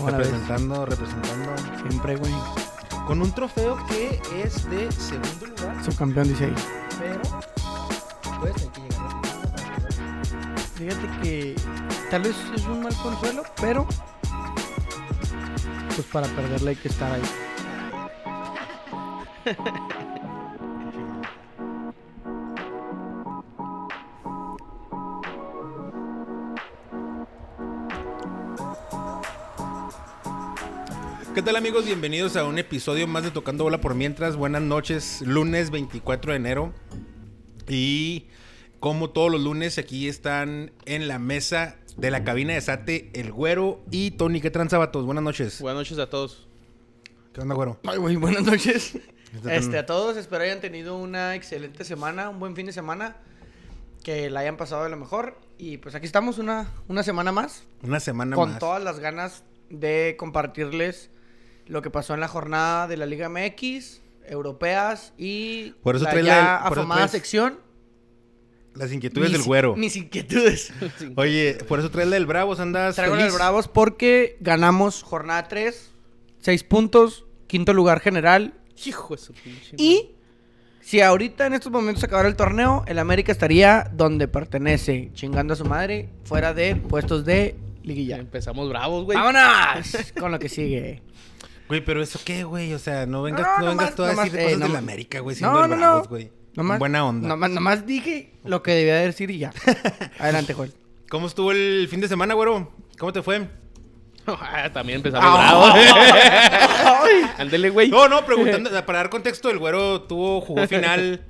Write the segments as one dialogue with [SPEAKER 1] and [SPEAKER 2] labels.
[SPEAKER 1] Hola, ¿ves?
[SPEAKER 2] representando, representando.
[SPEAKER 1] Siempre, güey.
[SPEAKER 2] Con un trofeo que es de segundo lugar,
[SPEAKER 1] Subcampeón dice ahí.
[SPEAKER 2] pero pues hay que llegar a la final para poder-
[SPEAKER 1] Fíjate que tal vez es un mal consuelo, pero pues para perderla hay que estar ahí.
[SPEAKER 2] ¿Qué tal amigos? Bienvenidos a un episodio más de Tocando Bola por Mientras. Buenas noches, lunes 24 de enero. Y como todos los lunes, aquí están en la mesa de la cabina de Sate, el Güero y Tony. ¿Qué transabatos? Buenas noches.
[SPEAKER 3] Buenas noches a todos.
[SPEAKER 2] ¿Qué onda, Güero?
[SPEAKER 3] Ay, güey, buenas noches.
[SPEAKER 2] Está tan-
[SPEAKER 3] Este, a todos, espero hayan tenido una excelente semana, un buen fin de semana, que la hayan pasado de lo mejor. Y pues aquí estamos una, una semana más,
[SPEAKER 2] Una semana
[SPEAKER 3] con
[SPEAKER 2] más.
[SPEAKER 3] todas las ganas de compartirles lo que pasó en la jornada de la Liga MX, europeas y
[SPEAKER 2] Por eso
[SPEAKER 3] la
[SPEAKER 2] traes
[SPEAKER 3] ya
[SPEAKER 2] la- por eso
[SPEAKER 3] afamada
[SPEAKER 2] traes-
[SPEAKER 3] sección.
[SPEAKER 2] Las inquietudes
[SPEAKER 3] Mis-
[SPEAKER 2] del Güero.
[SPEAKER 3] Mis inquietudes.
[SPEAKER 2] Oye, por eso traes la del Bravos, andas
[SPEAKER 3] Traigo a
[SPEAKER 2] feliz.
[SPEAKER 3] los Bravos porque ganamos jornada 3, 6 puntos, quinto lugar general.
[SPEAKER 4] Hijo de su pinche.
[SPEAKER 3] Y si ahorita en estos momentos se acabara el torneo, el América estaría donde pertenece, chingando a su madre, fuera de puestos de
[SPEAKER 4] madre.
[SPEAKER 3] liguilla.
[SPEAKER 4] Empezamos bravos, güey.
[SPEAKER 3] ¡Vámonos! Con lo que sigue.
[SPEAKER 2] Güey, pero eso qué, güey. O sea, no vengas,
[SPEAKER 3] No,
[SPEAKER 2] no, vengas
[SPEAKER 3] nomás-
[SPEAKER 2] tú a decir
[SPEAKER 3] nomás,
[SPEAKER 2] de
[SPEAKER 3] eh,
[SPEAKER 2] cosas de la
[SPEAKER 3] nomás-
[SPEAKER 2] América, güey. Siendo
[SPEAKER 3] No,
[SPEAKER 2] el
[SPEAKER 3] no, no.
[SPEAKER 2] Bravos, güey.
[SPEAKER 3] Nomás-
[SPEAKER 2] Buena onda.
[SPEAKER 3] Nomás, nomás dije lo que debía decir y ya. Adelante, Joel.
[SPEAKER 2] ¿Cómo estuvo el fin de semana, Güero? ¿Cómo te fue?
[SPEAKER 4] Ah, También empezamos
[SPEAKER 3] oh.
[SPEAKER 4] bravos. Ándele, güey.
[SPEAKER 2] No, no, preguntando, para dar contexto, el güero tuvo, jugó final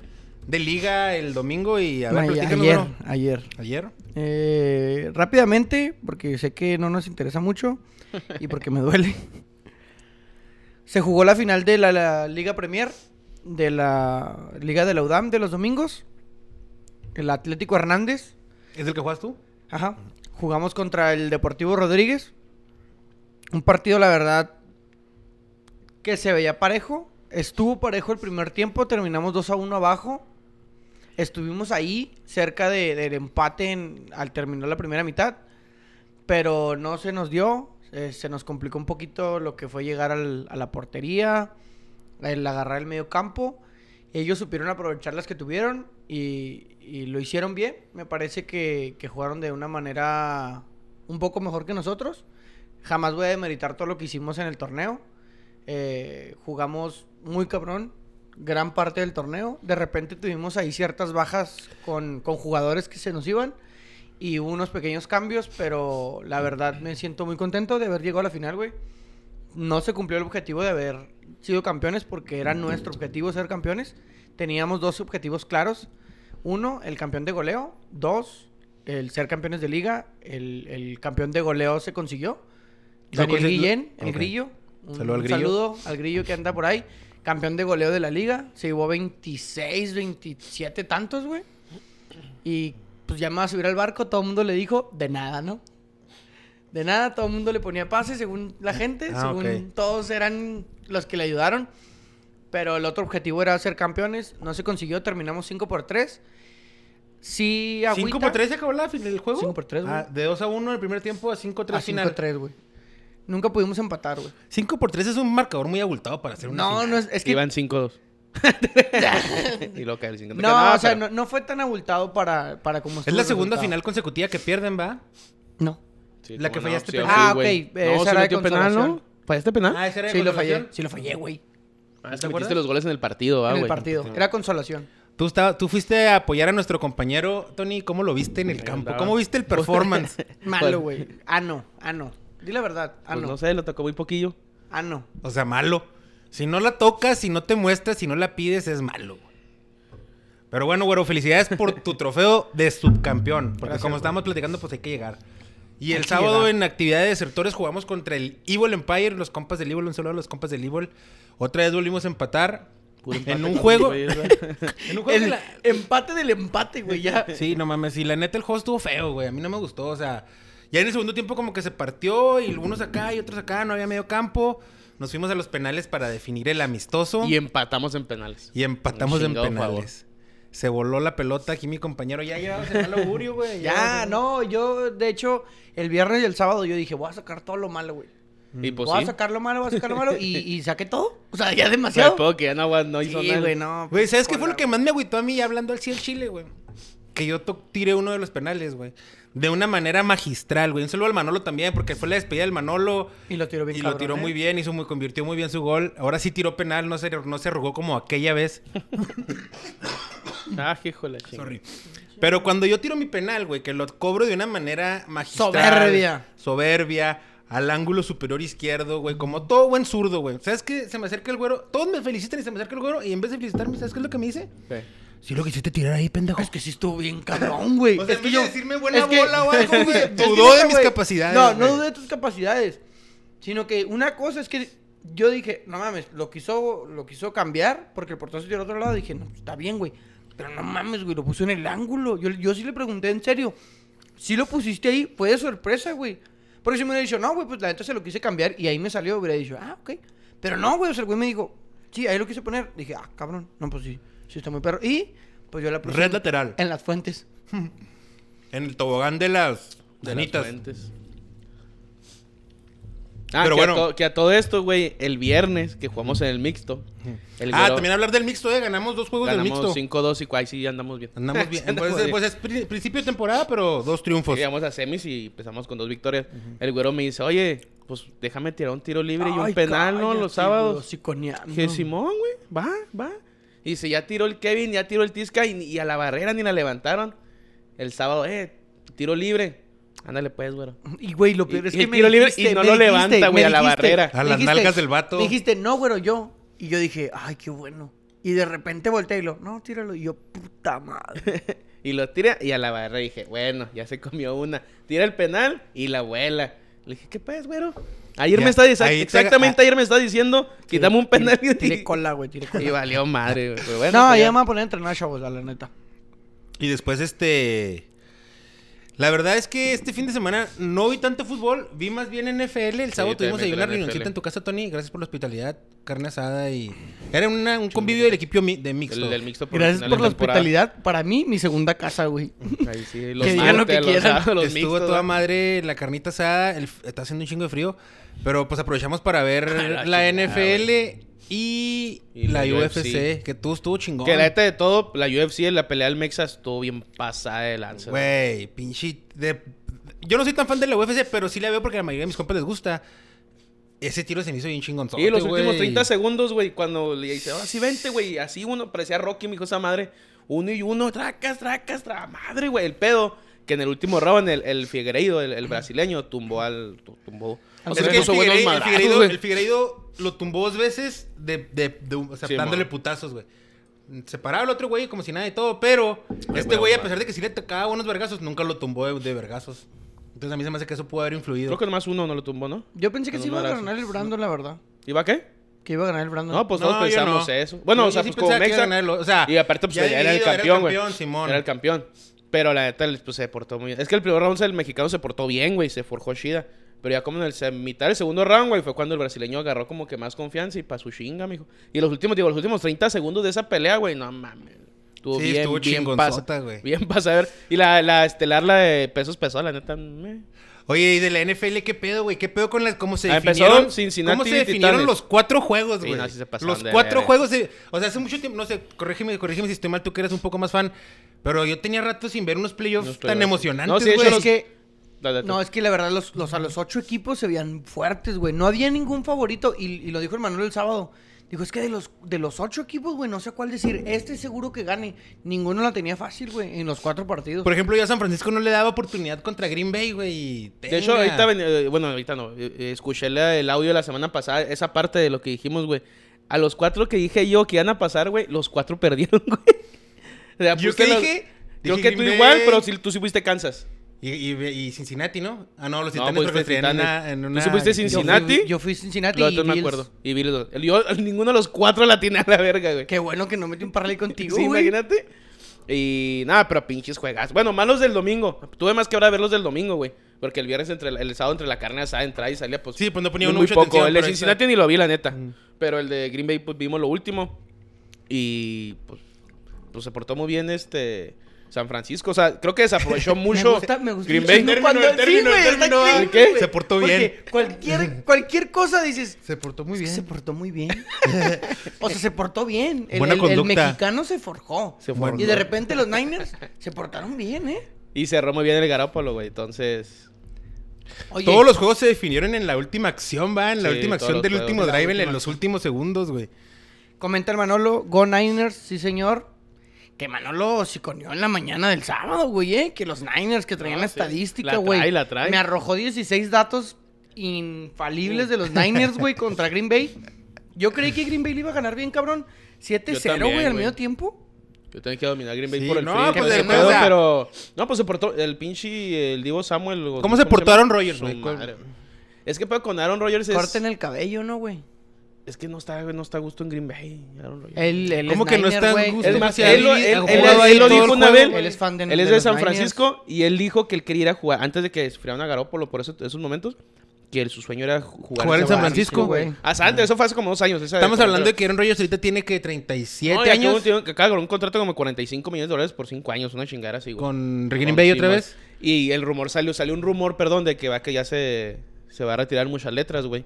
[SPEAKER 2] de liga el domingo y a ver,
[SPEAKER 3] Ay,
[SPEAKER 2] platícanos,
[SPEAKER 3] ayer,
[SPEAKER 2] güero.
[SPEAKER 3] ayer.
[SPEAKER 2] ¿Ayer?
[SPEAKER 3] Eh, rápidamente, porque sé que no nos interesa mucho y porque me duele. Se jugó la final de la, la Liga Premier, de la Liga de la UDAM de los domingos. El Atlético Hernández.
[SPEAKER 2] ¿Es el que juegas tú?
[SPEAKER 3] Ajá. Jugamos contra el Deportivo Rodríguez. Un partido, la verdad, que se veía parejo. Estuvo parejo el primer tiempo. Terminamos 2 a 1 abajo. Estuvimos ahí, cerca de- del empate en- al terminar la primera mitad. Pero no se nos dio. eh, se nos complicó un poquito lo que fue llegar al- a la portería, el agarrar el medio campo. Ellos supieron aprovechar las que tuvieron y, y lo hicieron bien. Me parece que, que jugaron de una manera un poco mejor que nosotros. Jamás voy a demeritar todo lo que hicimos en el torneo. Eh, jugamos muy cabrón gran parte del torneo. De repente tuvimos ahí ciertas bajas con, con jugadores que se nos iban y hubo unos pequeños cambios, pero la verdad me siento muy contento de haber llegado a la final, güey no se cumplió el objetivo de haber sido campeones porque era nuestro objetivo ser campeones. Teníamos dos objetivos claros. Uno, el campeón de goleo. Dos, el ser campeones de liga. El, el campeón de goleo se consiguió.
[SPEAKER 2] ¿Lo
[SPEAKER 3] Daniel
[SPEAKER 2] consi-
[SPEAKER 3] Guillén, el
[SPEAKER 2] Ok.
[SPEAKER 3] grillo. Un,
[SPEAKER 2] Saludo al
[SPEAKER 3] un
[SPEAKER 2] Grillo.
[SPEAKER 3] saludo al grillo que anda por ahí. Campeón de goleo de la liga. Se llevó 26, 27 tantos, güey. Y pues ya me va a subir al barco. Todo el mundo le dijo, de nada, ¿no? De nada, todo el mundo le ponía pases según la gente,
[SPEAKER 2] Ah,
[SPEAKER 3] según
[SPEAKER 2] ok.
[SPEAKER 3] todos eran los que le ayudaron. Pero el otro objetivo era ser campeones, no se consiguió, terminamos 5 por 3. Sí, agüita.
[SPEAKER 2] 5 por 3 se acabó la final del juego.
[SPEAKER 3] Cinco por tres, güey.
[SPEAKER 2] Ah, de 2 a 1 el primer tiempo a 5 por
[SPEAKER 3] Ah,
[SPEAKER 2] 3
[SPEAKER 3] cinco
[SPEAKER 2] final.
[SPEAKER 3] tres, güey. Nunca pudimos empatar, güey.
[SPEAKER 2] 5 por 3 es un marcador muy abultado para hacer una
[SPEAKER 3] No,
[SPEAKER 2] final.
[SPEAKER 3] no es, es que
[SPEAKER 4] Iban 5-2. y luego cae el 5
[SPEAKER 3] no, o sea, no, no fue tan abultado para para como
[SPEAKER 2] Es
[SPEAKER 3] estuvo
[SPEAKER 2] la
[SPEAKER 3] el
[SPEAKER 2] segunda
[SPEAKER 3] resultado.
[SPEAKER 2] final consecutiva que pierden, ¿va?
[SPEAKER 3] No.
[SPEAKER 2] la que fallaste
[SPEAKER 4] penal.
[SPEAKER 3] penal. Ah, ok, eh, esa
[SPEAKER 4] No, sí
[SPEAKER 3] era de
[SPEAKER 4] metió penal, ¿no?
[SPEAKER 3] consolación.
[SPEAKER 4] ¿Fallaste penal?
[SPEAKER 2] Ah, ese era de
[SPEAKER 3] Sí lo
[SPEAKER 2] consolación.
[SPEAKER 3] fallé, sí lo fallé, güey.
[SPEAKER 4] Ah,
[SPEAKER 2] ¿te
[SPEAKER 4] es que
[SPEAKER 2] acuerdas?
[SPEAKER 4] metiste los goles en el partido, ah,
[SPEAKER 3] en
[SPEAKER 4] güey.
[SPEAKER 3] el partido. Era consolación.
[SPEAKER 2] Tú, estaba- tú fuiste a apoyar a nuestro compañero, Tony. ¿Cómo lo viste en el
[SPEAKER 4] Ahí
[SPEAKER 2] campo?
[SPEAKER 4] andaba.
[SPEAKER 2] ¿Cómo viste el performance? Pues,
[SPEAKER 3] Malo, güey. Ah, no, ah, no. Di la verdad, ah,
[SPEAKER 4] Pues
[SPEAKER 3] no.
[SPEAKER 4] no sé, lo tocó muy poquillo.
[SPEAKER 3] Ah, no.
[SPEAKER 2] O sea, malo. Si no la tocas, si no te muestras, si no la pides, es malo. güey. Pero bueno, güero, felicidades por tu trofeo de subcampeón. Porque
[SPEAKER 3] Gracias,
[SPEAKER 2] como
[SPEAKER 3] güey.
[SPEAKER 2] estábamos platicando, pues hay que llegar. Y
[SPEAKER 3] Hay
[SPEAKER 2] el
[SPEAKER 3] que
[SPEAKER 2] sábado
[SPEAKER 3] llegar.
[SPEAKER 2] en actividad de desertores jugamos contra el Evil Empire, los compas del Evil, un saludo a los compas del Evil. Otra vez volvimos a empatar.
[SPEAKER 4] Puro empate
[SPEAKER 2] En un
[SPEAKER 4] con
[SPEAKER 2] juego.
[SPEAKER 4] los güeyes, ¿verdad?
[SPEAKER 2] En un juego que
[SPEAKER 3] El
[SPEAKER 2] la-
[SPEAKER 3] empate del empate, güey, ya.
[SPEAKER 2] Sí, no mames. Y la neta, el juego estuvo feo, güey. A mí no me gustó. O sea, ya en el segundo tiempo, como que se partió y unos acá y otros acá. No había medio campo. Nos fuimos a los penales para definir el amistoso.
[SPEAKER 4] y empatamos en penales.
[SPEAKER 2] Y empatamos
[SPEAKER 4] Un
[SPEAKER 2] en
[SPEAKER 4] chingado
[SPEAKER 2] penales. Se voló la pelota aquí mi compañero. Ya llevamos el mal augurio, güey.
[SPEAKER 3] Ya,
[SPEAKER 2] llevamos el-
[SPEAKER 3] no, yo, de hecho, el viernes y el sábado yo dije, voy a sacar todo lo malo, güey.
[SPEAKER 4] Y pues
[SPEAKER 3] voy
[SPEAKER 4] sí.
[SPEAKER 3] a sacar lo malo, voy a sacar lo malo. Y, y saqué todo. O sea, ya
[SPEAKER 4] O sea, el
[SPEAKER 3] demasiado.
[SPEAKER 4] pedo que ya no, aguas- no hizo
[SPEAKER 3] sí,
[SPEAKER 4] nada.
[SPEAKER 3] güey, no.
[SPEAKER 2] Güey, ¿sabes qué fue lo que más me agüitó a mí hablando al cielo Chile, güey? Que yo to- tiré uno de los penales, güey. De una manera magistral, güey. Un saludo al Manolo también, porque fue la despedida del Manolo.
[SPEAKER 3] Y lo tiró bien
[SPEAKER 2] Y lo
[SPEAKER 3] cabrón,
[SPEAKER 2] tiró
[SPEAKER 3] ¿eh?
[SPEAKER 2] muy bien, hizo muy, convirtió muy bien su gol. Ahora sí tiró penal, no se, no se arrugó como aquella vez.
[SPEAKER 4] Ah, hijo de la chingada.
[SPEAKER 2] Sorry. Pero cuando yo tiro mi penal, güey, que lo cobro de una manera magistral.
[SPEAKER 3] Soberbia.
[SPEAKER 2] Soberbia. Al ángulo superior izquierdo, güey. Como todo buen zurdo, güey. ¿Sabes qué? Se me acerca el güero. Todos me felicitan y se me acerca el güero. Y en vez de felicitarme, ¿sabes qué es lo que me dice?
[SPEAKER 4] Sí.
[SPEAKER 2] Sí, lo quisiste tirar ahí, pendejo.
[SPEAKER 3] Es que sí estuvo bien cabrón, güey.
[SPEAKER 2] O sea,
[SPEAKER 3] es
[SPEAKER 2] en
[SPEAKER 3] que
[SPEAKER 2] vez de
[SPEAKER 3] yo
[SPEAKER 2] decirme buena bola o algo, güey,
[SPEAKER 3] es que
[SPEAKER 2] dudó
[SPEAKER 3] neta,
[SPEAKER 2] de mis
[SPEAKER 3] güey,
[SPEAKER 2] capacidades,
[SPEAKER 3] No, no
[SPEAKER 2] güey.
[SPEAKER 3] dudé de tus capacidades. Sino que una cosa es que yo dije, no mames, lo quiso, lo quiso cambiar porque el portero se tiró al otro lado. Dije, no, está bien, güey. Pero no mames, güey, lo puso en el ángulo. Yo, yo sí le pregunté en serio. Si lo pusiste ahí, fue de sorpresa, güey. Porque si me hubiera dicho, no, güey, pues la neta se lo quise cambiar y ahí me salió, hubiera dicho, ah, ok. Pero no, güey, o sea, el güey me dijo, sí, ahí lo quise poner. Dije, ah, cabrón, no, pues sí, sí está muy perro. Y, pues yo la puse
[SPEAKER 2] Red
[SPEAKER 3] en-
[SPEAKER 2] lateral.
[SPEAKER 3] en las fuentes.
[SPEAKER 2] En el tobogán de las
[SPEAKER 4] De las
[SPEAKER 2] danitas.
[SPEAKER 4] fuentes. Ah,
[SPEAKER 2] Pero
[SPEAKER 4] que,
[SPEAKER 2] bueno.
[SPEAKER 4] a to- que a todo esto, güey, el viernes que jugamos en el mixto. el
[SPEAKER 2] Ah,
[SPEAKER 4] güero-
[SPEAKER 2] también hablar del mixto, eh. Ganamos dos juegos del mixto.
[SPEAKER 4] Ganamos 5-2 y cu- ahí sí andamos bien.
[SPEAKER 2] Andamos bien.
[SPEAKER 4] Andamos
[SPEAKER 2] pues,
[SPEAKER 4] bien.
[SPEAKER 2] pues es pri- principio de temporada, pero dos triunfos.
[SPEAKER 4] Llegamos a semis y empezamos con dos victorias. El güero me dice, oye, pues déjame tirar un tiro libre y un
[SPEAKER 3] Ay,
[SPEAKER 4] penal, ¿no?
[SPEAKER 3] cállate,
[SPEAKER 4] Los sábados.
[SPEAKER 3] güey, hociconeando.
[SPEAKER 4] Dije, Simón, güey, va, va. Y dice, ya tiró el Kevin, ya tiró el Tisca y, y a la barrera ni la levantaron. El sábado, eh, tiro libre. Ándale pues, güero.
[SPEAKER 3] Y güey, lo peor
[SPEAKER 4] Y-
[SPEAKER 3] es
[SPEAKER 4] y
[SPEAKER 3] que
[SPEAKER 4] el tiro libre y no
[SPEAKER 3] me
[SPEAKER 4] lo
[SPEAKER 3] dijiste,
[SPEAKER 4] levanta,
[SPEAKER 3] me
[SPEAKER 4] güey, a la
[SPEAKER 3] dijiste,
[SPEAKER 4] barrera.
[SPEAKER 2] A
[SPEAKER 3] me
[SPEAKER 2] las
[SPEAKER 3] dijiste,
[SPEAKER 2] nalgas del vato.
[SPEAKER 3] Me dijiste, no, güero, yo. Y yo dije, ay, qué bueno. Y de repente volteé y lo, no, tíralo. Y yo, puta madre.
[SPEAKER 4] Y lo tira y a la barrera dije, bueno, ya se comió una. Tira el penal y la vuela. Le dije, ¿qué pues, güero? Ayer
[SPEAKER 2] Ya,
[SPEAKER 4] me está diciendo,
[SPEAKER 2] ahí te-
[SPEAKER 4] exactamente
[SPEAKER 2] ah.
[SPEAKER 4] ayer me está diciendo, quitame un penal y,
[SPEAKER 3] Tiré cola, güey, tiré cola.
[SPEAKER 4] y valió madre, güey. Pero bueno,
[SPEAKER 3] no,
[SPEAKER 4] pues
[SPEAKER 3] ya me voy a poner a entrenar, chavos, a la neta.
[SPEAKER 2] Y después este... La verdad es que este fin de semana no vi tanto fútbol, vi más bien NFL. El sábado tuvimos
[SPEAKER 4] también
[SPEAKER 2] ahí
[SPEAKER 4] vi
[SPEAKER 2] una
[SPEAKER 4] la
[SPEAKER 2] reunioncita
[SPEAKER 4] NFL.
[SPEAKER 2] en tu casa, Tony. Gracias por la hospitalidad, carne asada y... Era una- un convivio del equipo mi- de mixto.
[SPEAKER 4] el, el mixto
[SPEAKER 3] Gracias
[SPEAKER 4] final
[SPEAKER 3] por
[SPEAKER 4] de
[SPEAKER 3] la
[SPEAKER 4] temporada.
[SPEAKER 3] hospitalidad. Para mí, mi segunda casa, güey.
[SPEAKER 4] Ahí sí, los
[SPEAKER 3] Que digan lo que
[SPEAKER 4] martes, los
[SPEAKER 3] quieran.
[SPEAKER 4] sábados, los
[SPEAKER 2] Estuvo
[SPEAKER 4] mixtos,
[SPEAKER 2] toda
[SPEAKER 4] ¿no?
[SPEAKER 2] madre la carnita asada, el f- está haciendo un chingo de frío, pero pues aprovechamos para ver la,
[SPEAKER 4] la chingada,
[SPEAKER 2] NFL y,
[SPEAKER 4] Y
[SPEAKER 2] la,
[SPEAKER 4] la
[SPEAKER 2] UFC,
[SPEAKER 4] UFC,
[SPEAKER 2] que tú estuvo chingón.
[SPEAKER 4] Que la neta de todo, la UFC en la pelea del Mexa estuvo bien pasada de lanza.
[SPEAKER 2] Güey, pinche. de- Yo no soy tan fan de la UFC, pero sí la veo porque a la mayoría de mis compas les gusta. Ese tiro se me hizo bien chingón.
[SPEAKER 4] Y los últimos 30 segundos, güey, cuando le dice, ahora sí vente, güey, así uno, parecía Rocky, mi hijo esa madre. Uno y uno, tracas, tracas, tra madre, güey, el pedo. Que en el último round el, el Figueiredo, el, el brasileño, tumbó al... tu- Tumbó.
[SPEAKER 3] Al
[SPEAKER 4] se
[SPEAKER 2] Es
[SPEAKER 4] le
[SPEAKER 2] que el
[SPEAKER 4] puso buenos
[SPEAKER 2] Figueiredo, el
[SPEAKER 4] madrazos,
[SPEAKER 2] Figueiredo-
[SPEAKER 4] güey.
[SPEAKER 2] el Figueiredo lo tumbó dos veces de, de, de- o sea,
[SPEAKER 4] Sí,
[SPEAKER 2] dándole
[SPEAKER 4] mo.
[SPEAKER 2] putazos, güey. Se paraba el otro güey como si nada de todo, pero este
[SPEAKER 4] güey,
[SPEAKER 2] güey, a
[SPEAKER 4] mamá.
[SPEAKER 2] pesar de que sí le tocaba unos vergazos, nunca lo tumbó de, de vergazos. Entonces a mí se me hace que eso pudo haber influido.
[SPEAKER 4] Creo que nomás uno no lo tumbó, ¿no?
[SPEAKER 3] Yo pensé que
[SPEAKER 4] Con
[SPEAKER 3] sí
[SPEAKER 4] un
[SPEAKER 3] iba a
[SPEAKER 4] madrazo.
[SPEAKER 3] ganar el Brandon, la verdad.
[SPEAKER 4] ¿Iba qué?
[SPEAKER 3] Que iba a ganar el Brandon.
[SPEAKER 4] No, pues
[SPEAKER 2] No,
[SPEAKER 4] todos
[SPEAKER 2] yo
[SPEAKER 4] pensamos
[SPEAKER 2] no.
[SPEAKER 4] eso. Bueno,
[SPEAKER 2] Yo-
[SPEAKER 4] o sea,
[SPEAKER 2] yo sí
[SPEAKER 4] pues como
[SPEAKER 2] pensaba que iba
[SPEAKER 4] Mexa.
[SPEAKER 2] a ganarlo, o sea,
[SPEAKER 4] y aparte, pues
[SPEAKER 2] ya
[SPEAKER 4] ya era el
[SPEAKER 2] dividido, era el
[SPEAKER 4] campeón, güey.
[SPEAKER 2] campeón, Simón.
[SPEAKER 4] Era el campeón. Pero la neta, pues se portó muy bien. Es que el primer round el mexicano se portó bien, güey. Se forjó Shida. Pero ya como en el se- mitad del segundo round, güey, fue cuando el brasileño agarró como que más confianza y pa' su chinga, mijo. Y los últimos, digo, los últimos 30 segundos de esa pelea, güey, no mames. Estuvo
[SPEAKER 2] Sí,
[SPEAKER 4] bien,
[SPEAKER 2] estuvo
[SPEAKER 4] bien
[SPEAKER 2] chingonzota,
[SPEAKER 4] pasa-
[SPEAKER 2] güey.
[SPEAKER 4] Bien pasa a ver. Y la, la estelar, la de pesos pesados, la neta, me...
[SPEAKER 2] Oye, y de la NFL, ¿qué pedo, güey? ¿Qué pedo con las cómo se
[SPEAKER 4] Ah, empezó
[SPEAKER 2] definieron?
[SPEAKER 4] Cincinnati
[SPEAKER 2] ¿Cómo se
[SPEAKER 4] Titanes.
[SPEAKER 2] definieron los cuatro juegos,
[SPEAKER 4] Sí,
[SPEAKER 2] güey?
[SPEAKER 4] no, sí se pasaron
[SPEAKER 2] los
[SPEAKER 4] de
[SPEAKER 2] cuatro
[SPEAKER 4] verga.
[SPEAKER 2] juegos, de- o sea, hace mucho tiempo, no sé, corrígeme, corrígeme si estoy mal, tú que eres un poco más fan, pero yo tenía rato sin ver unos playoffs
[SPEAKER 4] Unos
[SPEAKER 2] tan
[SPEAKER 4] playoffs.
[SPEAKER 2] emocionantes,
[SPEAKER 4] No, sí, de hecho,
[SPEAKER 2] güey.
[SPEAKER 4] los-
[SPEAKER 3] es que
[SPEAKER 4] La neta.
[SPEAKER 3] No, es que la verdad, los, los- a los ocho equipos se veían fuertes, güey. No había ningún favorito. Y, y lo dijo el Manuel el sábado. Dijo, es que de los, de los ocho equipos, güey, no sé cuál decir. Este seguro que gane. Ninguno la tenía fácil, güey, en los cuatro partidos.
[SPEAKER 2] Por ejemplo, yo a San Francisco no le daba oportunidad contra Green Bay, güey. y
[SPEAKER 4] De hecho,
[SPEAKER 2] tenga.
[SPEAKER 4] ahorita, ven- eh, bueno, ahorita no, eh, eh, escuché la- el audio de la semana pasada, esa parte de lo que dijimos, güey. A los cuatro que dije yo que iban a pasar, güey, los cuatro perdieron, güey. O sea,
[SPEAKER 2] ¿Yo
[SPEAKER 4] puse
[SPEAKER 2] qué
[SPEAKER 4] los-
[SPEAKER 2] dije?
[SPEAKER 4] Creo
[SPEAKER 2] Dije
[SPEAKER 4] que tú
[SPEAKER 2] Green
[SPEAKER 4] igual,
[SPEAKER 2] Bay.
[SPEAKER 4] pero si, tú sí fuiste Kansas.
[SPEAKER 2] Y, y- y Cincinnati, ¿no? Ah, no, los
[SPEAKER 4] No,
[SPEAKER 2] Titanes
[SPEAKER 4] pues,
[SPEAKER 2] porque
[SPEAKER 4] fuiste
[SPEAKER 2] traían en
[SPEAKER 4] Titanes.
[SPEAKER 2] una, en
[SPEAKER 4] Tú
[SPEAKER 2] una-
[SPEAKER 4] sí fuiste
[SPEAKER 3] Yo fui- Yo
[SPEAKER 4] Cincinnati.
[SPEAKER 3] fui, Cincinnati
[SPEAKER 4] Los
[SPEAKER 3] y
[SPEAKER 4] otros me
[SPEAKER 3] Bills.
[SPEAKER 4] acuerdo. Y vi los dos. Yo, ninguno de los cuatro la tiene a la verga, güey.
[SPEAKER 3] Qué bueno que no metí un parlay contigo,
[SPEAKER 4] Sí,
[SPEAKER 3] güey.
[SPEAKER 4] imagínate. Y nada, pero pinches juegas. Bueno, más los del domingo. Tuve más que ahora ver los del domingo, güey. Porque el viernes, entre la- el sábado, entre la carne asada, entrada y salía, pues.
[SPEAKER 2] Sí, pues no ponía
[SPEAKER 4] muy
[SPEAKER 2] uno mucha
[SPEAKER 4] poco.
[SPEAKER 2] atención,
[SPEAKER 4] el de
[SPEAKER 2] pero
[SPEAKER 4] Cincinnati
[SPEAKER 2] esa-
[SPEAKER 4] ni lo vi, la neta. Pero el de Green Bay, pues vimos lo último. Y pues, pues, se portó muy bien este. San Francisco. O sea, creo que desaprovechó mucho.
[SPEAKER 3] Me gusta, me gusta
[SPEAKER 4] Green
[SPEAKER 3] un
[SPEAKER 4] Bay.
[SPEAKER 3] chingo
[SPEAKER 2] El término,
[SPEAKER 3] cuando-
[SPEAKER 2] el término,
[SPEAKER 3] sí,
[SPEAKER 2] el
[SPEAKER 3] güey, está
[SPEAKER 2] término,
[SPEAKER 3] increíble,
[SPEAKER 4] ¿el qué?
[SPEAKER 3] güey.
[SPEAKER 2] Se portó
[SPEAKER 3] Porque
[SPEAKER 2] bien.
[SPEAKER 3] Cualquier, cualquier cosa dices,
[SPEAKER 1] Se portó muy
[SPEAKER 3] "Es que
[SPEAKER 1] bien.
[SPEAKER 3] se portó muy bien. o sea, se portó bien. El,
[SPEAKER 2] Buena
[SPEAKER 3] el- el
[SPEAKER 2] conducta.
[SPEAKER 3] mexicano se forjó.
[SPEAKER 4] Se
[SPEAKER 2] Bueno.
[SPEAKER 4] formó.
[SPEAKER 3] Y de repente los Niners se portaron bien, ¿eh?
[SPEAKER 4] Y cerró muy bien el Garópolo, güey. Entonces.
[SPEAKER 3] Oye,
[SPEAKER 2] Todos los juegos se definieron en la última acción, va, en la
[SPEAKER 4] Sí,
[SPEAKER 2] última
[SPEAKER 4] todos
[SPEAKER 2] acción
[SPEAKER 4] los
[SPEAKER 2] del
[SPEAKER 4] juegos.
[SPEAKER 2] último
[SPEAKER 4] La
[SPEAKER 2] drive, en
[SPEAKER 4] última
[SPEAKER 2] los últimos segundos, güey.
[SPEAKER 3] comenta el Manolo, Go Niners, sí señor. Que Manolo siconió en la mañana del sábado, güey, ¿eh? Que los Niners que traían
[SPEAKER 4] No,
[SPEAKER 3] la
[SPEAKER 4] Ah, sí.
[SPEAKER 3] estadística,
[SPEAKER 4] La
[SPEAKER 3] güey.
[SPEAKER 4] trae, la trae.
[SPEAKER 3] Me arrojó 16 datos infalibles de los Niners, güey, contra Green Bay. Yo creí que Green Bay le iba a ganar bien, cabrón. 7-0,
[SPEAKER 4] también,
[SPEAKER 3] güey, al
[SPEAKER 4] güey.
[SPEAKER 3] medio tiempo.
[SPEAKER 4] Yo tengo que dominar Green Bay
[SPEAKER 2] Sí,
[SPEAKER 4] por el
[SPEAKER 2] no,
[SPEAKER 4] frío,
[SPEAKER 2] pues,
[SPEAKER 4] por ese
[SPEAKER 2] de-
[SPEAKER 4] pedo,
[SPEAKER 2] o sea-
[SPEAKER 4] pero... No, pues se portó el pinche, el Divo Samuel. o-
[SPEAKER 2] ¿Cómo se
[SPEAKER 4] llama?
[SPEAKER 2] portó Aaron Rodgers,
[SPEAKER 4] Su
[SPEAKER 2] güey?
[SPEAKER 4] madre, güey. Es que pedo con Aaron Rodgers es...
[SPEAKER 3] Corten el cabello, ¿no, güey?
[SPEAKER 4] Es que no está, no está a gusto en Green Bay, Aaron Rodgers.
[SPEAKER 3] Él, él
[SPEAKER 2] ¿Cómo
[SPEAKER 3] es
[SPEAKER 2] que no
[SPEAKER 3] Niner,
[SPEAKER 2] está en
[SPEAKER 3] güey.
[SPEAKER 2] gusto?
[SPEAKER 4] Es
[SPEAKER 2] Él-
[SPEAKER 4] más,
[SPEAKER 2] él-
[SPEAKER 4] él, lo-
[SPEAKER 2] él-
[SPEAKER 4] él-
[SPEAKER 2] ha
[SPEAKER 4] él-
[SPEAKER 2] jugado ahí
[SPEAKER 4] él lo
[SPEAKER 2] todo el
[SPEAKER 4] dijo una
[SPEAKER 2] juego,
[SPEAKER 4] vez.
[SPEAKER 2] güey.
[SPEAKER 3] Él es fan de-
[SPEAKER 4] Él es
[SPEAKER 3] de
[SPEAKER 4] de
[SPEAKER 3] los
[SPEAKER 4] San
[SPEAKER 3] Niners.
[SPEAKER 4] Francisco y él dijo que él quería ir a jugar, antes de que sufrieran a Garoppolo por esos, esos momentos, que él- su sueño era ju- jugar,
[SPEAKER 2] Jugar en San
[SPEAKER 3] Sí,
[SPEAKER 2] Francisco,
[SPEAKER 3] güey.
[SPEAKER 2] güey.
[SPEAKER 4] Hasta antes, eso fue hace como dos años. esa-
[SPEAKER 2] Estamos
[SPEAKER 4] como-
[SPEAKER 2] hablando de que Aaron Rodgers ahorita tiene que 37
[SPEAKER 4] No, ya tuvo un
[SPEAKER 2] años
[SPEAKER 4] tío que acaba con un contrato como 45 millones de dólares por 5 años, una chingada así, güey.
[SPEAKER 2] con Green Bay otra
[SPEAKER 4] Sí,
[SPEAKER 2] vez.
[SPEAKER 4] güey. Y el rumor salió, salió un rumor, perdón, de que va que ya se, se va a retirar muchas letras, güey.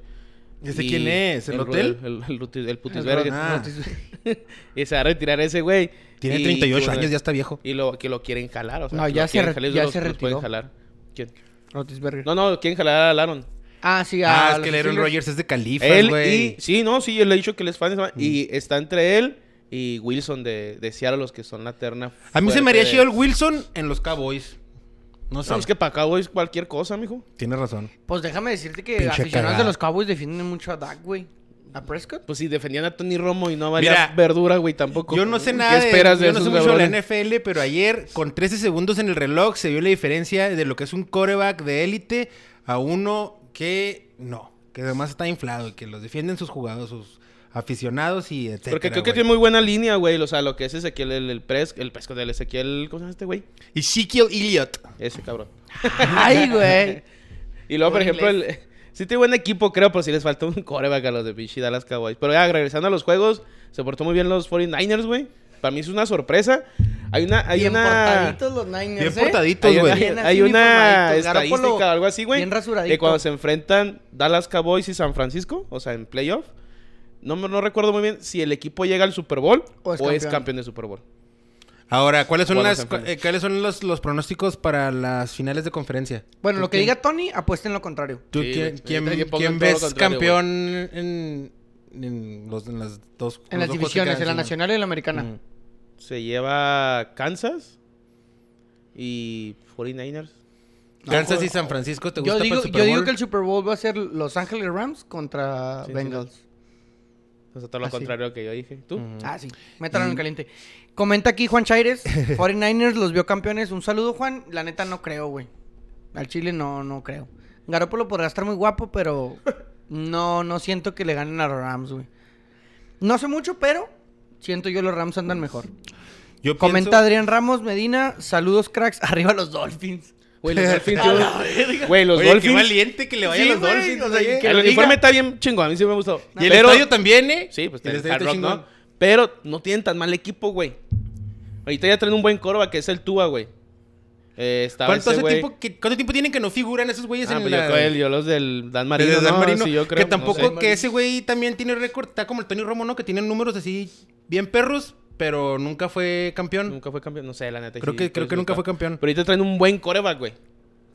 [SPEAKER 2] ¿Ese
[SPEAKER 4] Y
[SPEAKER 2] quién es? ¿El
[SPEAKER 4] ru-
[SPEAKER 2] hotel?
[SPEAKER 4] El, el, ruti- el putis
[SPEAKER 3] El
[SPEAKER 2] Ah.
[SPEAKER 4] verga. Y se va a retirar ese güey.
[SPEAKER 2] Tiene
[SPEAKER 4] Y- pues,
[SPEAKER 2] 38
[SPEAKER 4] bueno,
[SPEAKER 2] años, ya está viejo.
[SPEAKER 4] Y lo, que lo quieren jalar, o sea.
[SPEAKER 3] No,
[SPEAKER 4] lo
[SPEAKER 3] ya se
[SPEAKER 4] quieren
[SPEAKER 3] re-
[SPEAKER 4] jalar, ellos
[SPEAKER 3] ya
[SPEAKER 4] los-
[SPEAKER 3] se
[SPEAKER 4] los
[SPEAKER 3] retiró.
[SPEAKER 4] pueden jalar. ¿Quién?
[SPEAKER 3] Rotisberger.
[SPEAKER 4] No, no, quieren jalar a Laron.
[SPEAKER 3] Ah, sí, a
[SPEAKER 2] Ah, es que
[SPEAKER 3] los
[SPEAKER 2] el Aaron
[SPEAKER 3] Steelers.
[SPEAKER 2] Rodgers es de Califas,
[SPEAKER 4] Él
[SPEAKER 2] güey. Mm.
[SPEAKER 4] y... Sí, no, sí, yo le he dicho que él es fan. de esa- Y está entre él y Wilson de, de Seattle, los que son la terna.
[SPEAKER 2] A mí se
[SPEAKER 4] fuerte
[SPEAKER 2] me haría
[SPEAKER 4] de-
[SPEAKER 2] chido el Wilson en los Cowboys. No sé.
[SPEAKER 4] No, es que para acá, güey, es cualquier cosa, mijo.
[SPEAKER 2] Tienes razón.
[SPEAKER 3] Pues déjame decirte que
[SPEAKER 2] Pinche
[SPEAKER 3] aficionados de
[SPEAKER 2] cagada.
[SPEAKER 3] los Cowboys defienden mucho a Dak, güey. ¿A Prescott?
[SPEAKER 4] Pues si defendían a Tony Romo y no a varias
[SPEAKER 2] Mira,
[SPEAKER 4] verduras, güey, tampoco.
[SPEAKER 2] Yo no sé
[SPEAKER 4] ¿Qué
[SPEAKER 2] nada de,
[SPEAKER 4] esperas de
[SPEAKER 2] yo no sé
[SPEAKER 4] esos
[SPEAKER 2] mucho de la
[SPEAKER 4] cabrones?
[SPEAKER 2] NFL, pero ayer con 13 segundos en el reloj se vio la diferencia de lo que es un coreback de élite a uno que no, que además está inflado y que los defienden sus jugadores, sus aficionados y etcétera.
[SPEAKER 4] Porque creo que
[SPEAKER 2] güey.
[SPEAKER 4] tiene muy buena línea, güey. O sea, lo que es Ezequiel, el, el pres, el pesco del Ezequiel, ¿cómo se llama este güey?
[SPEAKER 2] Ezekiel Elliott.
[SPEAKER 4] Ese cabrón.
[SPEAKER 3] Ay, güey.
[SPEAKER 4] Y luego, por
[SPEAKER 3] Puro
[SPEAKER 4] ejemplo, el, sí tiene buen equipo, creo, pero sí les falta un coreback a los de pinche Dallas Cowboys. Pero ya, regresando a los juegos, se portó muy bien los 49ers, güey. Para mí es una sorpresa. Hay una, hay
[SPEAKER 3] Bien
[SPEAKER 4] una.
[SPEAKER 3] portaditos los Niners,
[SPEAKER 2] Bien
[SPEAKER 3] ¿eh?
[SPEAKER 2] portaditos,
[SPEAKER 4] Hay una,
[SPEAKER 2] güey.
[SPEAKER 3] Bien así
[SPEAKER 4] hay una
[SPEAKER 3] uniformaditos, Garoppolo
[SPEAKER 4] estadística o algo así, güey.
[SPEAKER 3] bien rasuradito.
[SPEAKER 4] Que cuando se enfrentan Dallas Cowboys y San Francisco, o sea, en playoff, no, me- no recuerdo muy bien si el equipo llega al Super Bowl o es, campeón. de Super Bowl.
[SPEAKER 2] Ahora, ¿cuáles son
[SPEAKER 4] Bueno,
[SPEAKER 2] las
[SPEAKER 4] se enfrenta.
[SPEAKER 2] eh, cuáles son los, los pronósticos para las finales de conferencia?
[SPEAKER 3] Bueno, lo que
[SPEAKER 2] ¿Quién-
[SPEAKER 3] diga Tony, apuesten lo contrario.
[SPEAKER 2] ¿Tú
[SPEAKER 4] Sí,
[SPEAKER 2] quién,
[SPEAKER 4] güey.
[SPEAKER 2] quién-
[SPEAKER 4] Ahorita que
[SPEAKER 2] quién
[SPEAKER 4] pongan todo lo
[SPEAKER 2] ves
[SPEAKER 4] contrario,
[SPEAKER 2] campeón en, en los, en las dos
[SPEAKER 3] En las
[SPEAKER 2] los dos juegos que
[SPEAKER 3] divisiones,
[SPEAKER 2] quedan,
[SPEAKER 3] en la
[SPEAKER 2] sí,
[SPEAKER 3] nacional y en la americana.
[SPEAKER 2] Mm.
[SPEAKER 4] Se lleva Kansas y 49ers.
[SPEAKER 2] Kansas
[SPEAKER 3] No,
[SPEAKER 2] y San Francisco, ¿te gusta
[SPEAKER 3] Yo
[SPEAKER 2] para
[SPEAKER 3] digo,
[SPEAKER 2] el Super
[SPEAKER 3] yo digo
[SPEAKER 2] Bowl?
[SPEAKER 3] que el Super Bowl va a ser Los Ángeles Rams contra
[SPEAKER 4] Sí, sí,
[SPEAKER 3] Bengals.
[SPEAKER 4] O sea, todo lo
[SPEAKER 3] Así.
[SPEAKER 4] contrario que yo dije. ¿Tú?
[SPEAKER 3] Ah, sí. Métalo en caliente. Comenta aquí Juan Chaires. 49ers los vio campeones. Un saludo, Juan. La neta no creo, güey. Al Chile no, no creo. Garópolo podrá estar muy guapo, pero no, no siento que le ganen a los Rams, güey. No sé mucho, pero siento yo los Rams andan mejor.
[SPEAKER 2] Yo
[SPEAKER 3] Comenta
[SPEAKER 2] pienso-
[SPEAKER 3] Adrián Ramos Medina. Saludos, cracks. Arriba los Dolphins.
[SPEAKER 4] Güey, los Dolphins.
[SPEAKER 3] A
[SPEAKER 4] yo-
[SPEAKER 3] la verga.
[SPEAKER 4] Güey, los
[SPEAKER 2] Oye, qué
[SPEAKER 4] Dolphins.
[SPEAKER 2] valiente que le vayan
[SPEAKER 3] Sí,
[SPEAKER 2] los
[SPEAKER 3] güey,
[SPEAKER 2] Dolphins.
[SPEAKER 3] o sea,
[SPEAKER 2] oye.
[SPEAKER 3] que
[SPEAKER 4] El
[SPEAKER 3] lo diga.
[SPEAKER 4] uniforme está bien chingón, a mí sí me gustó.
[SPEAKER 2] Y el
[SPEAKER 4] Pero-
[SPEAKER 2] estadio también, ¿eh?
[SPEAKER 4] Sí, pues
[SPEAKER 2] el
[SPEAKER 4] el
[SPEAKER 2] estadio
[SPEAKER 4] Hard
[SPEAKER 2] está
[SPEAKER 4] Rock,
[SPEAKER 2] chingón.
[SPEAKER 4] ¿no? Pero no tienen tan mal equipo, güey. Ahorita ya traen un buen corva que es el Tua, güey. Eh, estaba
[SPEAKER 2] ¿Cuánto,
[SPEAKER 4] ese
[SPEAKER 2] hace
[SPEAKER 4] güey-
[SPEAKER 2] tiempo que- ¿Cuánto tiempo tienen que no figuran esos güeyes
[SPEAKER 4] Ah,
[SPEAKER 2] en
[SPEAKER 4] pues
[SPEAKER 2] la...
[SPEAKER 4] yo, creo el- yo los del Dan Marino,
[SPEAKER 2] desde Dan
[SPEAKER 4] ¿no?
[SPEAKER 2] Marino,
[SPEAKER 4] Sí, yo creo,
[SPEAKER 2] que
[SPEAKER 4] no
[SPEAKER 2] tampoco
[SPEAKER 4] sé.
[SPEAKER 2] que ese güey también tiene récord, está como el Tony Romo, ¿no? Que tienen números así bien perros, pero nunca fue campeón.
[SPEAKER 4] Nunca fue campeón, no sé, la neta.
[SPEAKER 2] Creo
[SPEAKER 4] sí,
[SPEAKER 2] que- creo
[SPEAKER 4] sí
[SPEAKER 2] que nunca
[SPEAKER 4] está.
[SPEAKER 2] fue campeón.
[SPEAKER 4] Pero ahorita traen un buen coreback, güey.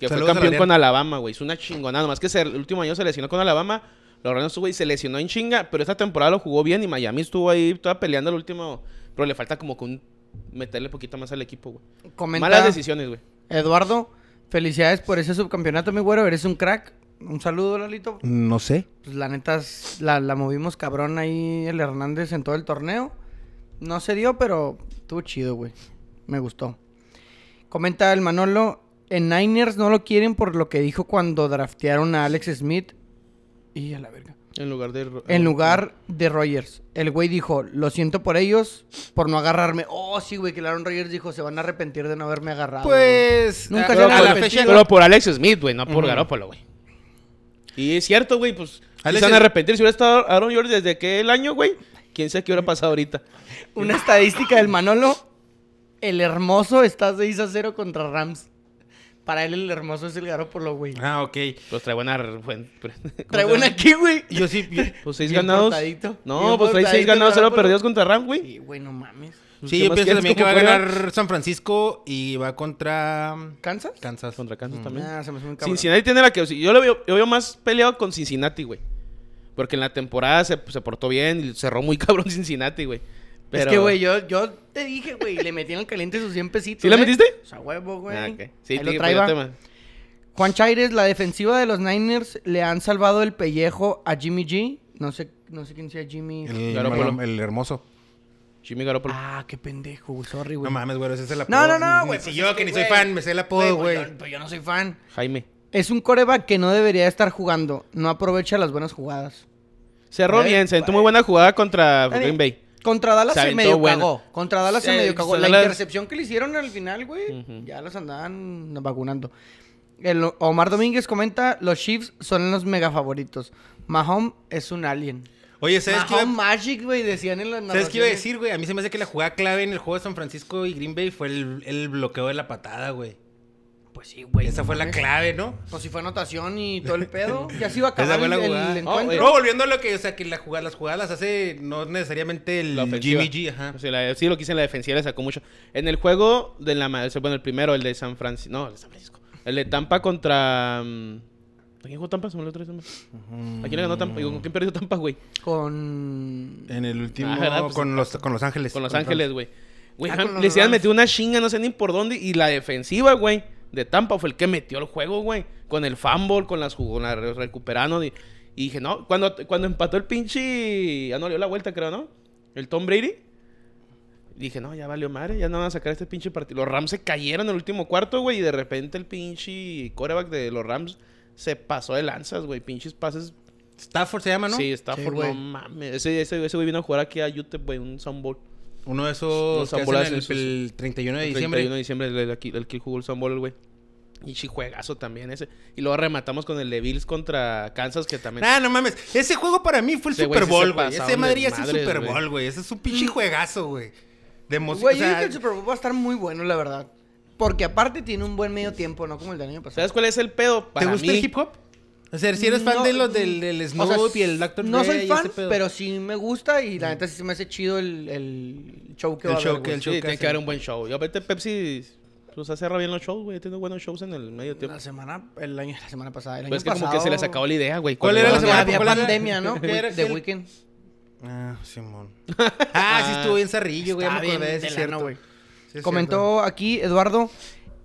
[SPEAKER 4] Que
[SPEAKER 2] Saludos
[SPEAKER 4] fue
[SPEAKER 2] a
[SPEAKER 4] campeón
[SPEAKER 2] Adrián.
[SPEAKER 4] con Alabama, güey. Es una chingonada. Nomás que ese- el último año se lesionó con Alabama. Loreno estuvo y se lesionó en chinga. Pero esta temporada lo jugó bien y Miami estuvo ahí toda peleando el último. Pero le falta como que un- meterle poquito más al equipo, güey.
[SPEAKER 3] Comenta
[SPEAKER 4] Malas decisiones, güey.
[SPEAKER 3] Eduardo. Felicidades por ese subcampeonato, mi güero. Eres un crack. Un saludo, Lalito.
[SPEAKER 2] No sé.
[SPEAKER 3] Pues la neta, es- la, la movimos cabrón ahí el Hernández en todo el torneo. No se dio, pero estuvo chido, güey. Me gustó. Comenta el Manolo, en Niners no lo quieren por lo que dijo cuando draftearon a Alex Smith. Y a la verga.
[SPEAKER 4] En lugar de. Ro-
[SPEAKER 3] En lugar de Rogers. El güey dijo, lo siento por ellos, por no agarrarme. Oh, sí, güey, que Aaron Rogers dijo, se van a arrepentir de no haberme agarrado. güey".
[SPEAKER 2] Pues...
[SPEAKER 3] Nunca
[SPEAKER 2] a-
[SPEAKER 3] se han
[SPEAKER 2] a la
[SPEAKER 3] arrepentido.
[SPEAKER 2] fecha...
[SPEAKER 4] Pero por Alex Smith, güey, no por
[SPEAKER 2] Ujú.
[SPEAKER 4] Garópolo, güey. Y es cierto, güey, pues.
[SPEAKER 2] Alex
[SPEAKER 4] Alex... Se van a
[SPEAKER 2] Smith-
[SPEAKER 4] arrepentir. Si hubiera estado Aaron George
[SPEAKER 3] Pues,
[SPEAKER 4] desde aquel año, güey. Quién sabe qué hubiera pasado ahorita.
[SPEAKER 3] Una estadística del Manolo. el hermoso está 6 a 0 contra Rams. Para él el hermoso es el Garópolo, güey.
[SPEAKER 2] Ah, ok.
[SPEAKER 4] Pues trae buena. buen-
[SPEAKER 3] Traigo una aquí, güey.
[SPEAKER 2] Yo sí, yo-
[SPEAKER 4] Pues seis
[SPEAKER 3] Bien
[SPEAKER 4] ganados.
[SPEAKER 3] portadito.
[SPEAKER 4] No,
[SPEAKER 3] Bien
[SPEAKER 4] pues trae seis
[SPEAKER 3] portadito,
[SPEAKER 4] ganados, cero
[SPEAKER 3] Garoppolo.
[SPEAKER 4] perdidos contra Ram, güey.
[SPEAKER 3] Sí, güey, no mames.
[SPEAKER 2] sí,
[SPEAKER 4] Pues, ¿Qué
[SPEAKER 2] yo
[SPEAKER 4] más
[SPEAKER 2] pienso
[SPEAKER 4] quieres
[SPEAKER 2] también que va
[SPEAKER 4] como
[SPEAKER 2] a
[SPEAKER 4] fuera?
[SPEAKER 2] ganar San Francisco y va contra mm,
[SPEAKER 3] ¿Kansas?
[SPEAKER 2] Kansas.
[SPEAKER 4] Contra Kansas también.
[SPEAKER 3] Ah, se me hace muy cabrón.
[SPEAKER 4] Cincinnati tiene la que. Yo lo veo, yo veo más peleado con Cincinnati, güey. Porque en la temporada se, se portó bien y cerró muy cabrón Cincinnati, güey. Pero...
[SPEAKER 3] Es que, güey, yo, yo te dije, güey, le metí en el caliente sus 100 pesitos.
[SPEAKER 4] ¿Sí la
[SPEAKER 3] ¿eh?
[SPEAKER 4] metiste?
[SPEAKER 3] O sea, huevo, güey.
[SPEAKER 4] Ah, ok. Sí,
[SPEAKER 3] Ahí lo
[SPEAKER 4] te
[SPEAKER 3] traigo.
[SPEAKER 4] tema.
[SPEAKER 3] Juan Chaires, la defensiva de los Niners le han salvado el pellejo a Jimmy G. No sé, no sé quién sea Jimmy.
[SPEAKER 2] El,
[SPEAKER 4] Garoppolo.
[SPEAKER 2] el hermoso.
[SPEAKER 4] Jimmy Garoppolo.
[SPEAKER 3] Ah, qué pendejo, güey. Sorry, güey.
[SPEAKER 2] No mames, güey, ese es el apodo.
[SPEAKER 3] No, no, no,
[SPEAKER 2] Ni-
[SPEAKER 3] güey.
[SPEAKER 2] Si
[SPEAKER 3] pues
[SPEAKER 2] yo
[SPEAKER 3] es
[SPEAKER 2] que ni soy
[SPEAKER 3] güey,
[SPEAKER 2] fan, me sé el apodo,
[SPEAKER 3] pues,
[SPEAKER 2] güey.
[SPEAKER 3] yo- Pues yo no soy fan.
[SPEAKER 4] Jaime.
[SPEAKER 3] Es un coreback que no debería estar jugando. No aprovecha las buenas jugadas.
[SPEAKER 4] Cerró
[SPEAKER 3] Ay,
[SPEAKER 4] bien, se aventó
[SPEAKER 3] güey.
[SPEAKER 4] muy buena jugada
[SPEAKER 3] Eh,
[SPEAKER 4] contra
[SPEAKER 3] Está
[SPEAKER 4] Green
[SPEAKER 3] bien.
[SPEAKER 4] Bay.
[SPEAKER 3] Contra Dallas
[SPEAKER 4] Se
[SPEAKER 3] se,
[SPEAKER 4] aventó
[SPEAKER 3] medio
[SPEAKER 4] buena.
[SPEAKER 3] cagó. Contra Dallas se
[SPEAKER 4] Sí,
[SPEAKER 3] medio cagó. La
[SPEAKER 4] Dallas-
[SPEAKER 3] intercepción que le hicieron al final, güey,
[SPEAKER 4] Ujú.
[SPEAKER 3] ya los andaban vacunando. El Omar Domínguez comenta, los Chiefs son los mega favoritos. Mahomes es un alien.
[SPEAKER 2] Oye, ¿sabes qué? iba-
[SPEAKER 3] Mahomes Magic, güey, decían en las
[SPEAKER 2] ¿Sabes qué iba a
[SPEAKER 3] narraciones.
[SPEAKER 2] decir, güey? A mí se me hace que la jugada clave en el juego de San Francisco y Green Bay fue el, el bloqueo de la patada, güey.
[SPEAKER 3] Pues sí, güey.
[SPEAKER 2] Esa
[SPEAKER 3] no
[SPEAKER 2] fue la
[SPEAKER 3] mames.
[SPEAKER 2] clave, ¿no?
[SPEAKER 3] Pues si fue anotación y todo el pedo. Ya se iba a
[SPEAKER 2] Esa
[SPEAKER 3] acabar
[SPEAKER 2] fue
[SPEAKER 3] el,
[SPEAKER 2] la
[SPEAKER 3] el
[SPEAKER 2] jugada.
[SPEAKER 4] Oh, güey.
[SPEAKER 3] encuentro.
[SPEAKER 2] No, volviendo a lo que, o sea, que la jugada, las jugadas las hace no necesariamente el
[SPEAKER 4] La ofensiva.
[SPEAKER 2] Jimmy G, ajá.
[SPEAKER 4] O sea, la- sí, lo que hice en la defensiva le sacó mucho. En el juego de la ma- o sea, bueno, el primero, el de San Francisco. No, el de San Francisco. El de Tampa contra. mm, ¿A quién jugó Tampa? Se me olvidó otra vez, Tampa. ¿A quién le ganó Tampa? Digo, ¿Con quién perdió Tampa, güey?
[SPEAKER 3] Con...
[SPEAKER 2] En el último,
[SPEAKER 4] Ah, ¿verdad? Pues,
[SPEAKER 2] con, los, con Los Ángeles.
[SPEAKER 4] Con Los Ángeles, güey. Güey,
[SPEAKER 3] Ah,
[SPEAKER 4] han-
[SPEAKER 3] con los
[SPEAKER 4] les habían
[SPEAKER 3] Rams.
[SPEAKER 4] metido una chinga, no sé ni por dónde. Y la defensiva, güey, de Tampa fue el que metió el juego, güey. Con el fumble, con las jug- con la re- recuperando. Y, y dije, no, cuando, cuando empató el pinche. Ya no le dio la vuelta, creo, ¿no? El Tom Brady. Dije, no, ya valió madre, ya no van a sacar este pinche partido. Los Rams se cayeron en el último cuarto, güey, y de repente el pinche coreback de los Rams se pasó de lanzas, güey. Pinches pases
[SPEAKER 2] Stafford se llama, ¿no?
[SPEAKER 4] Sí, está
[SPEAKER 3] Sí,
[SPEAKER 4] por
[SPEAKER 3] güey.
[SPEAKER 4] no mames. Ese, ese, ese güey vino a jugar aquí a YouTube, güey, un soundball.
[SPEAKER 2] Uno de esos
[SPEAKER 4] Los
[SPEAKER 2] que hacen
[SPEAKER 4] ambulancias,
[SPEAKER 2] el,
[SPEAKER 4] esos.
[SPEAKER 2] el 31 de
[SPEAKER 4] El
[SPEAKER 2] diciembre.
[SPEAKER 4] 31 de diciembre, el, el, aquí- el que jugó el soundball, el güey. Y sí, juegazo también ese. Y luego rematamos con el de Bills contra Kansas, que también.
[SPEAKER 2] Ah, no mames. Ese juego para mí fue el
[SPEAKER 4] Ese güey
[SPEAKER 2] Super
[SPEAKER 4] sí se
[SPEAKER 2] Bowl, güey.
[SPEAKER 4] pasaron
[SPEAKER 2] Ese
[SPEAKER 4] de
[SPEAKER 2] madre ya es el
[SPEAKER 4] madres,
[SPEAKER 2] Super
[SPEAKER 4] güey.
[SPEAKER 2] Bowl, güey. Ese es un pinche juegazo, güey. De emoción.
[SPEAKER 3] Mm. Güey,
[SPEAKER 2] o
[SPEAKER 3] yo
[SPEAKER 2] sea,
[SPEAKER 3] dije que el Super Bowl va a estar muy bueno, la verdad. Porque aparte tiene un buen medio tiempo, no como el del año pasado.
[SPEAKER 4] ¿Sabes cuál es el pedo?
[SPEAKER 2] ¿Te
[SPEAKER 4] Para
[SPEAKER 2] gusta
[SPEAKER 4] mí,
[SPEAKER 2] el hip hop? O sea, si eres fan
[SPEAKER 3] No, mm,
[SPEAKER 2] de los del, del
[SPEAKER 3] o sea,
[SPEAKER 2] Snoop y el Dr.
[SPEAKER 3] No
[SPEAKER 2] Dre
[SPEAKER 3] soy
[SPEAKER 2] y
[SPEAKER 3] fan,
[SPEAKER 2] ese pedo. Mm.
[SPEAKER 3] pero sí me gusta y la neta sí se me hace chido el, el show que
[SPEAKER 2] El
[SPEAKER 3] va a
[SPEAKER 2] show
[SPEAKER 3] haber,
[SPEAKER 2] que
[SPEAKER 3] güey.
[SPEAKER 2] el
[SPEAKER 4] Sí,
[SPEAKER 2] show
[SPEAKER 4] tiene que
[SPEAKER 2] hacen.
[SPEAKER 4] haber un buen show. Yo, vete, Pepsi, pues ha cerrado bien los shows, güey. Tiene buenos shows en el medio tiempo.
[SPEAKER 3] La semana, el año, la semana pasada, el
[SPEAKER 4] Pues es
[SPEAKER 3] año
[SPEAKER 4] que
[SPEAKER 3] pasado.
[SPEAKER 4] como que se les acabó Ah, la idea, güey.
[SPEAKER 2] ¿Cuál era
[SPEAKER 3] Ya
[SPEAKER 2] la semana-
[SPEAKER 3] había
[SPEAKER 2] ¿cuál era?
[SPEAKER 3] pandemia, ¿no?
[SPEAKER 2] ¿Qué era?
[SPEAKER 3] De
[SPEAKER 2] ¿Qué?
[SPEAKER 3] Weekend.
[SPEAKER 2] Ah, Simón. Ah, sí estuvo bien zarrillo, güey. Ya
[SPEAKER 3] Está
[SPEAKER 2] me acordé,
[SPEAKER 3] bien
[SPEAKER 2] sí es
[SPEAKER 3] de lana,
[SPEAKER 2] cierto.
[SPEAKER 3] güey.
[SPEAKER 2] Sí es cierto.
[SPEAKER 3] Comentó aquí Eduardo,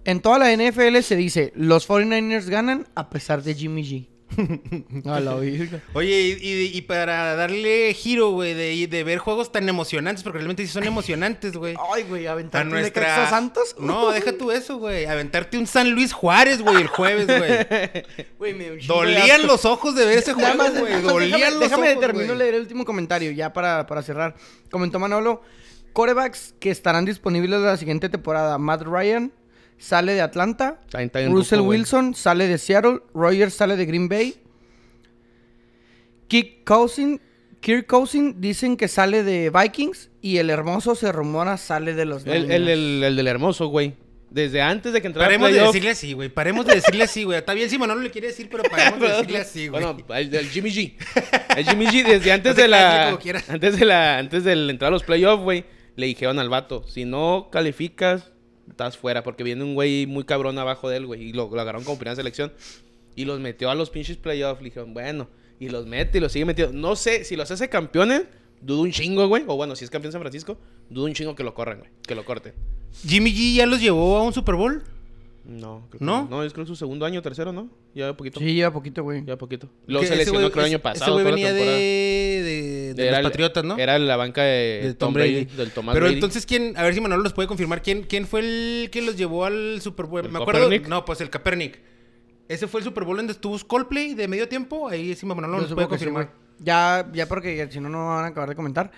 [SPEAKER 3] en toda la NFL se dice, los 49ers ganan a pesar de Jimmy G. A la virga.
[SPEAKER 2] Oye, y, y- y para darle giro, güey, de, de ver juegos tan emocionantes, porque realmente sí son emocionantes, güey.
[SPEAKER 3] Ay, güey,
[SPEAKER 2] A
[SPEAKER 3] aventar
[SPEAKER 2] nuestra...
[SPEAKER 3] Santos.
[SPEAKER 2] No, deja tú eso, güey. Aventarte un San Luis Juárez, güey, el jueves, güey.
[SPEAKER 3] Güey, me dio un chingo de
[SPEAKER 2] Dolían
[SPEAKER 3] asco.
[SPEAKER 2] los ojos de ver ese
[SPEAKER 3] Nada
[SPEAKER 2] juego,
[SPEAKER 3] más,
[SPEAKER 2] güey.
[SPEAKER 3] nada más
[SPEAKER 2] Dolían
[SPEAKER 3] déjame,
[SPEAKER 2] los
[SPEAKER 3] déjame
[SPEAKER 2] ojos,
[SPEAKER 3] termino
[SPEAKER 2] güey.
[SPEAKER 3] leer el último comentario ya para, para cerrar. Comentó Manolo, corebacks que estarán disponibles la siguiente temporada. Matt Ryan sale de Atlanta,
[SPEAKER 4] Está- está bien
[SPEAKER 3] Russell
[SPEAKER 4] ruco, güey.
[SPEAKER 3] Wilson sale de Seattle, Rogers sale de Green Bay, Kirk Cousin, Kirk Cousin dicen que sale de Vikings y el hermoso se rumora sale de los
[SPEAKER 4] El,
[SPEAKER 3] Niners.
[SPEAKER 4] el, el, el del hermoso, güey. Desde antes de que entrara
[SPEAKER 2] Paremos de
[SPEAKER 4] playoff-
[SPEAKER 2] decirle así, güey. Paremos de decirle así, güey. Está bien si Manolo le quiere decir, pero paremos de decirle así, güey.
[SPEAKER 4] Bueno, el, el Jimmy G. El Jimmy G desde antes
[SPEAKER 2] No te
[SPEAKER 4] de
[SPEAKER 2] calles
[SPEAKER 4] la
[SPEAKER 2] como quieras.
[SPEAKER 4] antes de la antes de entrar a los playoffs, güey, le dijeron al vato, si no calificas, estás fuera porque viene un güey muy cabrón abajo de él, güey, y lo, lo agarraron como primera selección y los metió a los pinches playoffs, le dijeron, bueno, y los mete y los sigue metiendo. No sé si los hace campeones, dudo un chingo, güey, o bueno, si es campeón San Francisco, dudo un chingo que lo corran, güey, que lo corten.
[SPEAKER 2] Jimmy G ya los llevó a un Super Bowl.
[SPEAKER 4] No, creo que
[SPEAKER 2] ¿No?
[SPEAKER 4] no, es creo que su segundo año, tercero, ¿no? Ya poquito.
[SPEAKER 3] Sí, lleva poquito, güey.
[SPEAKER 4] Ya poquito. Lo
[SPEAKER 2] Que ese
[SPEAKER 4] seleccionó
[SPEAKER 2] güey-
[SPEAKER 4] creo el año
[SPEAKER 2] ese-
[SPEAKER 4] pasado.
[SPEAKER 2] Ese güey
[SPEAKER 4] toda
[SPEAKER 2] venía
[SPEAKER 4] la
[SPEAKER 2] de,
[SPEAKER 4] temporada.
[SPEAKER 2] de, de los
[SPEAKER 4] Era el-
[SPEAKER 2] Patriotas, ¿no?
[SPEAKER 4] Era la banca de,
[SPEAKER 2] de Tom Brady.
[SPEAKER 4] Del Tomás
[SPEAKER 2] Pero
[SPEAKER 4] Brady.
[SPEAKER 2] entonces, ¿quién? A ver si Manolo los puede confirmar. ¿Quién, quién fue el que los llevó al Super Bowl?
[SPEAKER 4] ¿El
[SPEAKER 2] Me acuerdo.
[SPEAKER 4] Kaepernick?
[SPEAKER 2] No, pues el Kaepernick. Ese fue el Super Bowl donde estuvo Coldplay de medio tiempo. Ahí sí Manolo
[SPEAKER 3] Yo
[SPEAKER 2] nos
[SPEAKER 3] supongo
[SPEAKER 2] puede
[SPEAKER 3] que sí,
[SPEAKER 2] confirmar.
[SPEAKER 3] güey. ya, ya porque ya si no, no van a acabar de comentar.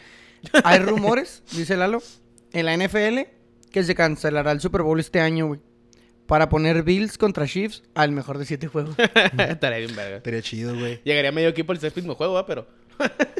[SPEAKER 3] Hay rumores, dice Lalo, en la NFL que se cancelará el Super Bowl este año, güey. Para poner Bills contra Chiefs al mejor de siete juegos.
[SPEAKER 4] Estaría bien, verga.
[SPEAKER 2] Estaría chido, güey.
[SPEAKER 4] Llegaría medio equipo al sexto mismo juego, ¿va? Pero.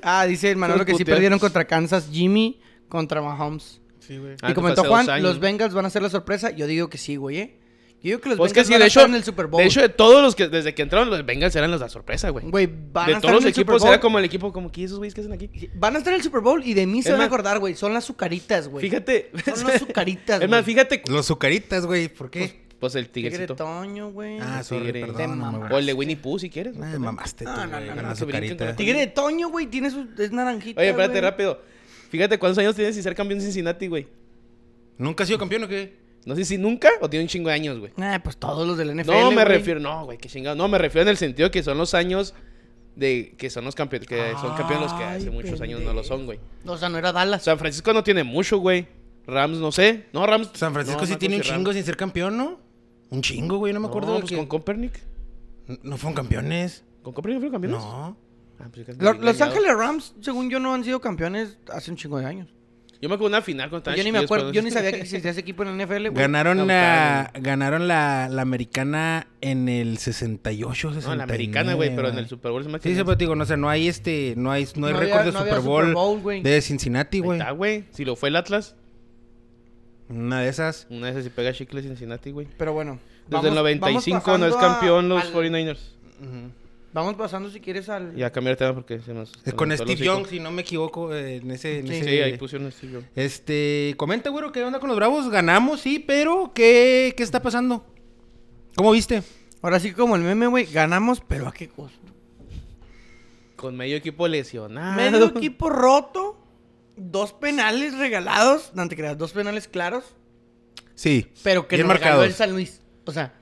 [SPEAKER 3] Ah, dice el Manolo que sí
[SPEAKER 4] Putear.
[SPEAKER 3] perdieron contra Kansas, Jimmy contra Mahomes.
[SPEAKER 2] Sí, güey.
[SPEAKER 4] Ah,
[SPEAKER 3] y
[SPEAKER 4] esto fue
[SPEAKER 3] comentó
[SPEAKER 4] hace dos
[SPEAKER 3] Juan,
[SPEAKER 4] años.
[SPEAKER 3] los Bengals van a ser la sorpresa. Yo digo que sí, güey. ¿eh? Yo digo que los
[SPEAKER 4] Pues que
[SPEAKER 3] Bengals
[SPEAKER 4] sí,
[SPEAKER 3] van
[SPEAKER 4] de
[SPEAKER 3] a
[SPEAKER 4] hecho,
[SPEAKER 3] estar en el Super Bowl.
[SPEAKER 4] de hecho, de todos los que desde que entraron los Bengals eran los de la sorpresa, güey.
[SPEAKER 3] güey, van a
[SPEAKER 4] De
[SPEAKER 3] estar
[SPEAKER 4] todos los
[SPEAKER 3] en el Super
[SPEAKER 4] equipos
[SPEAKER 3] Bowl.
[SPEAKER 4] era como el equipo, como que esos güeyes que hacen aquí.
[SPEAKER 3] Van a estar en el Super Bowl y de mí se
[SPEAKER 4] Es
[SPEAKER 3] van a
[SPEAKER 4] más-
[SPEAKER 3] acordar, güey. Son las sucaritas, güey.
[SPEAKER 4] Fíjate.
[SPEAKER 3] Son las sucaritas,
[SPEAKER 4] Es más,
[SPEAKER 3] güey.
[SPEAKER 4] fíjate. cu-
[SPEAKER 2] Los sucaritas, güey, ¿por qué?
[SPEAKER 4] Pues el
[SPEAKER 3] Tigre
[SPEAKER 4] tigrecito.
[SPEAKER 3] Toño, güey.
[SPEAKER 2] ah, sorry,
[SPEAKER 4] tigre.
[SPEAKER 2] perdón.
[SPEAKER 3] Te
[SPEAKER 2] no me
[SPEAKER 3] mamaste.
[SPEAKER 2] acuerdo.
[SPEAKER 4] O el de Winnie Pooh, si quieres.
[SPEAKER 2] Ay, mamaste tú,
[SPEAKER 3] No, no,
[SPEAKER 2] güey,
[SPEAKER 3] no,
[SPEAKER 2] con
[SPEAKER 4] Pues, no,
[SPEAKER 2] la
[SPEAKER 4] que brinquen
[SPEAKER 2] sucarita.
[SPEAKER 4] con la
[SPEAKER 3] Tigre de Toño, güey. Tiene su... Es naranjita,
[SPEAKER 4] Oye, espérate,
[SPEAKER 3] güey.
[SPEAKER 4] rápido. Fíjate cuántos años tienes sin ser campeón de Cincinnati, güey.
[SPEAKER 2] ¿Nunca has sido campeón o qué?
[SPEAKER 4] No sé si nunca o tiene un chingo de años, güey.
[SPEAKER 3] Ah, pues todos los del NFL,
[SPEAKER 4] No me
[SPEAKER 3] güey.
[SPEAKER 4] refiero, no, güey, qué chingado. No, me refiero en el sentido que son los años de que son los campeones, que son campeones los que hace
[SPEAKER 3] Ay,
[SPEAKER 4] muchos años no lo son, güey.
[SPEAKER 3] O sea, no era Dallas.
[SPEAKER 4] San Francisco no tiene mucho, güey. Rams no sé. No, Rams.
[SPEAKER 2] San Francisco
[SPEAKER 4] no,
[SPEAKER 2] sí
[SPEAKER 4] no
[SPEAKER 2] tiene un
[SPEAKER 4] creo que
[SPEAKER 2] chingo
[SPEAKER 4] Rams.
[SPEAKER 2] sin ser campeón, ¿no? Un chingo, güey, no me acuerdo.
[SPEAKER 4] No,
[SPEAKER 2] de
[SPEAKER 4] pues
[SPEAKER 2] que-
[SPEAKER 4] con Copernic.
[SPEAKER 2] No fueron campeones.
[SPEAKER 4] ¿Con Copernic fueron campeones?
[SPEAKER 2] No.
[SPEAKER 4] Ah, pues yo casi me
[SPEAKER 3] Lo-
[SPEAKER 4] había
[SPEAKER 3] los
[SPEAKER 4] engañado.
[SPEAKER 3] Ángeles Rams, según yo, no han sido campeones hace un chingo de años.
[SPEAKER 4] Yo me acuerdo de una final cuando estaban
[SPEAKER 3] Yo ni me
[SPEAKER 4] chiquillos,
[SPEAKER 3] acuerdo,
[SPEAKER 4] pero-
[SPEAKER 3] yo ni sabía que existía ese equipo en el NFL, güey.
[SPEAKER 2] Ganaron
[SPEAKER 4] no,
[SPEAKER 2] la,
[SPEAKER 4] está
[SPEAKER 2] ganaron la, la americana en el 68, 69.
[SPEAKER 4] No, la americana, güey, pero en el Super Bowl se me
[SPEAKER 2] Sí, sí, pero te digo, no, o sea, no hay este, no hay, no hay
[SPEAKER 3] No había-
[SPEAKER 2] récord de
[SPEAKER 3] no había
[SPEAKER 2] Super Bowl,
[SPEAKER 3] Super Bowl, güey.
[SPEAKER 2] de Cincinnati,
[SPEAKER 4] Ahí
[SPEAKER 2] güey.
[SPEAKER 4] está, güey. Si lo fue el Atlas,
[SPEAKER 2] Una de esas.
[SPEAKER 4] una vez se pega chicle Cincinnati, güey.
[SPEAKER 3] Pero bueno.
[SPEAKER 4] Desde
[SPEAKER 3] vamos-
[SPEAKER 4] el 95
[SPEAKER 3] vamos
[SPEAKER 4] no es
[SPEAKER 3] pasando a-
[SPEAKER 4] campeón los
[SPEAKER 3] al-
[SPEAKER 4] 49ers.
[SPEAKER 3] Vamos pasando, si quieres, al...
[SPEAKER 4] Ya cambiar de tema porque se nos.
[SPEAKER 2] Es con
[SPEAKER 4] nos fue el
[SPEAKER 2] Steve
[SPEAKER 4] hocico.
[SPEAKER 2] Young, si no me equivoco, eh, en ese... en
[SPEAKER 3] Sí.
[SPEAKER 2] ese-
[SPEAKER 4] Sí, ahí pusieron Steve Young.
[SPEAKER 2] Este, comenta, güero, ¿qué onda con los Bravos? Ganamos, sí, pero ¿qué, qué está pasando? ¿Cómo viste?
[SPEAKER 3] Ahora sí, como el meme, güey, ganamos, pero ¿a qué costo?
[SPEAKER 4] Con medio equipo lesionado.
[SPEAKER 3] Medio equipo roto, dos penales regalados, no te creas, dos penales claros,
[SPEAKER 2] Sí.
[SPEAKER 3] pero que
[SPEAKER 2] bien
[SPEAKER 3] nos
[SPEAKER 2] marcados.
[SPEAKER 3] ganó el San Luis. O sea,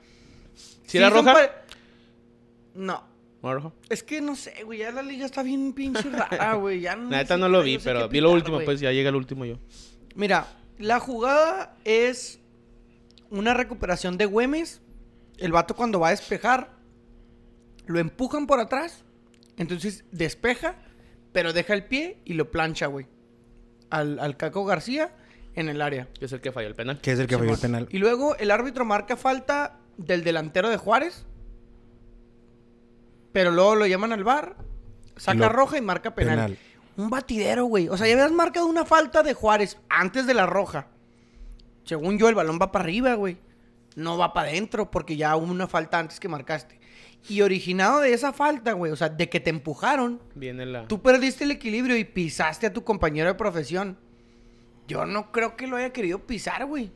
[SPEAKER 4] ¿Sí era
[SPEAKER 3] son
[SPEAKER 4] roja?
[SPEAKER 3] pa- No,
[SPEAKER 4] ¿No era roja?
[SPEAKER 3] es que no sé, güey, ya la liga está bien pinche rara, güey, ya no
[SPEAKER 4] La neta
[SPEAKER 3] sé
[SPEAKER 4] no
[SPEAKER 3] qué
[SPEAKER 4] lo
[SPEAKER 3] rayos
[SPEAKER 4] vi,
[SPEAKER 3] hay que
[SPEAKER 4] pero vi
[SPEAKER 3] pitar,
[SPEAKER 4] lo último,
[SPEAKER 3] güey.
[SPEAKER 4] pues ya llega el último yo.
[SPEAKER 3] Mira, la jugada es una recuperación de Güemes. El vato cuando va a despejar, lo empujan por atrás. Entonces despeja, pero deja el pie y lo plancha, güey. Al, al Caco García en el área.
[SPEAKER 4] Que es el que falló el penal.
[SPEAKER 2] Que es el que falló el penal.
[SPEAKER 3] Y luego el árbitro marca falta del delantero de Juárez. Pero luego lo llaman al bar, saca
[SPEAKER 2] Lo-
[SPEAKER 3] roja y marca penal.
[SPEAKER 2] penal.
[SPEAKER 3] Un batidero, güey. O sea, ya habías marcado una falta de Juárez antes de la roja. Según yo, el balón va para arriba, güey. No va para adentro porque ya hubo una falta antes que marcaste. Y originado de esa falta, güey, o sea, de que te empujaron,
[SPEAKER 4] Viene la.
[SPEAKER 3] Tú perdiste el equilibrio y pisaste a tu compañero de profesión. Yo no creo que lo haya querido pisar, güey.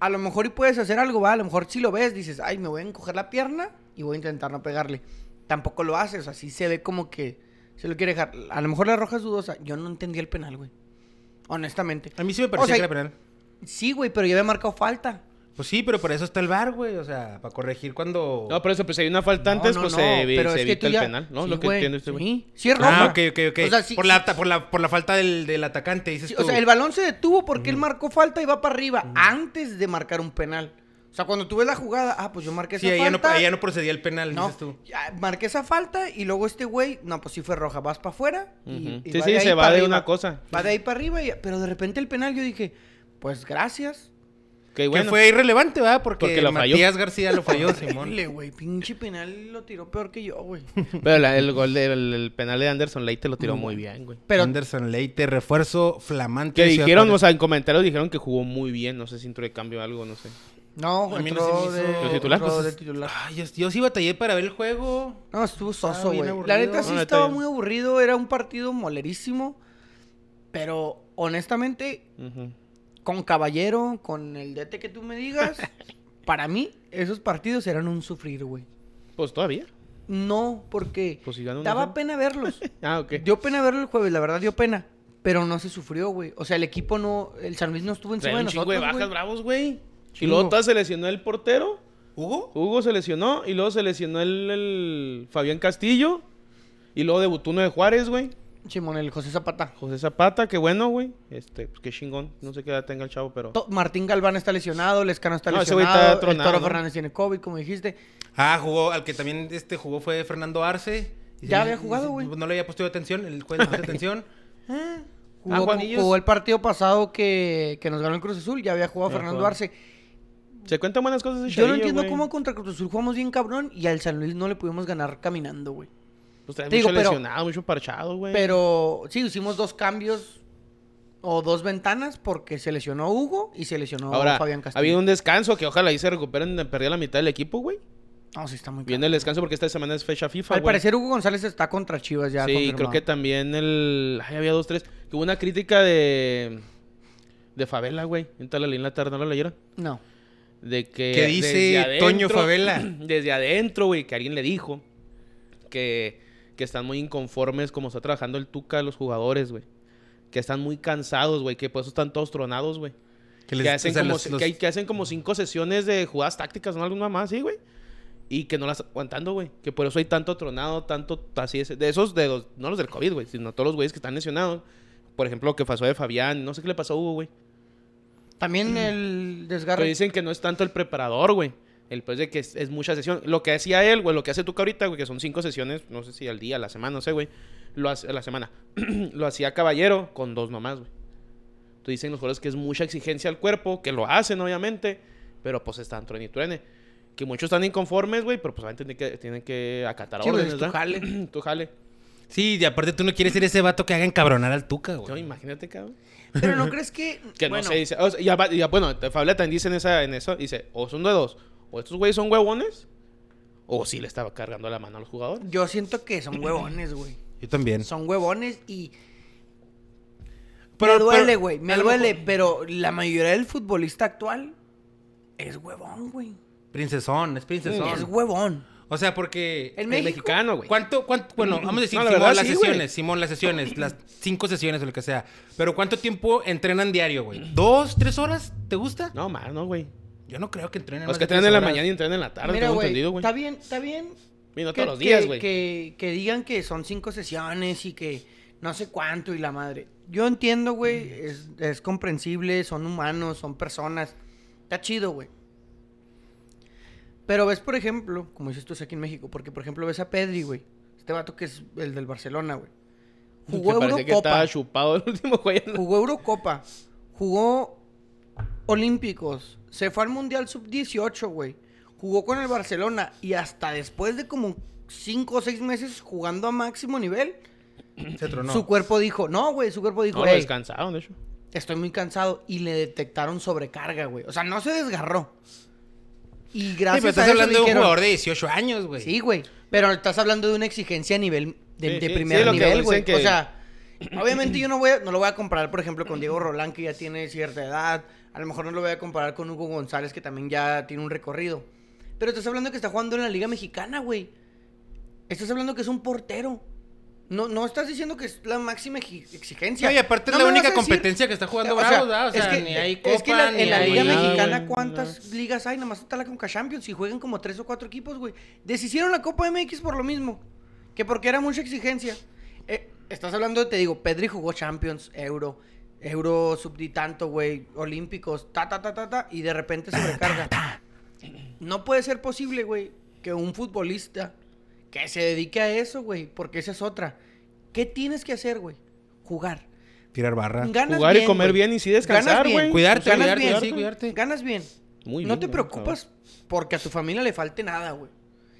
[SPEAKER 3] A lo mejor y puedes hacer algo, va. A lo mejor si lo ves, dices, ay, me voy a encoger la pierna y voy a intentar no pegarle. Tampoco lo haces, así se ve como que se lo quiere dejar. A lo mejor la roja es dudosa. Yo no entendí el penal, güey. Honestamente.
[SPEAKER 2] A mí sí me parecía
[SPEAKER 3] O sea,
[SPEAKER 2] que era penal.
[SPEAKER 3] Sí, güey, pero yo había marcado falta.
[SPEAKER 2] Pues sí, pero para eso está el bar, güey. O sea, para corregir cuando.
[SPEAKER 4] No, por eso, pues si hay una falta
[SPEAKER 3] No,
[SPEAKER 4] antes,
[SPEAKER 3] no,
[SPEAKER 4] pues
[SPEAKER 3] no,
[SPEAKER 4] se, evi-
[SPEAKER 3] pero
[SPEAKER 4] se
[SPEAKER 3] es que
[SPEAKER 4] evita
[SPEAKER 3] tú
[SPEAKER 4] el
[SPEAKER 3] ya-
[SPEAKER 4] penal, ¿no?
[SPEAKER 3] Sí,
[SPEAKER 4] Lo que
[SPEAKER 3] güey,
[SPEAKER 4] entiendo este güey.
[SPEAKER 3] Sí, sí es roja.
[SPEAKER 2] Ah, ok, ok, ok.
[SPEAKER 3] O sea, sí-
[SPEAKER 2] por, la, por, la, por la falta del, del atacante, dices
[SPEAKER 3] Sí,
[SPEAKER 2] tú.
[SPEAKER 3] o sea, el balón se detuvo porque
[SPEAKER 2] Mm.
[SPEAKER 3] él marcó falta y va para arriba antes de marcar un penal. O sea, cuando tú ves la jugada, ah, pues yo marqué esa
[SPEAKER 2] Sí, ahí ya, no,
[SPEAKER 3] falta.
[SPEAKER 2] ahí ya no procedía el penal,
[SPEAKER 3] no,
[SPEAKER 2] dices tú.
[SPEAKER 3] ya marqué esa falta y luego este güey, no, pues sí fue roja, vas para afuera. y-
[SPEAKER 4] Ujú.
[SPEAKER 3] y
[SPEAKER 4] Sí,
[SPEAKER 3] va
[SPEAKER 4] sí,
[SPEAKER 3] de ahí
[SPEAKER 4] se va
[SPEAKER 3] pa'
[SPEAKER 4] de
[SPEAKER 3] arriba.
[SPEAKER 4] una cosa.
[SPEAKER 3] Va de ahí para arriba, y- pero de repente el penal yo dije, pues gracias.
[SPEAKER 4] Que bueno.
[SPEAKER 2] Que fue irrelevante, ¿verdad? Porque,
[SPEAKER 4] Porque lo falló.
[SPEAKER 2] Matías García lo falló, Simón.
[SPEAKER 3] Simón. Eh, güey, pinche penal lo tiró peor que yo, güey.
[SPEAKER 4] Pero la- el gol del el penal de Anderson Leite lo
[SPEAKER 3] Mm.
[SPEAKER 4] tiró muy bien, güey.
[SPEAKER 3] Pero
[SPEAKER 2] Anderson Leite, refuerzo flamante.
[SPEAKER 4] Que
[SPEAKER 2] de Ciudad
[SPEAKER 4] dijeron, o
[SPEAKER 2] Juárez.
[SPEAKER 4] sea, en comentarios dijeron que jugó muy bien. No sé si entró de cambio o algo, no sé.
[SPEAKER 3] no,
[SPEAKER 2] A mí no
[SPEAKER 3] entró
[SPEAKER 2] se me hizo-
[SPEAKER 3] de,
[SPEAKER 4] ¿De titular?
[SPEAKER 3] entró
[SPEAKER 4] Pues
[SPEAKER 3] de
[SPEAKER 4] es-
[SPEAKER 3] titular.
[SPEAKER 2] Ay, yo, yo sí batallé para ver el juego.
[SPEAKER 3] No, estuvo
[SPEAKER 2] Estaba
[SPEAKER 3] soso,
[SPEAKER 2] bien
[SPEAKER 3] güey. La
[SPEAKER 2] aburrido.
[SPEAKER 3] neta sí
[SPEAKER 4] No, neta,
[SPEAKER 3] estaba
[SPEAKER 4] yo-
[SPEAKER 3] muy aburrido, era un partido molerísimo. Pero honestamente,
[SPEAKER 4] Ujú.
[SPEAKER 3] con Caballero, con el DT que tú me digas, para mí esos partidos eran un sufrir, güey.
[SPEAKER 4] Pues todavía.
[SPEAKER 3] No, porque
[SPEAKER 4] Pues si gana uno,
[SPEAKER 3] daba
[SPEAKER 4] gana.
[SPEAKER 3] pena verlos.
[SPEAKER 4] Ah, ok.
[SPEAKER 3] Dio pena verlo el jueves, la verdad dio pena. Pero no se sufrió, güey. O sea, el equipo no, el San Luis no estuvo encima
[SPEAKER 4] Traía
[SPEAKER 3] de
[SPEAKER 4] un chingo
[SPEAKER 3] nosotros.
[SPEAKER 4] de bajas
[SPEAKER 3] güey.
[SPEAKER 4] bravos, güey. Y
[SPEAKER 3] Chingo.
[SPEAKER 4] luego todas se lesionó el portero.
[SPEAKER 2] ¿Hugo?
[SPEAKER 4] Hugo se lesionó. Y luego se lesionó el, el Fabián Castillo. Y luego debutó uno de Juárez, güey.
[SPEAKER 3] Simón, el José Zapata.
[SPEAKER 4] José Zapata, qué bueno, güey. Este, pues qué chingón. No sé qué edad tenga el chavo, pero.
[SPEAKER 3] To- Martín Galván está lesionado, Lescano está
[SPEAKER 4] No, ese güey está
[SPEAKER 3] lesionado, el
[SPEAKER 4] tronado,
[SPEAKER 3] Toro
[SPEAKER 4] ¿no?
[SPEAKER 3] Fernández tiene COVID, como dijiste.
[SPEAKER 2] Ah, jugó, al que también este jugó fue Fernando Arce. Y
[SPEAKER 3] Ya
[SPEAKER 2] sí,
[SPEAKER 3] había
[SPEAKER 2] sí,
[SPEAKER 3] jugado,
[SPEAKER 2] sí,
[SPEAKER 3] güey.
[SPEAKER 2] No le había puesto yo atención, el juez no puso atención.
[SPEAKER 3] Jugó,
[SPEAKER 4] Ah, Juan,
[SPEAKER 3] con-
[SPEAKER 4] ellos-
[SPEAKER 3] jugó el partido pasado que, que nos ganó el Cruz Azul, ya había jugado
[SPEAKER 4] Ya
[SPEAKER 3] Fernando
[SPEAKER 4] jugaba.
[SPEAKER 3] Arce.
[SPEAKER 4] Se cuentan buenas cosas
[SPEAKER 3] Yo
[SPEAKER 4] de
[SPEAKER 3] no
[SPEAKER 4] Chavillo,
[SPEAKER 3] entiendo
[SPEAKER 4] güey.
[SPEAKER 3] cómo contra Cruz Azul jugamos bien cabrón y al San Luis no le pudimos ganar caminando, güey.
[SPEAKER 4] Pues trae
[SPEAKER 3] Te
[SPEAKER 4] mucho
[SPEAKER 3] digo, pero-
[SPEAKER 4] lesionado, mucho parchado, güey.
[SPEAKER 3] Pero sí, hicimos dos cambios o dos ventanas porque se lesionó Hugo y se lesionó
[SPEAKER 4] Ahora,
[SPEAKER 3] Fabián
[SPEAKER 4] ha
[SPEAKER 3] Castillo.
[SPEAKER 4] habido un descanso que ojalá ahí se recuperen, perdió la mitad del equipo, güey.
[SPEAKER 3] No, sí está muy
[SPEAKER 4] Viene
[SPEAKER 3] claro.
[SPEAKER 4] el descanso porque esta semana es fecha FIFA,
[SPEAKER 3] Al
[SPEAKER 4] güey.
[SPEAKER 3] parecer Hugo González está contra Chivas ya
[SPEAKER 4] sí, creo
[SPEAKER 3] confirmado.
[SPEAKER 4] que también el... Ay, había dos, tres. Que hubo una crítica de... De Favela, güey. En tal en la tarde, ¿no la leyeron?
[SPEAKER 3] No.
[SPEAKER 4] De que...
[SPEAKER 2] ¿Qué dice
[SPEAKER 4] desde
[SPEAKER 2] Toño Favela?
[SPEAKER 4] Desde adentro, güey, que alguien le dijo que, que están muy inconformes como está trabajando el Tuca, los jugadores, güey. Que están muy cansados, güey. Que por eso están todos tronados, güey.
[SPEAKER 2] Que
[SPEAKER 4] Que,
[SPEAKER 2] les-
[SPEAKER 4] hacen
[SPEAKER 2] o sea,
[SPEAKER 4] como,
[SPEAKER 2] los-
[SPEAKER 4] si-
[SPEAKER 2] los-
[SPEAKER 4] que hay- que hacen como cinco sesiones de jugadas tácticas, ¿no? Alguna más, sí, güey. Y que no las aguantando, güey. Que por eso hay tanto tronado, tanto así es. De esos, de los, no los del COVID, güey, sino todos los güeyes que están lesionados. Por ejemplo, lo que pasó de Fabián, no sé qué le pasó a Hugo, güey.
[SPEAKER 3] También el
[SPEAKER 4] Mm. Pero
[SPEAKER 3] desgarre.
[SPEAKER 4] dicen que no es tanto el preparador, güey. El pues de que es, es mucha sesión. Lo que hacía él, güey, lo que hace tú ahorita, güey, que son cinco sesiones, no sé si al día, a la semana, no sé, güey. Lo hace, a la semana. lo hacía caballero con dos nomás, güey. Tú dicen los jugadores que es mucha exigencia al cuerpo, que lo hacen, obviamente, pero pues están truene y truene. Que muchos están inconformes, güey, pero pues van a tener que, tienen que acatar
[SPEAKER 3] Sí, güey,
[SPEAKER 4] órdenes,
[SPEAKER 3] es tu
[SPEAKER 4] ¿verdad?
[SPEAKER 3] jale.
[SPEAKER 4] tu jale.
[SPEAKER 2] Sí, y aparte tú no quieres ser ese vato que haga encabronar al Tuca,
[SPEAKER 4] No,
[SPEAKER 2] güey.
[SPEAKER 4] imagínate, cabrón.
[SPEAKER 3] Pero no crees que.
[SPEAKER 4] Que
[SPEAKER 3] bueno,
[SPEAKER 4] no se dice. "Oh, o sea, ya, va- ya, bueno, te- Fabiola también dice en, esa, en eso: dice, o son de dos, o estos güeyes son huevones, o sí le estaba cargando la mano a los jugadores.
[SPEAKER 3] Yo siento que son huevones, güey.
[SPEAKER 2] Yo también.
[SPEAKER 3] Son huevones y.
[SPEAKER 2] Pero-
[SPEAKER 3] me duele,
[SPEAKER 2] pero-
[SPEAKER 3] güey.
[SPEAKER 2] a
[SPEAKER 3] Me
[SPEAKER 2] lo
[SPEAKER 3] duele,
[SPEAKER 2] mejor-
[SPEAKER 3] pero la mayoría del futbolista actual es huevón, güey.
[SPEAKER 2] Princesón, es
[SPEAKER 3] Es
[SPEAKER 2] princesón.
[SPEAKER 3] huevón.
[SPEAKER 2] O sea, porque... eh,
[SPEAKER 3] En
[SPEAKER 4] El
[SPEAKER 3] México.
[SPEAKER 4] mexicano, güey.
[SPEAKER 2] ¿Cuánto, cuánto, bueno, vamos a decir,
[SPEAKER 4] No, la
[SPEAKER 2] Simón,
[SPEAKER 4] verdad
[SPEAKER 2] las
[SPEAKER 4] sí, güey.
[SPEAKER 2] sesiones, Simón, las sesiones, las cinco sesiones o lo que sea. Pero ¿cuánto tiempo entrenan diario, güey? ¿Dos, tres horas? ¿Te gusta?
[SPEAKER 4] No, más, no, güey.
[SPEAKER 2] Yo no creo que entrenen
[SPEAKER 4] Los
[SPEAKER 2] más
[SPEAKER 4] que
[SPEAKER 2] de
[SPEAKER 4] entrenan
[SPEAKER 2] tres
[SPEAKER 4] en la
[SPEAKER 2] horas.
[SPEAKER 4] mañana y entrenan en la tarde,
[SPEAKER 3] Mira,
[SPEAKER 4] tengo
[SPEAKER 3] güey.
[SPEAKER 4] entendido, güey.
[SPEAKER 3] Está bien, está bien.
[SPEAKER 4] Y no
[SPEAKER 3] que-
[SPEAKER 4] todos los
[SPEAKER 3] que-
[SPEAKER 4] días, güey.
[SPEAKER 3] Que, que digan que son cinco sesiones y que no sé cuánto y la madre. Yo entiendo, güey. Es, es comprensible, son humanos, son personas. Está chido, güey. Pero ves, por ejemplo, como dices tú es aquí en México, porque por ejemplo ves a Pedri, güey. Este vato que es el del Barcelona, güey. Jugó
[SPEAKER 4] Que parece que
[SPEAKER 3] Eurocopa.
[SPEAKER 4] estaba chupado el último güey.
[SPEAKER 3] Jugó Eurocopa. Jugó Olímpicos. Se fue al Mundial Sub-18, güey. Jugó con el Barcelona. Y hasta después de como 5 o 6 meses jugando a máximo nivel,
[SPEAKER 2] Se tronó.
[SPEAKER 3] su cuerpo dijo, no, güey, su cuerpo dijo,
[SPEAKER 4] No, lo
[SPEAKER 3] "Ey,
[SPEAKER 4] descansaron, de hecho.
[SPEAKER 3] estoy muy cansado. Y le detectaron sobrecarga, güey. O sea, no se desgarró. Y
[SPEAKER 2] Sí,
[SPEAKER 3] gracias
[SPEAKER 2] pero
[SPEAKER 3] a
[SPEAKER 2] estás
[SPEAKER 3] eso
[SPEAKER 2] hablando de un
[SPEAKER 3] dijeron-
[SPEAKER 2] jugador de 18 años, güey.
[SPEAKER 3] Sí, güey. Pero estás hablando de una exigencia a nivel de,
[SPEAKER 4] Sí,
[SPEAKER 3] de
[SPEAKER 4] sí,
[SPEAKER 3] primer
[SPEAKER 4] sí, lo que
[SPEAKER 3] nivel,
[SPEAKER 4] dicen
[SPEAKER 3] güey.
[SPEAKER 4] que-
[SPEAKER 3] O sea, obviamente yo no voy a, no lo voy a comparar, por ejemplo, con Diego Rolán, que ya tiene cierta edad. A lo mejor no lo voy a comparar con Hugo González, que también ya tiene un recorrido. Pero estás hablando que está jugando en la Liga Mexicana, güey. Estás hablando que es un portero. No, no estás diciendo que es la máxima exi- exigencia.
[SPEAKER 2] No, y aparte
[SPEAKER 3] No
[SPEAKER 2] es
[SPEAKER 3] me
[SPEAKER 2] la
[SPEAKER 3] vas
[SPEAKER 2] única
[SPEAKER 3] a decir-
[SPEAKER 2] competencia que está jugando
[SPEAKER 3] o sea,
[SPEAKER 2] Bravos, ¿verdad? O
[SPEAKER 3] es
[SPEAKER 2] sea,
[SPEAKER 3] que-
[SPEAKER 2] ni hay Copa,
[SPEAKER 3] es que la-
[SPEAKER 2] ni
[SPEAKER 3] en la
[SPEAKER 2] hay
[SPEAKER 3] Liga
[SPEAKER 2] nada,
[SPEAKER 3] Mexicana,
[SPEAKER 4] güey,
[SPEAKER 3] ¿cuántas ligas hay? Nomás está la Conca Champions y juegan como tres o cuatro equipos, güey. Deshicieron la Copa MX por lo mismo. Que porque era mucha exigencia. Eh, estás hablando, te digo, Pedri jugó Champions, Euro, Euro subditanto, güey, Olímpicos, ta, ta, ta, ta, ta, y de repente sobrecarga. No puede ser posible, güey, que un futbolista que se dedique a eso, güey, porque esa es otra. ¿Qué tienes que hacer, güey? Jugar.
[SPEAKER 2] Tirar barra.
[SPEAKER 3] Ganas
[SPEAKER 4] Jugar y comer
[SPEAKER 3] güey.
[SPEAKER 4] bien y sí descansar,
[SPEAKER 3] Ganas bien.
[SPEAKER 4] güey.
[SPEAKER 2] Cuidarte,
[SPEAKER 3] Ganas
[SPEAKER 2] cuidarte,
[SPEAKER 3] bien.
[SPEAKER 2] sí, cuidarte.
[SPEAKER 3] Ganas bien.
[SPEAKER 4] Muy
[SPEAKER 3] no
[SPEAKER 4] bien,
[SPEAKER 3] te
[SPEAKER 4] güey,
[SPEAKER 3] preocupas porque a tu familia le falte nada, güey.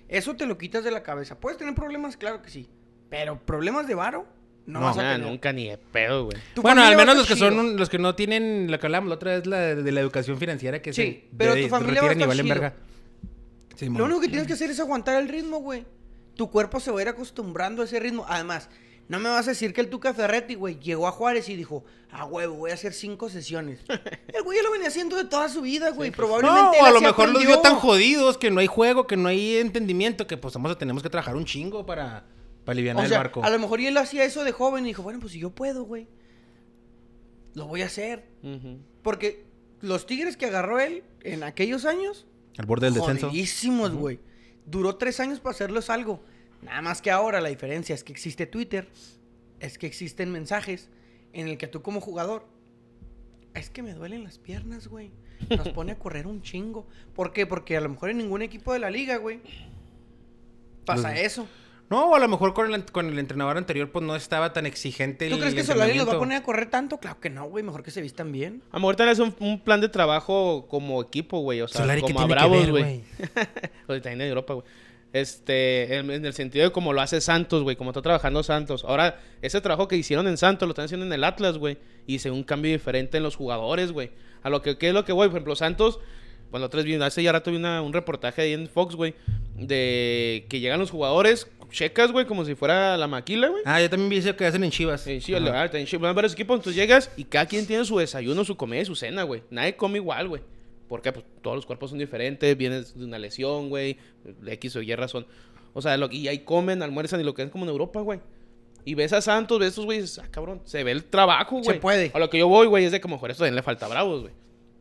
[SPEAKER 3] Eso te lo quitas de la cabeza. Puedes tener problemas, claro que sí. Pero problemas de varo, no,
[SPEAKER 2] No,
[SPEAKER 3] vas a
[SPEAKER 4] Nah,
[SPEAKER 3] tener.
[SPEAKER 4] nunca ni de pedo, güey.
[SPEAKER 3] Tu
[SPEAKER 2] Bueno,
[SPEAKER 3] familia
[SPEAKER 2] al
[SPEAKER 3] va a
[SPEAKER 2] menos los que
[SPEAKER 3] estar
[SPEAKER 2] son
[SPEAKER 3] chido.
[SPEAKER 2] un- los que no tienen, lo que hablábamos la otra vez, la de, de la educación financiera que
[SPEAKER 3] Sí,
[SPEAKER 2] se
[SPEAKER 3] pero
[SPEAKER 2] de-
[SPEAKER 3] tu familia va a
[SPEAKER 2] retiran y
[SPEAKER 3] estar
[SPEAKER 2] valen
[SPEAKER 3] chido.
[SPEAKER 2] verga. Sí,
[SPEAKER 3] Lo único que tienes que hacer es aguantar el ritmo, güey. Tu cuerpo se va a ir acostumbrando a ese ritmo. Además, no me vas a decir que el Tuca Ferretti, güey, llegó a Juárez y dijo, ah, huevo, voy a hacer cinco sesiones. El güey ya lo venía haciendo de toda su vida, güey.
[SPEAKER 2] pues, No,
[SPEAKER 3] Probablemente
[SPEAKER 2] o
[SPEAKER 3] él
[SPEAKER 2] a lo
[SPEAKER 3] así
[SPEAKER 2] mejor los vio
[SPEAKER 3] aprendió.
[SPEAKER 2] tan jodidos que no hay juego, que no hay entendimiento, que pues vamos a tenemos que trabajar un chingo para, para aliviar
[SPEAKER 3] O sea,
[SPEAKER 2] el barco.
[SPEAKER 3] a lo mejor y él hacía eso de joven y dijo, bueno, pues si yo puedo, güey, lo voy a hacer.
[SPEAKER 4] Ujú.
[SPEAKER 3] Porque los tigres que agarró él en aquellos años,
[SPEAKER 2] Al borde del descenso.
[SPEAKER 3] jodidísimos, güey. Duró tres años para hacerlos algo. Nada más que ahora la diferencia es que existe Twitter, es que existen mensajes en el que tú como jugador, es que me duelen las piernas, güey. Nos pone a correr un chingo. ¿Por qué? Porque a lo mejor en ningún equipo de la liga, güey, pasa
[SPEAKER 2] Los-
[SPEAKER 3] eso.
[SPEAKER 2] No, o a lo mejor con el, con el entrenador anterior pues no estaba tan exigente el
[SPEAKER 3] ¿Tú crees que Solari los va a
[SPEAKER 2] entrenamiento.
[SPEAKER 3] poner a correr tanto? Claro que no, güey. Mejor que se vistan bien.
[SPEAKER 4] A lo mejor tenés un, un plan de trabajo como equipo, güey. O sea,
[SPEAKER 2] Solari, ¿qué
[SPEAKER 4] como a
[SPEAKER 2] tiene que
[SPEAKER 4] Bravos,
[SPEAKER 2] ver,
[SPEAKER 4] güey. O sea, Pues, también en Europa, güey. Este, en, en el sentido de como lo hace Santos, güey, como está trabajando Santos. Ahora, ese trabajo que hicieron en Santos lo están haciendo en el Atlas, güey. Y según un cambio diferente en los jugadores, güey. A lo que, ¿qué es lo que voy? Por ejemplo, Santos, bueno, otra vez vi, hace ya rato vi una- un reportaje ahí en Fox, güey, de que llegan los jugadores, checas, güey, como si fuera la maquila, güey.
[SPEAKER 2] Ah, yo también vi eso que hacen en Chivas.
[SPEAKER 4] Sí, sí,
[SPEAKER 2] Ajá.
[SPEAKER 4] la- ah, también sí, van varios equipos, entonces llegas y cada quien tiene su desayuno, su comida y su cena, güey. Nadie come igual, güey. Porque pues, todos los cuerpos son diferentes, vienes de una lesión, güey, de X o Y razón. O sea, lo, y ahí comen, almuerzan y lo que es como en Europa, güey. Y ves a Santos, ves a estos güeyes, ah, cabrón, se ve el trabajo,
[SPEAKER 3] Se
[SPEAKER 4] güey.
[SPEAKER 3] puede.
[SPEAKER 4] A lo que yo voy, güey, es de que a lo mejor esto también le falta a bravos, güey.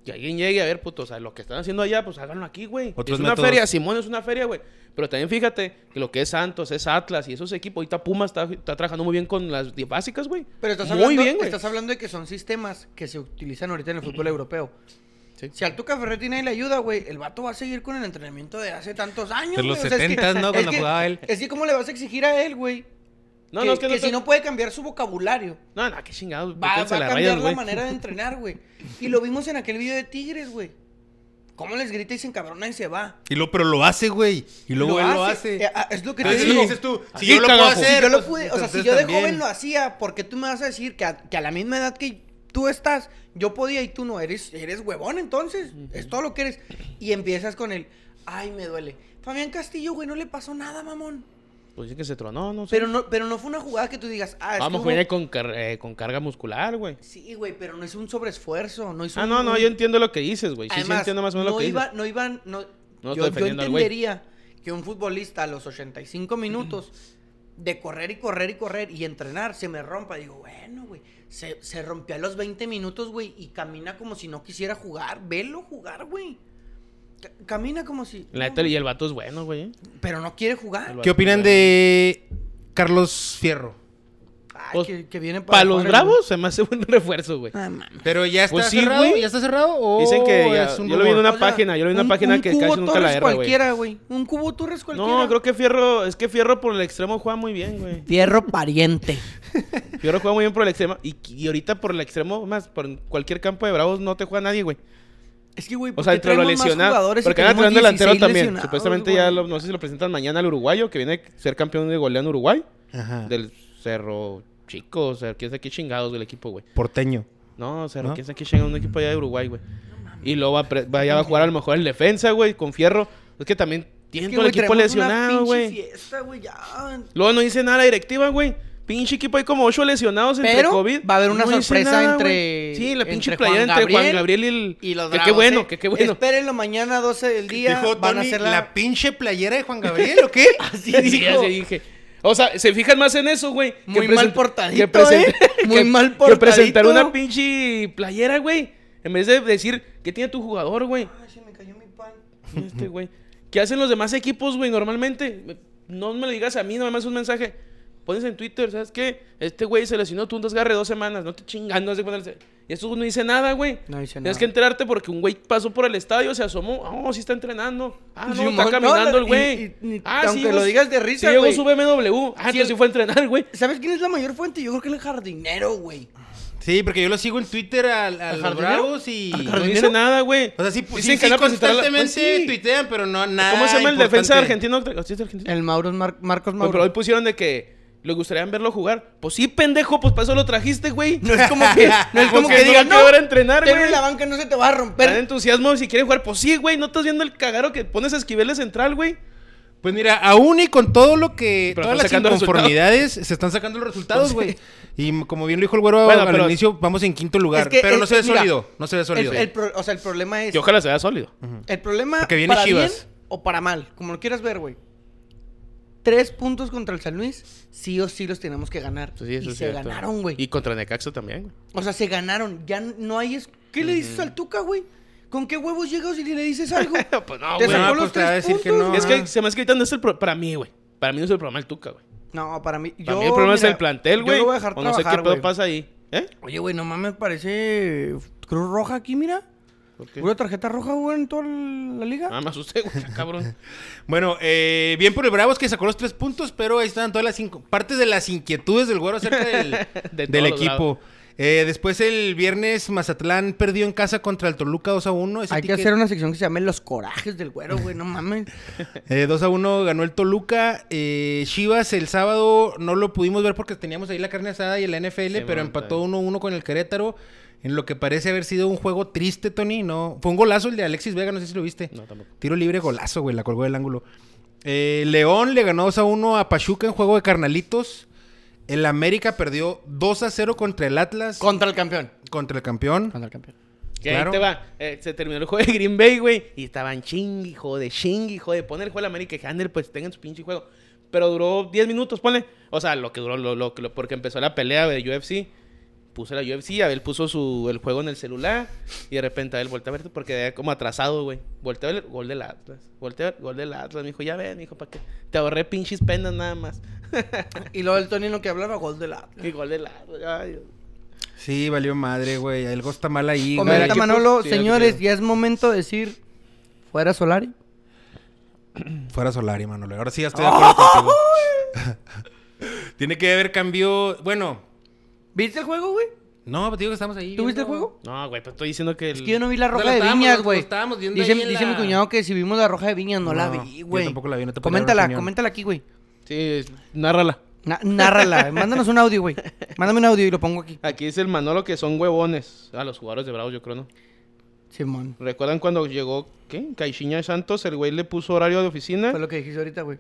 [SPEAKER 4] Que alguien llegue a ver, puto, o sea, lo que están haciendo allá, pues háganlo aquí, güey.
[SPEAKER 2] Otros
[SPEAKER 4] es una
[SPEAKER 2] métodos.
[SPEAKER 4] feria, Simón es una feria, güey. Pero también fíjate que lo que es Santos, es Atlas y esos equipos, ahorita Pumas está, está trabajando muy bien con las di- básicas, güey.
[SPEAKER 3] Pero estás
[SPEAKER 4] muy
[SPEAKER 3] hablando,
[SPEAKER 4] bien, güey.
[SPEAKER 3] estás hablando de que son sistemas que se utilizan ahorita en el fútbol europeo.
[SPEAKER 4] Sí.
[SPEAKER 3] Si al Tuca Ferretti nadie le ayuda, güey, el vato va a seguir con el entrenamiento de hace tantos años.
[SPEAKER 2] De los
[SPEAKER 3] güey. O sea, es que-
[SPEAKER 2] 70s, ¿no?
[SPEAKER 3] es
[SPEAKER 2] Cuando
[SPEAKER 3] que-
[SPEAKER 2] jugaba él.
[SPEAKER 3] Es que, ¿cómo le vas a exigir a él, güey?
[SPEAKER 4] No,
[SPEAKER 3] que,
[SPEAKER 4] no, es que,
[SPEAKER 3] que
[SPEAKER 4] no,
[SPEAKER 3] si no puede cambiar su vocabulario.
[SPEAKER 4] No, no, qué chingados.
[SPEAKER 3] Va, va a
[SPEAKER 4] métanse
[SPEAKER 3] cambiar
[SPEAKER 4] las rayas,
[SPEAKER 3] la
[SPEAKER 4] güey.
[SPEAKER 3] manera de entrenar, güey. Y lo vimos en aquel video de Tigres, güey. ¿Cómo les grita y se encabrona y se va?
[SPEAKER 2] Y lo, pero lo hace, güey. Y luego él lo hace.
[SPEAKER 3] Eh, ah, Es lo que te
[SPEAKER 2] Entonces
[SPEAKER 3] digo.
[SPEAKER 2] dices tú, si
[SPEAKER 4] Aquí,
[SPEAKER 2] yo lo puedo
[SPEAKER 4] cagajo.
[SPEAKER 2] hacer.
[SPEAKER 3] Si yo lo
[SPEAKER 2] pues,
[SPEAKER 3] pude, o sea, si
[SPEAKER 2] entonces
[SPEAKER 3] yo de
[SPEAKER 2] también.
[SPEAKER 3] joven lo hacía, ¿por qué tú me vas a decir que a, que a la misma edad que tú estás, yo podía y tú no? Eres, eres huevón entonces, es todo lo que eres. Y empiezas con el, ay, me duele. Fabián Castillo, güey, no le pasó nada, mamón.
[SPEAKER 4] Pues dicen que se tronó, no sé.
[SPEAKER 3] Pero no, pero no fue una jugada que tú digas, ah, es
[SPEAKER 4] Vamos,
[SPEAKER 3] que hubo-".
[SPEAKER 4] güey, con, car- eh, con carga muscular, güey.
[SPEAKER 3] Sí, güey, pero no es un sobreesfuerzo, no es
[SPEAKER 4] Ah,
[SPEAKER 3] un-
[SPEAKER 4] no, no, yo entiendo lo que dices, güey. Sí, sí
[SPEAKER 3] Además,
[SPEAKER 4] entiendo más o menos
[SPEAKER 3] no
[SPEAKER 4] lo que
[SPEAKER 3] iba,
[SPEAKER 4] dices.
[SPEAKER 3] No iban, no,
[SPEAKER 4] No
[SPEAKER 3] yo,
[SPEAKER 4] estoy
[SPEAKER 3] yo
[SPEAKER 4] defendiendo al güey.
[SPEAKER 3] entendería que un futbolista a los 85 minutos de correr y correr y correr y entrenar se me rompa. Digo, bueno, güey, se, se rompió a los 20 minutos, güey, y camina como si no quisiera jugar. Velo jugar, güey. Ca- Camina como si...
[SPEAKER 4] La
[SPEAKER 3] no,
[SPEAKER 4] neta, y el vato es bueno, güey. eh.
[SPEAKER 3] pero no quiere
[SPEAKER 4] El
[SPEAKER 3] jugar.
[SPEAKER 4] vato
[SPEAKER 2] ¿Qué
[SPEAKER 4] es
[SPEAKER 2] opinan
[SPEAKER 4] bueno.
[SPEAKER 2] de Carlos Fierro?
[SPEAKER 3] Ay,
[SPEAKER 4] Pues,
[SPEAKER 3] que, que viene
[SPEAKER 4] Para los
[SPEAKER 3] jugar el-
[SPEAKER 4] bravos se me hace buen refuerzo, güey.
[SPEAKER 3] Ah, mames.
[SPEAKER 2] Pero ya está
[SPEAKER 4] Pues sí,
[SPEAKER 2] cerrado,
[SPEAKER 4] güey.
[SPEAKER 2] ya está cerrado. o
[SPEAKER 4] Dicen que ya-
[SPEAKER 2] es un
[SPEAKER 4] yo lo vi en
[SPEAKER 2] rumor?
[SPEAKER 4] una página, yo lo vi en una
[SPEAKER 3] un-
[SPEAKER 4] página
[SPEAKER 3] un
[SPEAKER 4] que
[SPEAKER 3] cubo
[SPEAKER 4] casi nunca la
[SPEAKER 3] Torres
[SPEAKER 4] erra, güey.
[SPEAKER 3] cualquiera, güey. Un cubo Torres cualquiera.
[SPEAKER 4] No, creo que Fierro, es que Fierro por el extremo juega muy bien, güey.
[SPEAKER 3] Fierro pariente.
[SPEAKER 4] Fierro juega muy bien por el extremo y, y ahorita por el extremo, más, por cualquier campo de bravos no te juega nadie, güey.
[SPEAKER 3] Es que, güey,
[SPEAKER 4] O sea, entre lo lesionado. Porque van a tener un delantero también. Supuestamente ya, lo- no sé si lo presentan mañana al uruguayo, que viene a ser campeón de goleo en Uruguay.
[SPEAKER 2] Ajá.
[SPEAKER 4] Del Cerro Chico, o sea, quién sabe qué chingados del equipo, güey.
[SPEAKER 2] Porteño.
[SPEAKER 4] No, Cerro,
[SPEAKER 2] ¿No?
[SPEAKER 4] quién sabe qué chingados, un equipo allá de Uruguay, güey. Y luego va, a pre- va- ya va a jugar a lo mejor el defensa, güey, con Fierro. Es que también tiene todo el equipo lesionado, güey. Luego no dice nada la directiva, güey. Pinche equipo hay como ocho lesionados entre
[SPEAKER 3] Pero
[SPEAKER 4] COVID.
[SPEAKER 3] va a haber una
[SPEAKER 4] No dice
[SPEAKER 3] sorpresa
[SPEAKER 4] nada,
[SPEAKER 3] entre-
[SPEAKER 4] güey. Sí, la pinche
[SPEAKER 3] entre
[SPEAKER 4] playera
[SPEAKER 3] Juan
[SPEAKER 4] entre Juan
[SPEAKER 3] Gabriel
[SPEAKER 4] Gabriel y el.
[SPEAKER 3] Y los
[SPEAKER 4] que
[SPEAKER 3] bravos,
[SPEAKER 4] qué bueno,
[SPEAKER 3] ¿eh?
[SPEAKER 4] que qué bueno.
[SPEAKER 3] Espérenlo mañana 12 del día.
[SPEAKER 2] Dijo
[SPEAKER 3] van a
[SPEAKER 2] Tony,
[SPEAKER 3] hacer
[SPEAKER 2] la...
[SPEAKER 3] la...
[SPEAKER 2] pinche playera de Juan Gabriel o qué?
[SPEAKER 3] Así
[SPEAKER 4] Sí,
[SPEAKER 3] dijo.
[SPEAKER 4] ya se dije. O sea, se fijan más en eso, güey. que
[SPEAKER 3] Muy
[SPEAKER 4] presen-
[SPEAKER 3] mal portadito,
[SPEAKER 4] que presen-
[SPEAKER 3] ¿eh? Muy
[SPEAKER 4] que-
[SPEAKER 3] mal portadito.
[SPEAKER 4] Que presentar una pinche playera, güey. En vez de decir, ¿qué tiene tu jugador, güey?
[SPEAKER 3] Ay, se me cayó mi pan.
[SPEAKER 4] Este, güey. ¿Qué hacen los demás equipos, güey? Normalmente, Me- no me lo digas a mí, nada más un mensaje. Pones en Twitter, ¿sabes qué? Este güey se lesionó, tú un desgarre dos semanas, no te chingando. hace cuenta- Y esto no dice nada, güey.
[SPEAKER 3] No dice
[SPEAKER 4] Tienes
[SPEAKER 3] nada.
[SPEAKER 4] que enterarte porque un güey pasó por el estadio, se asomó. Ah, oh, sí está entrenando. Ah, no,
[SPEAKER 3] Simón,
[SPEAKER 4] está
[SPEAKER 3] no,
[SPEAKER 4] caminando
[SPEAKER 3] la-
[SPEAKER 4] el güey.
[SPEAKER 3] y- y- y-
[SPEAKER 4] Ah,
[SPEAKER 3] aunque lo digas de risa,
[SPEAKER 4] sí llegó
[SPEAKER 3] güey.
[SPEAKER 4] su BMW. Ah,
[SPEAKER 3] Sí,
[SPEAKER 4] entonces
[SPEAKER 3] el-
[SPEAKER 4] sí fue a entrenar, güey.
[SPEAKER 3] ¿Sabes quién es la mayor fuente? Yo creo que el jardinero, güey.
[SPEAKER 2] Sí, porque yo lo sigo en Twitter al- a,
[SPEAKER 3] ¿Al
[SPEAKER 2] los
[SPEAKER 3] jardinero?
[SPEAKER 2] bravos y...
[SPEAKER 4] No dice nada, güey.
[SPEAKER 2] O sea, sí,
[SPEAKER 4] Dicen
[SPEAKER 2] sí,
[SPEAKER 4] que
[SPEAKER 2] sí,
[SPEAKER 4] van a presentar la-
[SPEAKER 2] constantemente
[SPEAKER 4] Pues sí.
[SPEAKER 2] tuitean, pero no nada
[SPEAKER 4] ¿Cómo se llama el
[SPEAKER 2] importante.
[SPEAKER 4] defensa argentino? ¿Sí es argentino?
[SPEAKER 3] El Mauro, Marcos
[SPEAKER 4] Güey, pero hoy pusieron de que le gustaría verlo jugar. Pues sí, pendejo, pues para eso lo trajiste, güey. No es como que,
[SPEAKER 3] no es como que digan,
[SPEAKER 4] no,
[SPEAKER 3] "No,
[SPEAKER 4] ahora entrenar,
[SPEAKER 3] Pero
[SPEAKER 4] güey.
[SPEAKER 3] en la banca no se te va a
[SPEAKER 4] Te da
[SPEAKER 3] romper.
[SPEAKER 4] entusiasmo si quieren jugar. Pues sí, güey, no estás viendo el cagaro que pones a esquivarle central, güey.
[SPEAKER 2] Pues mira, aún y con todo lo que...
[SPEAKER 4] Pero
[SPEAKER 2] todas
[SPEAKER 4] están
[SPEAKER 2] las
[SPEAKER 4] sacando
[SPEAKER 2] inconformidades, se están sacando los resultados, güey. Y como bien lo dijo el güero
[SPEAKER 4] Bueno,
[SPEAKER 2] al
[SPEAKER 4] pero-
[SPEAKER 2] inicio, vamos en quinto lugar.
[SPEAKER 3] Es que
[SPEAKER 2] pero no
[SPEAKER 3] es-
[SPEAKER 2] se ve
[SPEAKER 3] mira,
[SPEAKER 2] sólido, no se ve
[SPEAKER 3] El,
[SPEAKER 2] sólido.
[SPEAKER 3] el pro- o sea, el problema es...
[SPEAKER 4] Y ojalá sea sólido.
[SPEAKER 3] El problema
[SPEAKER 2] Porque viene
[SPEAKER 3] para
[SPEAKER 2] Chivas.
[SPEAKER 3] bien o para mal, como lo quieras ver, güey. Tres puntos contra el San Luis, sí o sí los tenemos que ganar.
[SPEAKER 4] Pues sí, eso
[SPEAKER 3] y
[SPEAKER 4] es
[SPEAKER 3] se
[SPEAKER 4] cierto.
[SPEAKER 3] ganaron, güey.
[SPEAKER 4] Y contra Necaxa también, güey.
[SPEAKER 3] O sea, se ganaron. Ya n- no hay... es- ¿Qué le dices al Tuca, güey? ¿Con qué huevos llegas y le dices algo?
[SPEAKER 4] Pues no,
[SPEAKER 3] Te
[SPEAKER 4] güey.
[SPEAKER 3] sacó
[SPEAKER 2] No,
[SPEAKER 3] Ah.
[SPEAKER 2] pues
[SPEAKER 3] los
[SPEAKER 2] te va a
[SPEAKER 3] tres
[SPEAKER 2] decir
[SPEAKER 3] puntos.
[SPEAKER 2] que no.
[SPEAKER 4] Es que se me hace que ahorita no es el pro- para mí, güey. Para mí no es el problema el Tuca, güey.
[SPEAKER 3] No, para mí...
[SPEAKER 4] Para
[SPEAKER 3] yo,
[SPEAKER 4] mí el problema es
[SPEAKER 3] mira,
[SPEAKER 4] el plantel,
[SPEAKER 3] yo
[SPEAKER 4] güey.
[SPEAKER 3] lo voy a dejar
[SPEAKER 4] o no sé qué
[SPEAKER 3] trabajar,
[SPEAKER 4] pedo
[SPEAKER 3] güey.
[SPEAKER 4] pasa ahí. ¿Eh?
[SPEAKER 3] Oye, güey, no mames, parece Cruz Roja aquí, mira. Una tarjeta roja, güey, en toda la liga.
[SPEAKER 4] Ah, me asusté, güey, cabrón.
[SPEAKER 2] Bueno, eh, bien por el Bravos que sacó los tres puntos, pero ahí están todas las inco- partes de las inquietudes del güero acerca del,
[SPEAKER 4] De
[SPEAKER 2] del
[SPEAKER 4] todos los
[SPEAKER 2] equipo. Eh, después el viernes Mazatlán perdió en casa contra el Toluca 2 a 1. Ese
[SPEAKER 3] Hay que
[SPEAKER 2] ticket-
[SPEAKER 3] hacer una sección que se llame Los corajes del güero, güey, no mames.
[SPEAKER 2] Eh, 2 a 1 ganó el Toluca. Eh, Chivas el sábado no lo pudimos ver porque teníamos ahí la carne asada y la NFL,
[SPEAKER 4] Sí,
[SPEAKER 2] pero
[SPEAKER 4] man,
[SPEAKER 2] empató
[SPEAKER 4] está
[SPEAKER 2] 1 1 con el Querétaro. En lo que parece haber sido un juego triste, Tony. No, fue un golazo el de Alexis Vega, no sé si lo viste.
[SPEAKER 4] No, tampoco.
[SPEAKER 2] Tiro libre, golazo, güey, la colgó del ángulo. Eh, León le ganó 2 a 1 a Pachuca en juego de carnalitos. El América perdió 2 a 0 contra el Atlas,
[SPEAKER 3] Contra el campeón.
[SPEAKER 2] contra el campeón.
[SPEAKER 3] Contra el campeón.
[SPEAKER 4] Que
[SPEAKER 2] Claro.
[SPEAKER 4] ahí te va. Eh, se terminó el juego de Green Bay, güey. Y estaban chingui, de chingui, de Pon el juego de la América y Handel, pues tengan su pinche juego. Pero duró 10 minutos, ponle. O sea, lo que duró, lo, lo, lo- porque empezó la pelea de UFC. Puso la UFC, Abel puso su, el juego en el celular. Y de repente Abel voltea a ver, porque era como atrasado, güey. Voltea a ver, gol del Atlas. Voltea a ver, gol del Atlas. Me dijo, ya ven, mijo, ¿para qué? Te ahorré pinches pendas nada más.
[SPEAKER 3] Y luego el Tony en lo que hablaba, gol de la.
[SPEAKER 4] Y gol del Atlas. ay, Dios.
[SPEAKER 2] Sí, valió madre, güey. Algo está mal ahí, güey.
[SPEAKER 4] Comenta
[SPEAKER 3] Comenta
[SPEAKER 4] ¿qué-
[SPEAKER 3] Manolo,
[SPEAKER 4] sí,
[SPEAKER 3] señores,
[SPEAKER 4] yo
[SPEAKER 3] ya es momento de decir fuera Solari.
[SPEAKER 2] Fuera Solari, Manolo. Ahora sí ya estoy de acuerdo contigo. Tiene que haber cambio. Bueno,
[SPEAKER 3] ¿Viste el juego, güey?
[SPEAKER 2] no, pues digo que estamos ahí.
[SPEAKER 3] ¿Tú viste el
[SPEAKER 2] viendo-
[SPEAKER 3] juego?
[SPEAKER 4] No, güey, pues estoy diciendo que.
[SPEAKER 3] Es
[SPEAKER 4] el-
[SPEAKER 3] que yo no vi la
[SPEAKER 2] No,
[SPEAKER 3] roja
[SPEAKER 2] lo
[SPEAKER 3] de
[SPEAKER 2] estábamos-
[SPEAKER 3] viñas,
[SPEAKER 2] lo
[SPEAKER 3] güey.
[SPEAKER 2] estábamos viendo
[SPEAKER 3] Dice,
[SPEAKER 2] ahí en
[SPEAKER 3] dice mi
[SPEAKER 2] la-
[SPEAKER 3] cuñado que si vimos la roja de viñas no, la
[SPEAKER 2] No,
[SPEAKER 3] vi,
[SPEAKER 2] yo
[SPEAKER 3] güey.
[SPEAKER 2] tampoco la vi, no te puedo dar
[SPEAKER 3] coméntala,
[SPEAKER 2] opinión.
[SPEAKER 3] coméntala aquí, güey.
[SPEAKER 4] Sí, nárrala.
[SPEAKER 3] Na- nárrala, mándanos un audio, güey. Mándame un audio y lo pongo aquí.
[SPEAKER 4] Aquí dice el Manolo que son huevones. A los jugadores de Bravos, yo creo, ¿no?
[SPEAKER 3] Simón.
[SPEAKER 4] ¿Recuerdan cuando llegó, qué? Caixinha Santos, el güey le puso horario de
[SPEAKER 2] ¿Eh?
[SPEAKER 4] oficina.
[SPEAKER 3] Fue lo que dijiste ahorita, güey.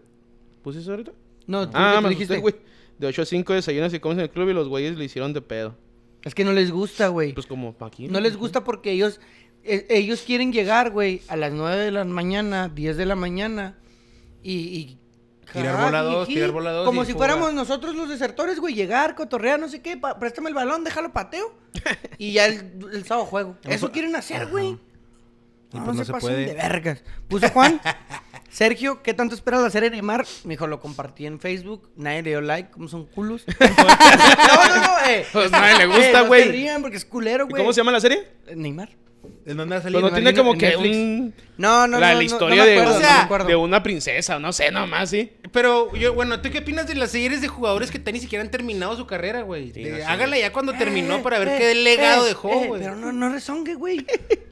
[SPEAKER 4] ¿Puse eso ahorita?
[SPEAKER 3] No, tú
[SPEAKER 4] Ah,
[SPEAKER 3] lo
[SPEAKER 4] me
[SPEAKER 3] que dijiste,
[SPEAKER 4] dijiste, güey. De 8 a 5 desayunas y comes en el club y los güeyes le hicieron de pedo.
[SPEAKER 3] Es que no les gusta, güey.
[SPEAKER 4] Pues como pa' aquí.
[SPEAKER 3] No les gusta porque ellos e- ellos quieren llegar, güey, a las 9 de la mañana, 10 de la mañana y... y-
[SPEAKER 2] Tirar
[SPEAKER 3] Ah,
[SPEAKER 2] bola dos,
[SPEAKER 3] jiji.
[SPEAKER 2] tirar bola dos
[SPEAKER 3] Como
[SPEAKER 2] y
[SPEAKER 3] si
[SPEAKER 2] fuga.
[SPEAKER 3] fuéramos nosotros los desertores, güey, llegar, cotorrear, no sé qué, pa- préstame el balón, déjalo pateo y ya el, el sábado juego.
[SPEAKER 4] pues,
[SPEAKER 3] Eso quieren hacer, güey.
[SPEAKER 2] Y
[SPEAKER 3] No,
[SPEAKER 2] pues
[SPEAKER 3] se, pasen de vergas. Puso Juan, Sergio, ¿qué tanto esperas de hacer en Neymar? Mijo, lo compartí en Facebook, nadie le dio like, como son culos. no, no, no, eh.
[SPEAKER 4] Pues nadie le
[SPEAKER 3] Eh,
[SPEAKER 4] gusta,
[SPEAKER 3] No se
[SPEAKER 4] güey.
[SPEAKER 3] rían porque es culero,
[SPEAKER 4] ¿Y
[SPEAKER 3] güey.
[SPEAKER 4] cómo se llama la serie?
[SPEAKER 3] Neymar.
[SPEAKER 2] ¿En dónde ha
[SPEAKER 4] Pues
[SPEAKER 2] salido?
[SPEAKER 4] no tiene como
[SPEAKER 3] en
[SPEAKER 4] que
[SPEAKER 3] Netflix.
[SPEAKER 4] un...
[SPEAKER 3] No, no, no.
[SPEAKER 4] la, la
[SPEAKER 3] no,
[SPEAKER 4] historia
[SPEAKER 3] no me
[SPEAKER 4] de,
[SPEAKER 3] acuerdo,
[SPEAKER 2] o
[SPEAKER 3] no
[SPEAKER 2] sea,
[SPEAKER 3] me acuerdo.
[SPEAKER 4] de una princesa, no sé, nomás, ¿sí?
[SPEAKER 2] Pero, yo, bueno, ¿tú qué opinas de las series de jugadores que te- ni siquiera han terminado su carrera, güey?
[SPEAKER 4] Sí,
[SPEAKER 2] De-
[SPEAKER 4] no sé.
[SPEAKER 2] hágala ya cuando terminó
[SPEAKER 3] Eh,
[SPEAKER 2] para ver
[SPEAKER 3] eh,
[SPEAKER 2] qué legado
[SPEAKER 3] eh,
[SPEAKER 2] dejó,
[SPEAKER 3] eh,
[SPEAKER 2] güey.
[SPEAKER 3] pero no, no rezongue, güey.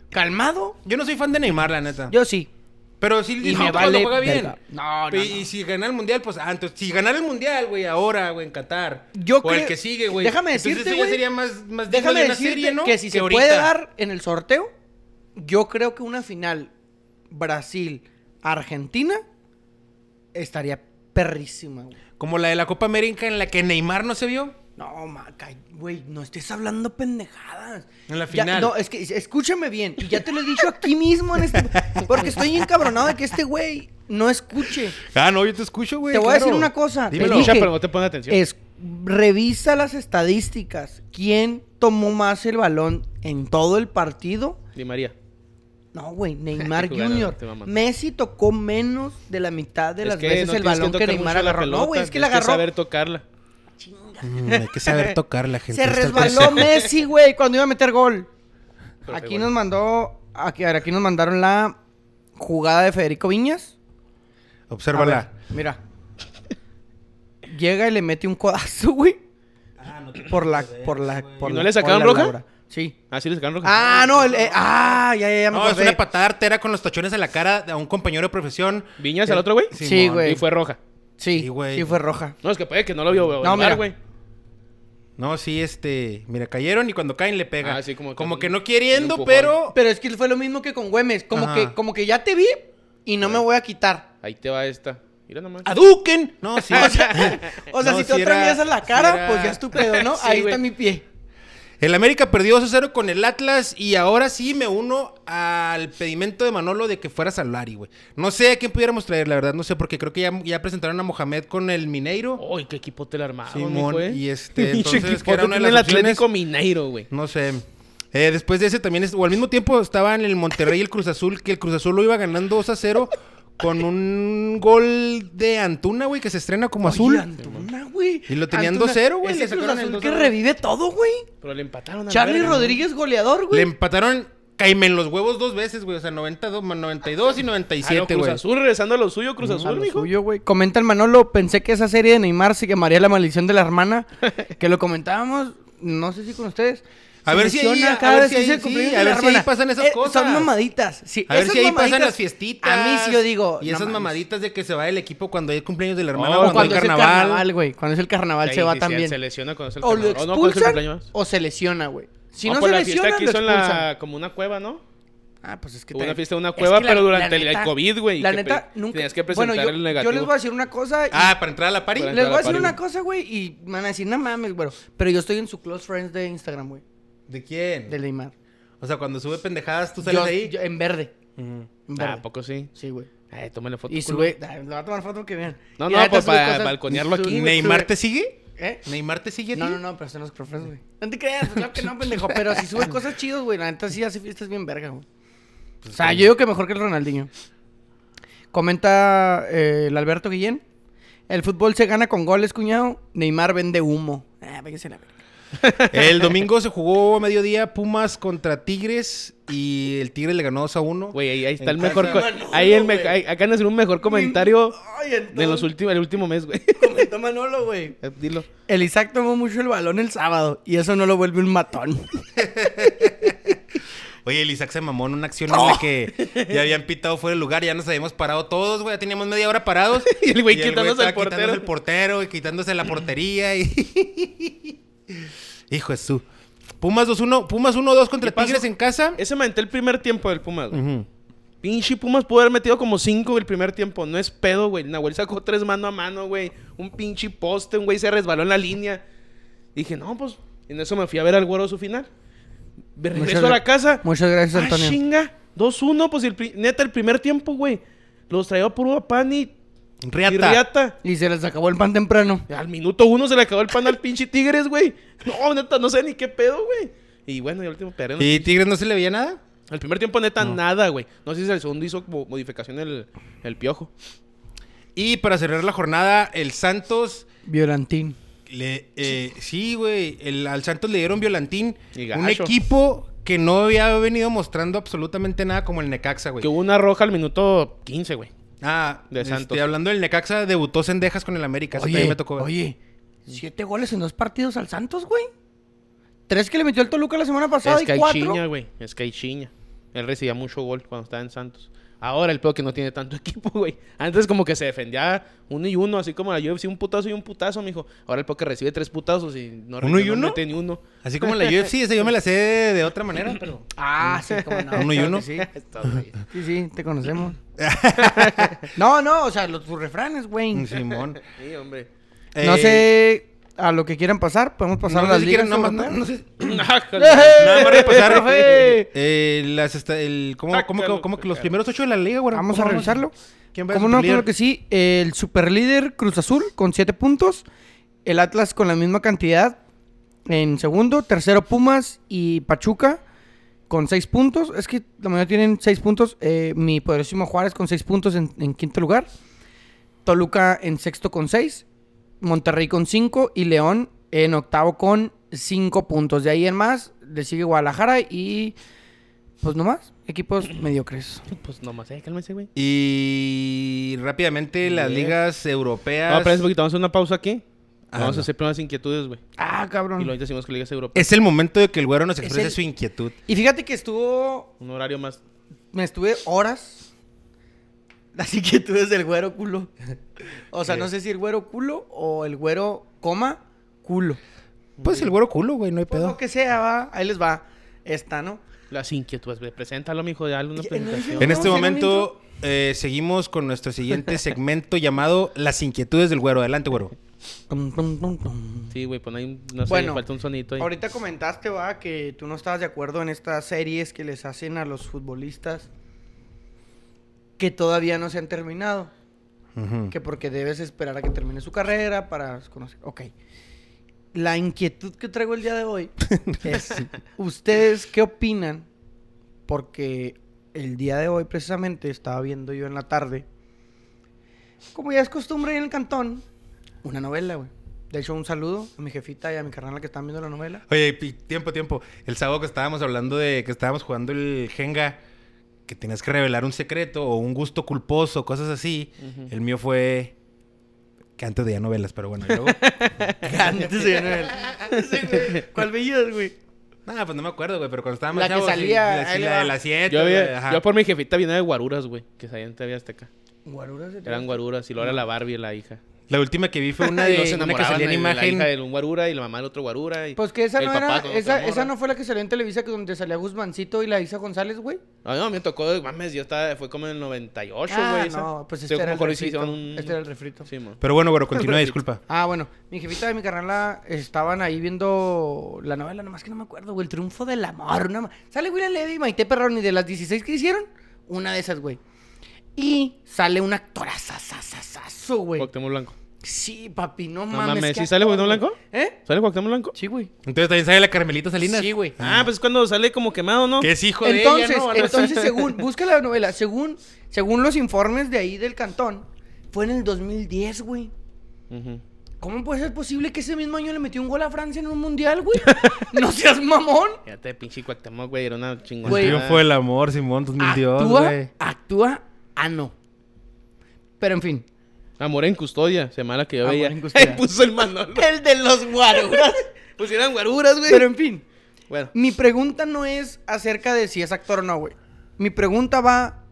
[SPEAKER 3] Calmado.
[SPEAKER 2] Yo no soy fan de Neymar, la neta.
[SPEAKER 3] Yo sí.
[SPEAKER 2] Pero sí
[SPEAKER 3] Y
[SPEAKER 2] disfruto
[SPEAKER 3] me
[SPEAKER 2] cuando
[SPEAKER 3] vale
[SPEAKER 2] juega bien.
[SPEAKER 3] verga. No, no,
[SPEAKER 2] Y, y
[SPEAKER 3] no.
[SPEAKER 2] si ganar el mundial, pues ah, entonces, si ganar el mundial, güey, ahora, güey, en Qatar.
[SPEAKER 3] Yo
[SPEAKER 2] o el
[SPEAKER 3] creo-
[SPEAKER 2] que sigue, güey.
[SPEAKER 3] déjame
[SPEAKER 2] Entonces,
[SPEAKER 3] decirte,
[SPEAKER 2] eso ya
[SPEAKER 3] güey,
[SPEAKER 2] sería más, más digno
[SPEAKER 3] Déjame
[SPEAKER 2] de una
[SPEAKER 3] decirte
[SPEAKER 2] serie, Pues ¿no?
[SPEAKER 3] que si se
[SPEAKER 2] ahorita.
[SPEAKER 3] puede dar en el sorteo, yo creo que una final Brasil-Argentina estaría perrísima, güey.
[SPEAKER 2] Como la de la Copa América en la que Neymar no se vio.
[SPEAKER 3] No, maca, güey, no estés hablando pendejadas.
[SPEAKER 2] En la
[SPEAKER 3] Ya-
[SPEAKER 2] final.
[SPEAKER 3] no, es que es- escúchame bien. Y ya te lo he dicho aquí mismo en este. Porque estoy encabronado de que este güey no escuche.
[SPEAKER 2] Ah, no, yo te escucho, güey.
[SPEAKER 3] Te voy a decir una cosa.
[SPEAKER 2] Dímelo.
[SPEAKER 3] Te dije,
[SPEAKER 4] Escucha, pero no te pone atención.
[SPEAKER 3] es, revisa las estadísticas. ¿Quién tomó más el balón en todo el partido?
[SPEAKER 4] Di María.
[SPEAKER 3] No, güey, Neymar
[SPEAKER 4] Jugando,
[SPEAKER 3] Jr.
[SPEAKER 4] te mamá.
[SPEAKER 3] Messi tocó menos de la mitad de
[SPEAKER 4] Es
[SPEAKER 3] las
[SPEAKER 4] que
[SPEAKER 3] veces
[SPEAKER 4] no
[SPEAKER 3] el
[SPEAKER 4] tienes
[SPEAKER 3] balón que,
[SPEAKER 4] tocar
[SPEAKER 3] Neymar
[SPEAKER 4] mucho la
[SPEAKER 3] agarró. No,
[SPEAKER 4] pelota,
[SPEAKER 3] güey, es que la
[SPEAKER 4] tienes
[SPEAKER 3] agarró.
[SPEAKER 4] saber tocarla.
[SPEAKER 2] Mm, hay que saber tocar la gente.
[SPEAKER 3] Se resbaló Messi, güey, cuando iba a meter gol.
[SPEAKER 4] Pero
[SPEAKER 3] aquí
[SPEAKER 4] qué
[SPEAKER 3] nos mandó, aquí, a ver, aquí nos mandaron la jugada de Federico Viñas. A
[SPEAKER 2] Obsérvala.
[SPEAKER 3] ver, mira. Llega y le mete un codazo, güey. por la, por la, por
[SPEAKER 4] ¿Y no
[SPEAKER 3] la-
[SPEAKER 4] le sacaron
[SPEAKER 3] por la
[SPEAKER 4] roja?
[SPEAKER 3] Laura. Sí.
[SPEAKER 4] Ah, sí, le sacaron roja.
[SPEAKER 3] Ah, no, el- eh, ah, ya, ya, ya me
[SPEAKER 2] No, es
[SPEAKER 3] acordé.
[SPEAKER 2] una patada artera con los tachones en la cara de- a un compañero de profesión.
[SPEAKER 4] Viñas al otro güey.
[SPEAKER 3] Sí,
[SPEAKER 2] Simón.
[SPEAKER 3] güey.
[SPEAKER 4] Y fue roja.
[SPEAKER 3] Sí,
[SPEAKER 2] Sí,
[SPEAKER 3] sí,
[SPEAKER 2] güey.
[SPEAKER 3] fue roja.
[SPEAKER 4] No, es que puede que no lo vio, güey.
[SPEAKER 3] No, mira.
[SPEAKER 4] güey.
[SPEAKER 2] No, sí, este. Mira, cayeron y cuando caen le pega.
[SPEAKER 4] Ah, sí, como que-
[SPEAKER 2] que no
[SPEAKER 4] un
[SPEAKER 2] queriendo,
[SPEAKER 4] empujón.
[SPEAKER 2] pero.
[SPEAKER 3] Pero es que fue lo mismo que con Güemes, como
[SPEAKER 2] Ajá.
[SPEAKER 3] que como que ya te vi y no me voy a quitar.
[SPEAKER 4] Ahí te va esta. Mira nomás.
[SPEAKER 3] Ah.
[SPEAKER 2] ¡Aduquen! No, sí.
[SPEAKER 3] O sea, o sea,
[SPEAKER 2] No,
[SPEAKER 3] si
[SPEAKER 2] sí
[SPEAKER 3] te
[SPEAKER 2] era-
[SPEAKER 3] atravesas la
[SPEAKER 2] sí
[SPEAKER 3] cara,
[SPEAKER 2] era-
[SPEAKER 3] pues ya es tu pedo, ¿no?
[SPEAKER 4] Sí,
[SPEAKER 3] Ahí
[SPEAKER 4] güey.
[SPEAKER 3] está mi pie.
[SPEAKER 2] El América perdió 2-0 con el Atlas y ahora sí me uno al pedimento de Manolo de que fuera Salari, güey. No sé a quién pudiéramos traer, la verdad, no sé, porque creo que ya, ya presentaron a Mohamed con el Mineiro.
[SPEAKER 4] Uy, qué equipo te la armaron,
[SPEAKER 2] Simón,
[SPEAKER 4] mijo, eh.
[SPEAKER 2] y este,
[SPEAKER 4] Pinche
[SPEAKER 2] entonces, que
[SPEAKER 4] equipote
[SPEAKER 2] era una de
[SPEAKER 4] tiene
[SPEAKER 2] las
[SPEAKER 4] el Atlético
[SPEAKER 2] opciones.
[SPEAKER 4] Mineiro, güey.
[SPEAKER 2] No sé. Eh, después de ese también, es- o al mismo tiempo estaban el Monterrey y el Cruz Azul, que el Cruz Azul lo iba ganando 2-0 con un gol de Antuna, güey, que se estrena como azul.
[SPEAKER 3] Oye, Antuna, güey.
[SPEAKER 2] Y lo tenían
[SPEAKER 3] Antuna,
[SPEAKER 2] 2-0, güey,
[SPEAKER 3] ese
[SPEAKER 2] le
[SPEAKER 3] Cruz
[SPEAKER 2] sacaron el
[SPEAKER 3] Azul
[SPEAKER 2] 2-0.
[SPEAKER 3] que revive todo, güey.
[SPEAKER 4] Pero le empataron a la
[SPEAKER 3] Charlie
[SPEAKER 4] verga, ¿no?
[SPEAKER 3] Rodríguez goleador,
[SPEAKER 2] Le
[SPEAKER 3] güey.
[SPEAKER 2] empataron, caimen los huevos dos veces, güey, o sea, 92, 92 y
[SPEAKER 4] Ah, no,
[SPEAKER 2] 97,
[SPEAKER 4] Cruz
[SPEAKER 2] güey.
[SPEAKER 4] Azul, regresando a lo suyo, Cruz
[SPEAKER 3] Mm, A
[SPEAKER 4] Azul,
[SPEAKER 3] lo
[SPEAKER 4] mijo.
[SPEAKER 3] suyo, güey. Comenta el Manolo, pensé que esa serie de Neymar se llamaría La maldición de la hermana, que lo comentábamos. no sé si con ustedes.
[SPEAKER 2] A
[SPEAKER 3] se
[SPEAKER 2] ver si ahí-
[SPEAKER 3] lesiona
[SPEAKER 2] a
[SPEAKER 3] cada
[SPEAKER 2] ver
[SPEAKER 3] vez
[SPEAKER 2] si
[SPEAKER 3] que
[SPEAKER 2] ahí-
[SPEAKER 3] se
[SPEAKER 2] sí,
[SPEAKER 3] cumpleaños
[SPEAKER 2] a
[SPEAKER 3] de la
[SPEAKER 2] ver si ahí
[SPEAKER 3] hermana. Eh,
[SPEAKER 2] pasan esas cosas.
[SPEAKER 3] Son mamaditas. Sí,
[SPEAKER 2] A ver
[SPEAKER 3] esas
[SPEAKER 2] si ahí pasan
[SPEAKER 3] mamaditas,
[SPEAKER 2] las fiestitas.
[SPEAKER 3] A mí sí yo digo.
[SPEAKER 2] Y
[SPEAKER 3] no
[SPEAKER 2] esas
[SPEAKER 3] mames.
[SPEAKER 2] mamaditas de que se va el equipo cuando hay el cumpleaños de la
[SPEAKER 3] O
[SPEAKER 2] hermana
[SPEAKER 3] cuando,
[SPEAKER 2] o cuando hay
[SPEAKER 3] es el
[SPEAKER 2] carnaval.
[SPEAKER 3] carnaval, güey. Cuando es el carnaval se
[SPEAKER 4] Sí,
[SPEAKER 3] va
[SPEAKER 4] sí, sí,
[SPEAKER 3] también.
[SPEAKER 4] Se lesiona cuando es el
[SPEAKER 3] O lo
[SPEAKER 4] carnaval. no, cuando es el
[SPEAKER 3] expulsan
[SPEAKER 4] cumpleaños.
[SPEAKER 3] o se lesiona, güey. Si
[SPEAKER 4] Ah,
[SPEAKER 3] no,
[SPEAKER 4] pues
[SPEAKER 3] se
[SPEAKER 4] la fiesta
[SPEAKER 3] lesiona,
[SPEAKER 4] que
[SPEAKER 3] lo
[SPEAKER 4] hizo en
[SPEAKER 3] expulsan.
[SPEAKER 4] la, como una cueva, ¿no?
[SPEAKER 3] Ah, pues es que
[SPEAKER 4] Hubo una
[SPEAKER 3] también-
[SPEAKER 4] fiesta en una
[SPEAKER 3] es
[SPEAKER 4] cueva,
[SPEAKER 3] que la-
[SPEAKER 4] pero durante
[SPEAKER 3] la
[SPEAKER 4] el- el
[SPEAKER 3] neta-
[SPEAKER 4] COVID, güey,
[SPEAKER 3] La
[SPEAKER 4] que
[SPEAKER 3] neta,
[SPEAKER 4] pe-
[SPEAKER 3] nunca.
[SPEAKER 4] tenías que presentar
[SPEAKER 3] bueno, yo,
[SPEAKER 4] el
[SPEAKER 3] Yo
[SPEAKER 4] negativo.
[SPEAKER 3] les voy a decir una cosa. y-
[SPEAKER 2] Ah, para entrar a la party.
[SPEAKER 4] Para-
[SPEAKER 3] les voy a decir
[SPEAKER 4] Pari.
[SPEAKER 3] una cosa, güey. Y me van a decir, no mames, güey. Pero yo estoy en su close friends de Instagram, güey.
[SPEAKER 2] ¿De quién?
[SPEAKER 3] De Neymar.
[SPEAKER 2] O sea, cuando sube pendejadas, tú sales
[SPEAKER 3] Yo-
[SPEAKER 2] de ahí.
[SPEAKER 3] yo- en verde. En verde.
[SPEAKER 4] Ah, ¿a poco sí.
[SPEAKER 3] Sí, güey.
[SPEAKER 4] Eh, tómale foto.
[SPEAKER 3] Y
[SPEAKER 4] culo.
[SPEAKER 3] sube. ah, Le va a tomar foto que vean.
[SPEAKER 4] No,
[SPEAKER 3] Y
[SPEAKER 4] no,
[SPEAKER 3] la neta
[SPEAKER 4] pues,
[SPEAKER 3] sube
[SPEAKER 4] para
[SPEAKER 3] cosas-
[SPEAKER 4] balconearlo aquí.
[SPEAKER 3] sube-
[SPEAKER 2] ¿Neymar
[SPEAKER 3] sube-
[SPEAKER 2] te sigue?
[SPEAKER 3] ¿Eh?
[SPEAKER 2] ¿Neymar te sigue a ti?
[SPEAKER 3] No, no, no, pero son los profes, güey. No te creas, claro que no, pendejo. Pero si sube cosas chidas, güey, la neta sí hace fiestas bien verga, güey. O sea, yo digo que mejor que el Ronaldinho. Comenta eh, el Alberto Guillén. El fútbol se gana con goles, cuñado. Neymar vende humo. Ah, váyase a la verga.
[SPEAKER 2] El domingo se jugó a mediodía Pumas contra Tigres y el Tigre le ganó 2 a 1.
[SPEAKER 4] Güey, ahí, ahí está
[SPEAKER 2] En
[SPEAKER 4] el mejor.
[SPEAKER 2] casa.
[SPEAKER 4] co-
[SPEAKER 3] Manolo,
[SPEAKER 4] ahí el me-
[SPEAKER 3] güey.
[SPEAKER 4] ahí- acá han de hacer un mejor comentario
[SPEAKER 3] Ay,
[SPEAKER 4] de los
[SPEAKER 3] entonces,
[SPEAKER 4] últimos, el último mes, güey.
[SPEAKER 3] comentó Manolo, güey.
[SPEAKER 4] Eh, Dilo.
[SPEAKER 3] El Isaac tomó mucho el balón el sábado y eso no lo vuelve un matón.
[SPEAKER 2] Oye, el Isaac se mamó en una acción
[SPEAKER 4] ¡Oh!
[SPEAKER 2] en la que ya habían pitado fuera del lugar, ya nos habíamos parado todos, güey, ya teníamos media hora parados.
[SPEAKER 4] Y el güey quitándose
[SPEAKER 2] estaba
[SPEAKER 4] al portero.
[SPEAKER 2] quitándose el portero y quitándose la portería y... Hijo de su... Pumas 2-1, Pumas 1-2 contra
[SPEAKER 4] ¿Qué pasó?
[SPEAKER 2] Tigres en casa.
[SPEAKER 4] Ese manté el primer tiempo del Pumas, güey.
[SPEAKER 2] Ujú.
[SPEAKER 4] Pinche Pumas pudo haber metido como cinco el primer tiempo. No es pedo, güey. Nahuel sacó tres mano a mano, güey. Un pinche poste, un güey se resbaló en la línea. Dije, no, pues. En eso me fui a ver al güero su final. Me
[SPEAKER 3] Muchas
[SPEAKER 4] regreso a
[SPEAKER 3] gra-
[SPEAKER 4] la casa.
[SPEAKER 3] muchas gracias,
[SPEAKER 4] Ah,
[SPEAKER 3] Antonio.
[SPEAKER 4] chinga. 2-1, pues el pri- neta, el primer tiempo, güey. Los traía puro a pan y, y
[SPEAKER 2] Riata.
[SPEAKER 4] riata.
[SPEAKER 3] Y se les acabó el pan temprano.
[SPEAKER 4] Al minuto uno se le acabó el pan al pinche Tigres, güey. No, neta, no sé ni qué pedo, güey. Y bueno, y al último perdieron.
[SPEAKER 2] ¿Y Tigres no se le veía nada?
[SPEAKER 4] El primer tiempo, neta, nada, güey. No sé si el segundo hizo mo- modificación el, el piojo.
[SPEAKER 2] Y para cerrar la jornada, el Santos...
[SPEAKER 3] Violantín.
[SPEAKER 2] Le, eh, sí, güey. el- Al Santos le dieron violantín.
[SPEAKER 4] Y
[SPEAKER 2] Un
[SPEAKER 4] gacho.
[SPEAKER 2] equipo que no había venido mostrando absolutamente nada como el Necaxa, güey.
[SPEAKER 4] Que hubo una roja al minuto 15, güey.
[SPEAKER 2] Ah,
[SPEAKER 4] De
[SPEAKER 2] este,
[SPEAKER 4] Santos.
[SPEAKER 2] hablando del Necaxa, debutó Sendejas con el América. Eso también me tocó ver.
[SPEAKER 3] oye, siete goles en dos partidos al Santos, güey. Tres que le metió el Toluca la semana pasada
[SPEAKER 4] Es
[SPEAKER 3] y cuatro.
[SPEAKER 4] Caichiña, güey. Es Caichiña. Él recibía mucho gol cuando estaba en Santos. Ahora el peor que no tiene tanto equipo, güey. Antes como que se defendía uno y uno, así como la UFC, un putazo y un putazo, mijo. Ahora el peor que recibe tres putazos y no,
[SPEAKER 2] ¿Uno y
[SPEAKER 4] no
[SPEAKER 2] uno?
[SPEAKER 4] mete ni uno.
[SPEAKER 2] Así como la UFC, esa yo me la sé de, de otra manera, pero.
[SPEAKER 3] Ah, sí, cómo no.
[SPEAKER 2] Uno y
[SPEAKER 3] claro
[SPEAKER 2] uno.
[SPEAKER 3] que Sí. sí, sí, te conocemos. no, no, o sea, los, tus refranes, güey.
[SPEAKER 2] mm, Simón.
[SPEAKER 4] Sí, hombre.
[SPEAKER 3] No
[SPEAKER 2] Eh,
[SPEAKER 3] sé a lo que quieran pasar, podemos pasar
[SPEAKER 2] no,
[SPEAKER 3] a
[SPEAKER 2] no
[SPEAKER 3] las
[SPEAKER 2] sé si quieran,
[SPEAKER 3] ligas
[SPEAKER 2] nada más, no,
[SPEAKER 3] europeas.
[SPEAKER 2] no sé.
[SPEAKER 4] Ah,
[SPEAKER 3] Nada
[SPEAKER 2] Nada más repasar.
[SPEAKER 3] Profe.
[SPEAKER 2] eh, las esta- el- ¿cómo, cómo, cómo- cómo que los primeros ocho de la liga, güey?
[SPEAKER 3] Vamos a
[SPEAKER 2] ¿Cómo?
[SPEAKER 3] revisarlo.
[SPEAKER 2] ¿Quién va a
[SPEAKER 3] ¿Cómo no?
[SPEAKER 2] superlíder?
[SPEAKER 3] Claro que sí. El superlíder Cruz Azul con 7 puntos. El Atlas con la misma cantidad en segundo. Tercero Pumas y Pachuca con 6 puntos. Es que la mayoría tienen 6 puntos. Eh, mi poderosísimo Juárez con 6 puntos en, en quinto lugar. Toluca en sexto con 6. Monterrey con 5 y León en octavo con 5 puntos. De ahí en más le sigue Guadalajara y pues nomás equipos mediocres.
[SPEAKER 4] Pues nomás, eh, cálmese, güey.
[SPEAKER 2] Y rápidamente las
[SPEAKER 4] Bien.
[SPEAKER 2] ligas europeas.
[SPEAKER 4] Vamos a un poquito, vamos a hacer una pausa aquí.
[SPEAKER 2] Ah,
[SPEAKER 4] vamos
[SPEAKER 2] no.
[SPEAKER 4] a hacer primeras inquietudes, güey.
[SPEAKER 3] Ah, cabrón.
[SPEAKER 4] Y luego decimos que ligas europeas.
[SPEAKER 2] Es el momento de que el güero nos exprese
[SPEAKER 3] el-
[SPEAKER 2] su inquietud.
[SPEAKER 3] Y fíjate que estuvo.
[SPEAKER 4] Un horario más.
[SPEAKER 3] Me estuve horas. Así que tú eres el güero culo. O sea, no sé si el güero culo o el güero coma culo.
[SPEAKER 2] Pues el güero culo, güey, no hay
[SPEAKER 3] Pues
[SPEAKER 2] pedo.
[SPEAKER 3] lo que sea, va. Ahí les va. Esta, ¿no?
[SPEAKER 4] Las inquietudes, güey. Preséntalo, mijo, dale
[SPEAKER 3] Ya,
[SPEAKER 4] una
[SPEAKER 3] no,
[SPEAKER 4] presentación.
[SPEAKER 2] En
[SPEAKER 3] ¿Vamos
[SPEAKER 2] este
[SPEAKER 3] a hacer un
[SPEAKER 2] momento eh, seguimos con nuestro siguiente segmento llamado Las inquietudes del güero. Adelante, güero.
[SPEAKER 3] Tum, tum, tum, tum.
[SPEAKER 4] Sí, güey, pon ahí, un- no sé,
[SPEAKER 3] Bueno,
[SPEAKER 4] falta un sonito ahí.
[SPEAKER 3] Ahorita comentaste, va, que tú no estabas de acuerdo en estas series que les hacen a los futbolistas que todavía no se han terminado.
[SPEAKER 2] Ujú.
[SPEAKER 3] que porque debes esperar a que termine su carrera para conocer. Ok. La inquietud que traigo el día de hoy es, ¿ustedes qué opinan? Porque el día de hoy precisamente estaba viendo yo en la tarde, como ya es costumbre ahí en el cantón, una novela, güey. De hecho, un saludo a mi jefita y a mi carnal que están viendo la novela.
[SPEAKER 2] Oye, pi- tiempo, tiempo. El sábado que estábamos hablando de que estábamos jugando el Jenga, que tenías que revelar un secreto o un gusto culposo, cosas así. El mío fue Que antes de ya novelas, pero bueno, y luego.
[SPEAKER 3] Antes de Noel. ¿Cuál veías, güey?
[SPEAKER 2] Nada, pues no me acuerdo, güey, pero cuando estábamos
[SPEAKER 3] La que salía,
[SPEAKER 2] La,
[SPEAKER 3] ahí
[SPEAKER 2] sí,
[SPEAKER 3] le
[SPEAKER 2] la
[SPEAKER 3] va.
[SPEAKER 2] de las 7.
[SPEAKER 4] Yo, había- yo por mi jefita vine de guaruras, güey. Que salían en TV Azteca.
[SPEAKER 3] Guaruras de
[SPEAKER 4] Eran guaruras y luego era la Barbie, la hija.
[SPEAKER 2] La última que vi fue una
[SPEAKER 4] Una
[SPEAKER 2] de
[SPEAKER 4] se
[SPEAKER 2] una
[SPEAKER 4] enamoraban
[SPEAKER 2] que salía en
[SPEAKER 4] de la
[SPEAKER 2] imagen.
[SPEAKER 4] hija de un guarura y la mamá del otro guarura. y
[SPEAKER 3] Pues que esa
[SPEAKER 4] el
[SPEAKER 3] no
[SPEAKER 4] papá
[SPEAKER 3] era,
[SPEAKER 4] con otra
[SPEAKER 3] esa,
[SPEAKER 4] morra.
[SPEAKER 3] esa no fue la que salió en Televisa que donde salía Guzmancito y la Isa González, güey.
[SPEAKER 4] No, no, me tocó, mames, yo estaba, fue como en el 98, güey.
[SPEAKER 3] Ah,
[SPEAKER 4] esa.
[SPEAKER 3] no, pues
[SPEAKER 4] Sí,
[SPEAKER 3] este
[SPEAKER 4] como
[SPEAKER 3] era, el
[SPEAKER 4] cuando hicieron
[SPEAKER 3] refrito,
[SPEAKER 4] un-
[SPEAKER 3] este era el refrito.
[SPEAKER 4] Sí, mo.
[SPEAKER 2] Pero bueno, güey, continúa, disculpa.
[SPEAKER 3] Ah, bueno, mi jefita y mi carnala estaban ahí viendo la novela, nomás que no me acuerdo, güey, El Triunfo del Amor. Una... ma- Sale William Levy y Maite Perroni de las 16 que hicieron, una de esas, güey. Y sale una actora sasasasazo, güey.
[SPEAKER 4] Cuauhtémoc Blanco.
[SPEAKER 3] Sí, papi, no,
[SPEAKER 4] No
[SPEAKER 3] mames.
[SPEAKER 4] mames,
[SPEAKER 3] qué
[SPEAKER 4] ¿sí sale Cuauhtémoc
[SPEAKER 3] actor,
[SPEAKER 4] Blanco?
[SPEAKER 3] güey. ¿Eh?
[SPEAKER 4] ¿Sale Cuauhtémoc Blanco?
[SPEAKER 3] Sí, güey.
[SPEAKER 2] Entonces también sale la Carmelita Salinas.
[SPEAKER 3] Sí, güey.
[SPEAKER 4] Ah, pues es cuando sale como quemado, ¿no?
[SPEAKER 2] Que es hijo
[SPEAKER 3] entonces,
[SPEAKER 2] de ella, ¿no?
[SPEAKER 3] entonces según, busca la novela, según, según los informes de ahí del cantón, fue en el 2010, güey.
[SPEAKER 4] Ujú.
[SPEAKER 3] ¿Cómo puede ser posible que ese mismo año le metió un gol a Francia en un mundial, güey? No seas mamón.
[SPEAKER 4] Fíjate, pinche Cuauhtémoc, güey, era una chingona.
[SPEAKER 2] El
[SPEAKER 3] Güey.
[SPEAKER 2] triunfo del amor, Simón, 2002,
[SPEAKER 3] Actúa,
[SPEAKER 2] güey.
[SPEAKER 3] actúa, ah, no. Pero en fin.
[SPEAKER 4] Amor en custodia, semana que yo
[SPEAKER 3] Amor
[SPEAKER 4] veía.
[SPEAKER 3] en custodia.
[SPEAKER 4] puso el Manolo.
[SPEAKER 3] El de los guaruras.
[SPEAKER 4] Pusieron guaruras, güey.
[SPEAKER 3] Pero en fin.
[SPEAKER 4] Bueno,
[SPEAKER 3] Mi pregunta no es acerca de si es actor o no, güey. Mi pregunta va.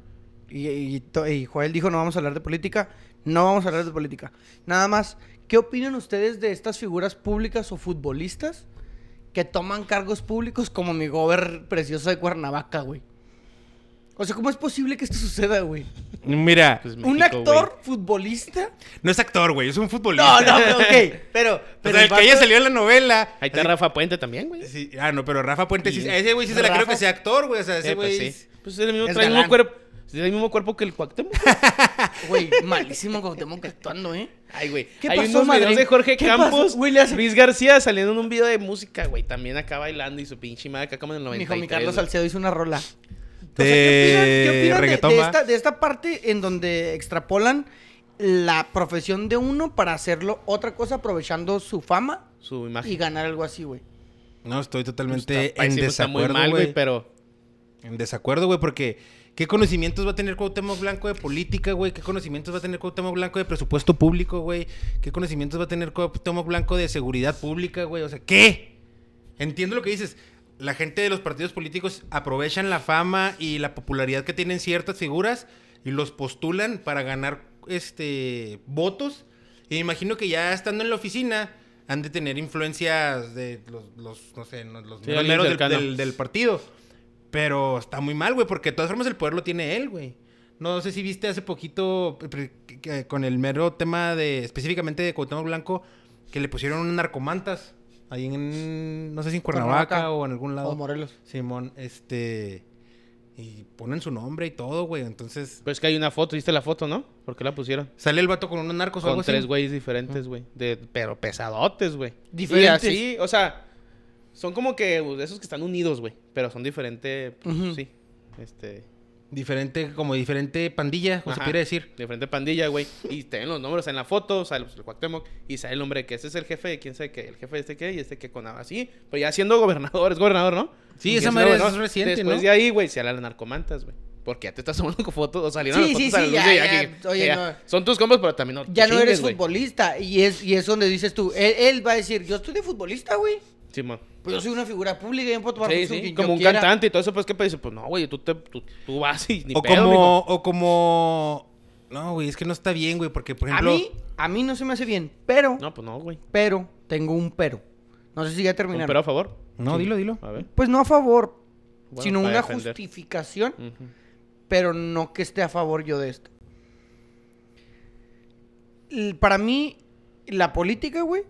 [SPEAKER 3] Y, y to- y Joel dijo: No vamos a hablar de política. No vamos a hablar de política. Nada más, ¿qué opinan ustedes de estas figuras públicas o futbolistas que toman cargos públicos como mi gober precioso de Cuernavaca, güey? O sea, ¿cómo es posible que esto suceda, güey?
[SPEAKER 2] Mira,
[SPEAKER 4] pues México,
[SPEAKER 3] ¿Un
[SPEAKER 4] güey.
[SPEAKER 3] actor futbolista?
[SPEAKER 2] no es actor, güey, es un futbolista.
[SPEAKER 3] No, no, pero ok. Pero,
[SPEAKER 2] O
[SPEAKER 3] pero
[SPEAKER 2] sea, el que haya
[SPEAKER 3] vato-
[SPEAKER 2] salido en la novela.
[SPEAKER 4] Ahí está Rafa Puente también, güey.
[SPEAKER 2] Sí, ah, no, pero Rafa Puente sí.
[SPEAKER 4] Sí.
[SPEAKER 2] a Ese güey sí se la
[SPEAKER 3] Rafa-
[SPEAKER 2] creo que sea actor, güey. O sea, ese
[SPEAKER 4] Eh,
[SPEAKER 2] güey.
[SPEAKER 4] pues, sí. Pues es el mismo,
[SPEAKER 3] Es
[SPEAKER 4] trae el
[SPEAKER 3] galán.
[SPEAKER 4] mismo cuerpo. Tiene el mismo cuerpo que el Cuauhtémoc. güey.
[SPEAKER 3] Güey, malísimo Cuauhtémoc actuando, ¿eh?
[SPEAKER 4] Ay, güey.
[SPEAKER 3] ¿Qué
[SPEAKER 4] Hay
[SPEAKER 3] pasó,
[SPEAKER 4] unos
[SPEAKER 3] madre?
[SPEAKER 4] videos de Jorge
[SPEAKER 3] ¿Qué
[SPEAKER 4] Campos,
[SPEAKER 3] pasó? Güey, le hace-
[SPEAKER 4] Luis García saliendo en un video de música, güey. También acá bailando y su pinche madre acá como en el
[SPEAKER 3] Mi
[SPEAKER 4] 93.
[SPEAKER 3] hijo, mi Carlos
[SPEAKER 4] güey.
[SPEAKER 3] Salcedo hizo una rola.
[SPEAKER 2] De
[SPEAKER 3] O sea, ¿Qué opinan, qué opinan de-
[SPEAKER 2] reggaetón,
[SPEAKER 3] de,
[SPEAKER 2] va.
[SPEAKER 3] esta, de esta parte en donde extrapolan la profesión de uno para hacerlo otra cosa aprovechando su fama
[SPEAKER 4] Su
[SPEAKER 3] y
[SPEAKER 4] imagen. Pues,
[SPEAKER 3] ganar algo así, güey?
[SPEAKER 2] No, estoy
[SPEAKER 3] Pues
[SPEAKER 2] totalmente
[SPEAKER 4] Está-
[SPEAKER 2] en
[SPEAKER 4] sí, está muy
[SPEAKER 2] desacuerdo,
[SPEAKER 4] mal,
[SPEAKER 2] güey.
[SPEAKER 4] Pero
[SPEAKER 2] En desacuerdo, güey, porque ¿qué conocimientos va a tener Cuauhtémoc Blanco de política, güey? ¿Qué conocimientos va a tener Cuauhtémoc Blanco de presupuesto público, güey? ¿Qué conocimientos va a tener Cuauhtémoc Blanco de seguridad pública, güey? O sea, ¿qué? Entiendo lo que dices. La gente de los partidos políticos aprovechan la fama y la popularidad que tienen ciertas figuras y los postulan para ganar este votos. Y me imagino que ya estando en la oficina han de tener influencias de los, los, no sé, los
[SPEAKER 4] Sí, alguien
[SPEAKER 2] meromeros del-
[SPEAKER 4] cercano.
[SPEAKER 2] del- del partido. Pero está muy mal, güey, porque de todas formas el poder lo tiene él, güey. No sé si viste hace poquito eh, pre- que- que con el mero tema de específicamente de Cuauhtémoc Blanco que le pusieron un narcomantas ahí en no sé si en Cuernavaca,
[SPEAKER 3] Cuernavaca.
[SPEAKER 2] o en algún lado.
[SPEAKER 3] O Morelos.
[SPEAKER 2] Simón, este y ponen su nombre y todo, güey. Entonces
[SPEAKER 4] Pero pues, es que hay una foto, ¿viste la foto, no? ¿Por qué la pusieron?
[SPEAKER 2] sale el vato con unos narcos o
[SPEAKER 4] Con
[SPEAKER 2] algo así.
[SPEAKER 4] tres güeyes diferentes, güey. De- Pero pesadotes, güey. Y
[SPEAKER 3] Diferentes.
[SPEAKER 4] así, o sea, son como que uh, esos que están unidos, güey. Pero son diferentes,
[SPEAKER 3] Ujú.
[SPEAKER 4] sí. Este.
[SPEAKER 2] Diferente como diferente pandilla, o se
[SPEAKER 4] Ajá.
[SPEAKER 2] pudiera decir.
[SPEAKER 4] Diferente pandilla, güey. Y tienen los nombres en la foto, sale pues, el Cuauhtémoc y sale el nombre de que ese es el jefe de quién sabe qué, el jefe de este qué y este que con así. Pero ya siendo gobernador, es gobernador, ¿no?
[SPEAKER 2] Sí,
[SPEAKER 4] Y
[SPEAKER 2] esa
[SPEAKER 4] siendo
[SPEAKER 2] madre es
[SPEAKER 4] gobernador,
[SPEAKER 2] reciente,
[SPEAKER 4] Después
[SPEAKER 2] ¿no?
[SPEAKER 4] de ahí, güey, se hablan narcomantas, güey. Porque ya te estás tomando fotos, o salieron
[SPEAKER 3] Sí,
[SPEAKER 4] las
[SPEAKER 3] sí,
[SPEAKER 4] fotos a la
[SPEAKER 3] sí,
[SPEAKER 4] luz
[SPEAKER 3] ya,
[SPEAKER 4] de ya
[SPEAKER 3] ya.
[SPEAKER 4] que-
[SPEAKER 3] Oye,
[SPEAKER 4] que ya
[SPEAKER 3] no.
[SPEAKER 4] Son tus compas, pero también no te
[SPEAKER 3] Ya no
[SPEAKER 4] chingues,
[SPEAKER 3] eres
[SPEAKER 4] güey.
[SPEAKER 3] futbolista y es, y es donde dices tú, él, él va a decir, yo estoy de futbolista, güey.
[SPEAKER 4] Simón.
[SPEAKER 3] Pues yo soy una figura pública y yo puedo tomar
[SPEAKER 4] Sí,
[SPEAKER 3] fotos con
[SPEAKER 4] sí,
[SPEAKER 3] quien
[SPEAKER 4] como
[SPEAKER 3] yo
[SPEAKER 4] un
[SPEAKER 3] quiera".
[SPEAKER 4] cantante y todo eso, pues que dice, pues no, güey, tú, te, tú, tú vas y ni
[SPEAKER 2] O
[SPEAKER 4] pedo,
[SPEAKER 2] como
[SPEAKER 4] mijo.
[SPEAKER 2] o como no, güey, es que no está bien, güey, porque por
[SPEAKER 3] A
[SPEAKER 2] ejemplo
[SPEAKER 3] mí, a mí no se me hace bien, pero,
[SPEAKER 4] No, pues no, güey.
[SPEAKER 3] pero, tengo un pero. No sé si ya
[SPEAKER 4] Un
[SPEAKER 3] terminaron.
[SPEAKER 4] pero a favor.
[SPEAKER 2] No, dilo, dilo.
[SPEAKER 4] A ver.
[SPEAKER 3] Pues no a favor,
[SPEAKER 4] Bueno,
[SPEAKER 3] sino
[SPEAKER 4] para
[SPEAKER 3] una
[SPEAKER 4] defender.
[SPEAKER 3] justificación,
[SPEAKER 4] Ujú.
[SPEAKER 3] pero no que esté a favor yo de esto. L- Para mí, la política, güey,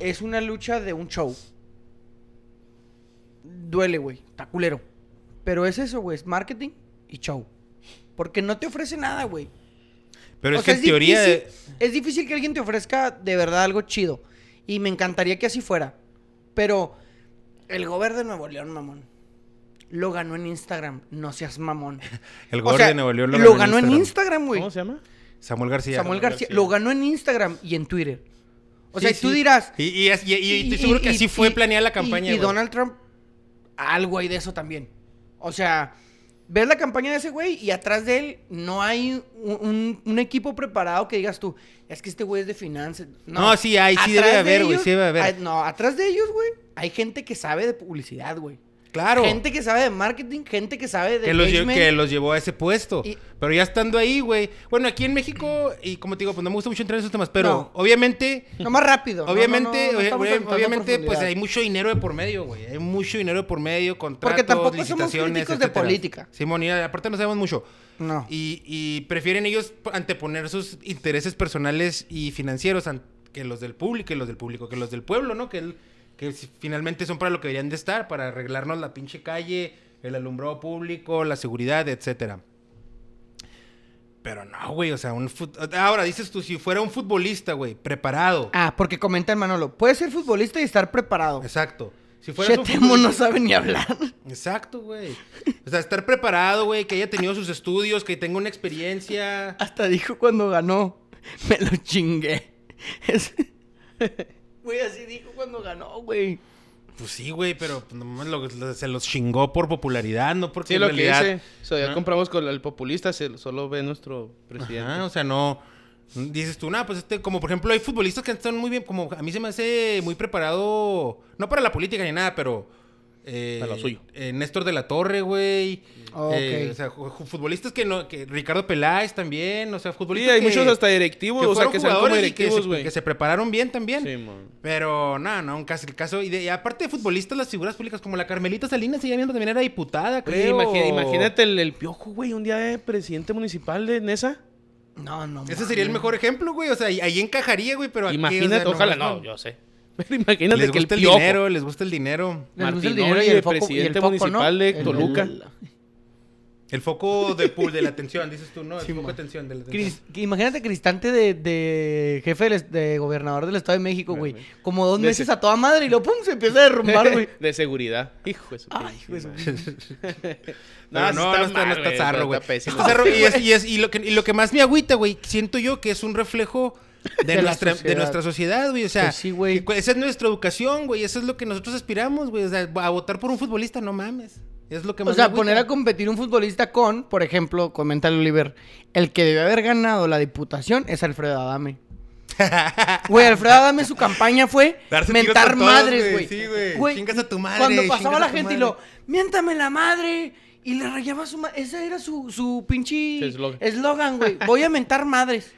[SPEAKER 3] es una lucha de un show. Duele, güey, está culero. Pero es eso, güey, es marketing y show. Porque no te ofrece nada, güey.
[SPEAKER 2] Pero
[SPEAKER 3] O
[SPEAKER 2] es que
[SPEAKER 3] sea,
[SPEAKER 2] en teoría
[SPEAKER 3] difícil- es difícil que alguien te ofrezca de verdad algo chido. Y me encantaría que así fuera. Pero el gobernador de Nuevo León, mamón, lo ganó en Instagram. No seas mamón.
[SPEAKER 2] el
[SPEAKER 3] O
[SPEAKER 2] gordo
[SPEAKER 3] sea,
[SPEAKER 2] de Nuevo León
[SPEAKER 3] lo ganó en Instagram, güey.
[SPEAKER 4] ¿Cómo se llama?
[SPEAKER 2] Samuel García.
[SPEAKER 3] Samuel
[SPEAKER 4] Samuel
[SPEAKER 3] García
[SPEAKER 4] García.
[SPEAKER 3] lo ganó en Instagram y en Twitter. O sea,
[SPEAKER 2] Sí,
[SPEAKER 3] y tú
[SPEAKER 2] sí.
[SPEAKER 3] dirás.
[SPEAKER 2] Y, y, as- y- y- y estoy seguro que así fue planeada la campaña.
[SPEAKER 3] Y, y
[SPEAKER 2] güey.
[SPEAKER 3] Donald Trump, algo hay de eso también. O sea, ves la campaña de ese güey y atrás de él no hay un, un- un equipo preparado que digas tú, es que este güey es de finanzas.
[SPEAKER 2] No, sí hay, sí debe
[SPEAKER 3] Atrás de
[SPEAKER 2] haber, güey,
[SPEAKER 3] ellos-
[SPEAKER 2] sí debe haber.
[SPEAKER 3] ah, no, atrás de ellos, güey, hay gente que sabe de publicidad, güey.
[SPEAKER 2] Claro.
[SPEAKER 3] Gente que sabe de marketing, gente que sabe de
[SPEAKER 2] que los, lle-
[SPEAKER 3] engagement.
[SPEAKER 2] que los llevó a ese puesto.
[SPEAKER 3] Y-
[SPEAKER 2] Pero ya estando ahí, güey. Bueno, aquí en México, y como te digo, pues no me gusta mucho entrar en esos temas, pero
[SPEAKER 3] No.
[SPEAKER 2] obviamente,
[SPEAKER 3] No más rápido. no, no, no,
[SPEAKER 2] obviamente,
[SPEAKER 3] no
[SPEAKER 2] obvi-
[SPEAKER 3] estamos
[SPEAKER 2] obvi-
[SPEAKER 3] entrando a
[SPEAKER 2] obviamente, pues
[SPEAKER 3] profundidad.
[SPEAKER 2] hay mucho dinero de por medio, güey. Hay mucho dinero de por medio, contratos,
[SPEAKER 3] Porque tampoco somos
[SPEAKER 2] licitaciones,
[SPEAKER 3] críticos de
[SPEAKER 2] etcétera.
[SPEAKER 3] política.
[SPEAKER 2] Simón, y aparte no sabemos mucho.
[SPEAKER 3] No.
[SPEAKER 2] Y, y prefieren ellos anteponer sus intereses personales y financieros an- que los del público, que los del público, que los del pueblo, ¿no? Que, el- que si- finalmente son para lo que deberían de estar, para arreglarnos la pinche calle, el alumbrado público, la seguridad, etcétera. Pero no, güey, o sea, un fut- ahora dices tú si fuera un futbolista, güey, preparado.
[SPEAKER 3] Ah, porque comenta el Manolo, puedes ser futbolista y estar preparado.
[SPEAKER 2] Exacto. Si fuera un
[SPEAKER 3] Chetemo no sabe ni hablar.
[SPEAKER 2] Exacto, güey. O sea, estar preparado, güey, que haya tenido sus estudios, que tenga una experiencia.
[SPEAKER 3] Hasta dijo cuando ganó, me lo chingué. Es- Güey, así dijo cuando ganó, güey.
[SPEAKER 2] Pues sí, güey, pero pues, no mames, lo- lo- se los chingó por popularidad, no porque
[SPEAKER 4] Sí,
[SPEAKER 2] en
[SPEAKER 4] lo
[SPEAKER 2] realidad...
[SPEAKER 4] que dice. O sea, ya
[SPEAKER 2] Ajá.
[SPEAKER 4] compramos con el populista, se- solo ve nuestro presidente.
[SPEAKER 2] Ajá, o sea, no... Dices tú, nada, pues este, como por ejemplo, hay futbolistas que están muy bien, como a mí se me hace muy preparado, no para la política ni nada, pero... eh,
[SPEAKER 4] Para lo suyo.
[SPEAKER 2] eh, Néstor de la Torre, güey.
[SPEAKER 3] Ah,
[SPEAKER 2] Eh,
[SPEAKER 3] ok.
[SPEAKER 2] o sea, ju- ju- futbolistas que no... Que Ricardo Peláez también, o sea,
[SPEAKER 4] Sí,
[SPEAKER 2] futbolistas
[SPEAKER 4] hay
[SPEAKER 2] que-
[SPEAKER 4] muchos hasta directivos,
[SPEAKER 2] que
[SPEAKER 4] o sea,
[SPEAKER 2] fueron
[SPEAKER 4] que sean como
[SPEAKER 2] jugadores y que se-
[SPEAKER 4] directivos, güey.
[SPEAKER 2] Que se prepararon bien también.
[SPEAKER 4] Sí, man.
[SPEAKER 2] Pero nada, no, un caso, el caso. Y, de- y aparte de futbolistas, las figuras públicas, como la Carmelita Salinas, ella misma también era diputada,
[SPEAKER 4] Oye,
[SPEAKER 2] creo.
[SPEAKER 4] imagi- imagínate el, el piojo, güey, un día de presidente municipal de Nesa.
[SPEAKER 3] No, no.
[SPEAKER 2] Ese sería el mejor ejemplo, güey. O sea, ahí- ahí encajaría, güey, pero aquí, o sea,
[SPEAKER 4] Imagínate, ojalá
[SPEAKER 2] nomás
[SPEAKER 4] no, yo sé. Pero imagínate
[SPEAKER 2] Les
[SPEAKER 4] que el
[SPEAKER 2] gusta el,
[SPEAKER 4] piojo.
[SPEAKER 2] dinero, les gusta el dinero.
[SPEAKER 3] Les gusta
[SPEAKER 4] Martinoli, el presidente municipal de Toluca.
[SPEAKER 2] El foco de pool, de la atención, dices tú, ¿no? El foco de atención, de la atención.
[SPEAKER 3] Cris- que imagínate Cristante de, de jefe del est- de gobernador del Estado de México, güey.
[SPEAKER 4] Verme.
[SPEAKER 3] Como dos
[SPEAKER 4] De
[SPEAKER 3] meses
[SPEAKER 4] ese-
[SPEAKER 3] a toda madre y lo pum, se empieza a derrumbar, güey.
[SPEAKER 4] de seguridad. Hijo de su
[SPEAKER 3] Ay,
[SPEAKER 4] pinche
[SPEAKER 3] güey, su-
[SPEAKER 4] madre.
[SPEAKER 2] Pero
[SPEAKER 4] Ah, sí
[SPEAKER 2] no, no está, no
[SPEAKER 4] mal,
[SPEAKER 2] está
[SPEAKER 4] güey,
[SPEAKER 2] zarro, güey.
[SPEAKER 4] está pésimo.
[SPEAKER 2] Está zarro, y, es, y, es- y lo que, y lo que más me agüita, güey, siento yo que es un reflejo de,
[SPEAKER 3] De la
[SPEAKER 2] nuestra, de
[SPEAKER 3] sociedad.
[SPEAKER 2] nuestra sociedad, güey. O sea,
[SPEAKER 3] Pues sí, güey.
[SPEAKER 2] que- esa es nuestra educación, güey. Eso es lo que nosotros aspiramos, güey. O sea, a votar por un futbolista, no mames. Es lo que más
[SPEAKER 3] O
[SPEAKER 2] me
[SPEAKER 3] sea,
[SPEAKER 2] agüita.
[SPEAKER 3] poner a competir un futbolista con, por ejemplo, comenta el Oliver, el que debió haber ganado la diputación es Alfredo Adame. Güey, Alfredo Adame, su campaña fue
[SPEAKER 2] Darse tiros
[SPEAKER 3] mentar
[SPEAKER 2] con todos,
[SPEAKER 3] madres, güey.
[SPEAKER 2] güey. Sí, güey. Chingas a tu madre,
[SPEAKER 3] Cuando
[SPEAKER 2] chingas
[SPEAKER 3] pasaba
[SPEAKER 2] a
[SPEAKER 3] la
[SPEAKER 2] tu
[SPEAKER 3] gente y
[SPEAKER 2] madre.
[SPEAKER 3] lo, miéntame la madre. Y le rayaba su madre. Ese era su, su
[SPEAKER 4] Su
[SPEAKER 3] pinche
[SPEAKER 4] eslogan.
[SPEAKER 3] eslogan, güey. Voy a mentar madres.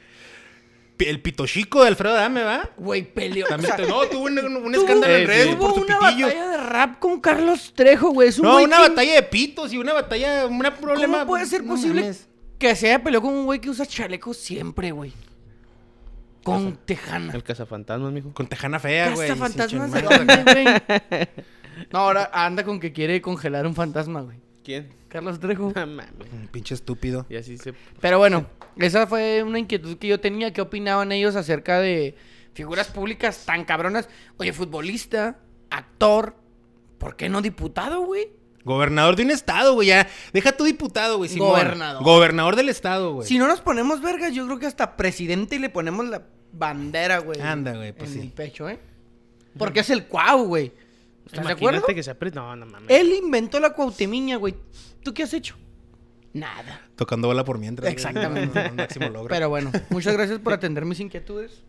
[SPEAKER 2] P- El pito chico de Alfredo Dame, ¿va?
[SPEAKER 3] Güey, peleó. o
[SPEAKER 2] También
[SPEAKER 3] sea,
[SPEAKER 2] te- no, tuvo un, un- un
[SPEAKER 3] tuvo-
[SPEAKER 2] escándalo
[SPEAKER 4] Eh,
[SPEAKER 2] en redes
[SPEAKER 4] sí.
[SPEAKER 3] Tuvo
[SPEAKER 2] por su
[SPEAKER 3] una
[SPEAKER 2] pitillo.
[SPEAKER 3] batalla de rap con Carlos Trejo, güey. Es un
[SPEAKER 2] No,
[SPEAKER 3] güey
[SPEAKER 2] una
[SPEAKER 3] que-
[SPEAKER 2] batalla de pitos y una batalla, un problema.
[SPEAKER 3] ¿Cómo puede ser
[SPEAKER 2] No
[SPEAKER 3] posible
[SPEAKER 2] mames.
[SPEAKER 3] que se haya peleado con un güey que usa chaleco siempre, güey? Con tejana.
[SPEAKER 4] El cazafantasmas, mijo.
[SPEAKER 2] Con Tejana Fea, güey.
[SPEAKER 3] Casta
[SPEAKER 2] sin
[SPEAKER 3] fantasmas de
[SPEAKER 2] chingar.
[SPEAKER 3] dónde, güey. No, ahora anda con que quiere congelar un fantasma, güey.
[SPEAKER 4] ¿Quién?
[SPEAKER 3] Carlos Trejo.
[SPEAKER 4] Ah, mames.
[SPEAKER 2] Un Pinche estúpido.
[SPEAKER 4] Y así se...
[SPEAKER 3] Pero bueno, esa fue una inquietud que yo tenía. ¿Qué opinaban ellos acerca de figuras públicas tan cabronas? Oye, futbolista, actor, ¿por qué no diputado, güey?
[SPEAKER 2] Gobernador de un estado, güey. Ya. Deja tu diputado, güey. Simón.
[SPEAKER 3] Gobernador.
[SPEAKER 2] Gobernador del estado, güey.
[SPEAKER 3] Si no nos ponemos vergas, yo creo que hasta presidente y le ponemos la bandera, güey.
[SPEAKER 2] Anda, güey, pues
[SPEAKER 3] en
[SPEAKER 2] sí.
[SPEAKER 3] el pecho, ¿eh? Porque es el cuau, güey. ¿Estás de acuerdo?
[SPEAKER 4] Imagínate que se aprieta. No, no mames.
[SPEAKER 3] Él inventó la cuautemiña, güey. ¿Tú qué has hecho? Nada.
[SPEAKER 2] Tocando bola por mientras. güey.
[SPEAKER 3] Exactamente.
[SPEAKER 2] Un máximo logro.
[SPEAKER 3] Pero bueno, muchas gracias por atender mis inquietudes.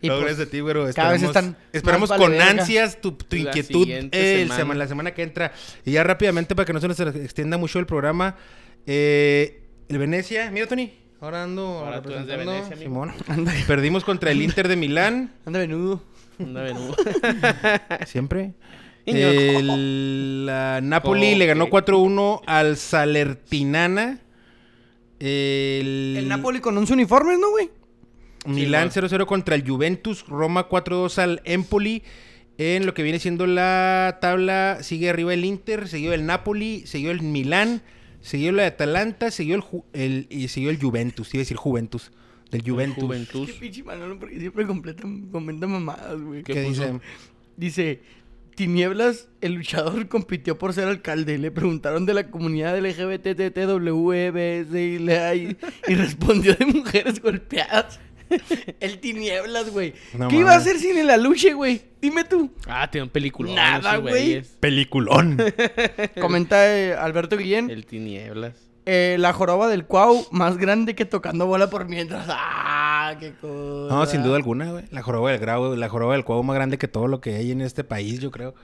[SPEAKER 3] Y
[SPEAKER 2] No,
[SPEAKER 3] pues,
[SPEAKER 2] gracias a ti, güero.
[SPEAKER 3] cada vez
[SPEAKER 2] Esperamos-
[SPEAKER 3] están más
[SPEAKER 2] esperamos
[SPEAKER 3] vale
[SPEAKER 2] con
[SPEAKER 3] verga.
[SPEAKER 2] ansias tu, tu
[SPEAKER 4] La
[SPEAKER 2] inquietud
[SPEAKER 4] siguiente
[SPEAKER 2] el
[SPEAKER 4] semana.
[SPEAKER 2] sema- la semana que entra. Y ya rápidamente, para que no se nos extienda mucho el programa, eh, el Venecia. Mira, Tony. Ahora ando
[SPEAKER 4] Ahora tú eres de
[SPEAKER 2] representando,
[SPEAKER 4] Venecia, amigo.
[SPEAKER 2] Simón.
[SPEAKER 3] Anda.
[SPEAKER 2] Perdimos contra el Inter de Milán.
[SPEAKER 3] anda venudo.
[SPEAKER 4] Anda, venudo.
[SPEAKER 2] Siempre.
[SPEAKER 4] Y no.
[SPEAKER 2] El, la Napoli le ganó
[SPEAKER 4] Ok.
[SPEAKER 2] 4-1 al Salertinana. El,
[SPEAKER 3] El Napoli con 11 uniformes, ¿no, güey?
[SPEAKER 2] Milán
[SPEAKER 4] Sí,
[SPEAKER 2] 0-0 contra el Juventus. Roma 4-2 al Empoli. En lo que viene siendo la tabla, sigue arriba el Inter, siguió el Napoli, siguió el Milán, siguió la de Atalanta, siguió el, Ju- el- y siguió el Juventus. Iba a decir Juventus. Del Juventus.
[SPEAKER 4] Juventus.
[SPEAKER 3] pinche Manolo, porque siempre completan, comenta mamadas, güey.
[SPEAKER 2] ¿Qué, dice?
[SPEAKER 3] Dice, Tinieblas, el luchador compitió por ser alcalde. Le preguntaron de la comunidad E LGBTTWBSILA y, y respondió de mujeres golpeadas. El tinieblas, güey.
[SPEAKER 2] No
[SPEAKER 3] ¿Qué iba a
[SPEAKER 2] mames.
[SPEAKER 3] hacer sin el aluche, güey? Dime tú.
[SPEAKER 4] Ah, tiene un película.
[SPEAKER 3] Nada, güey.
[SPEAKER 2] Peliculón.
[SPEAKER 3] Comenta eh, Alberto Guillén.
[SPEAKER 4] El tinieblas.
[SPEAKER 3] eh, la joroba del cuau más grande que tocando bola por mientras. ¡Ah, qué cool!
[SPEAKER 2] No, sin duda alguna, güey. La joroba del grau, la joroba del cuau más grande que todo lo que hay en este país, yo creo.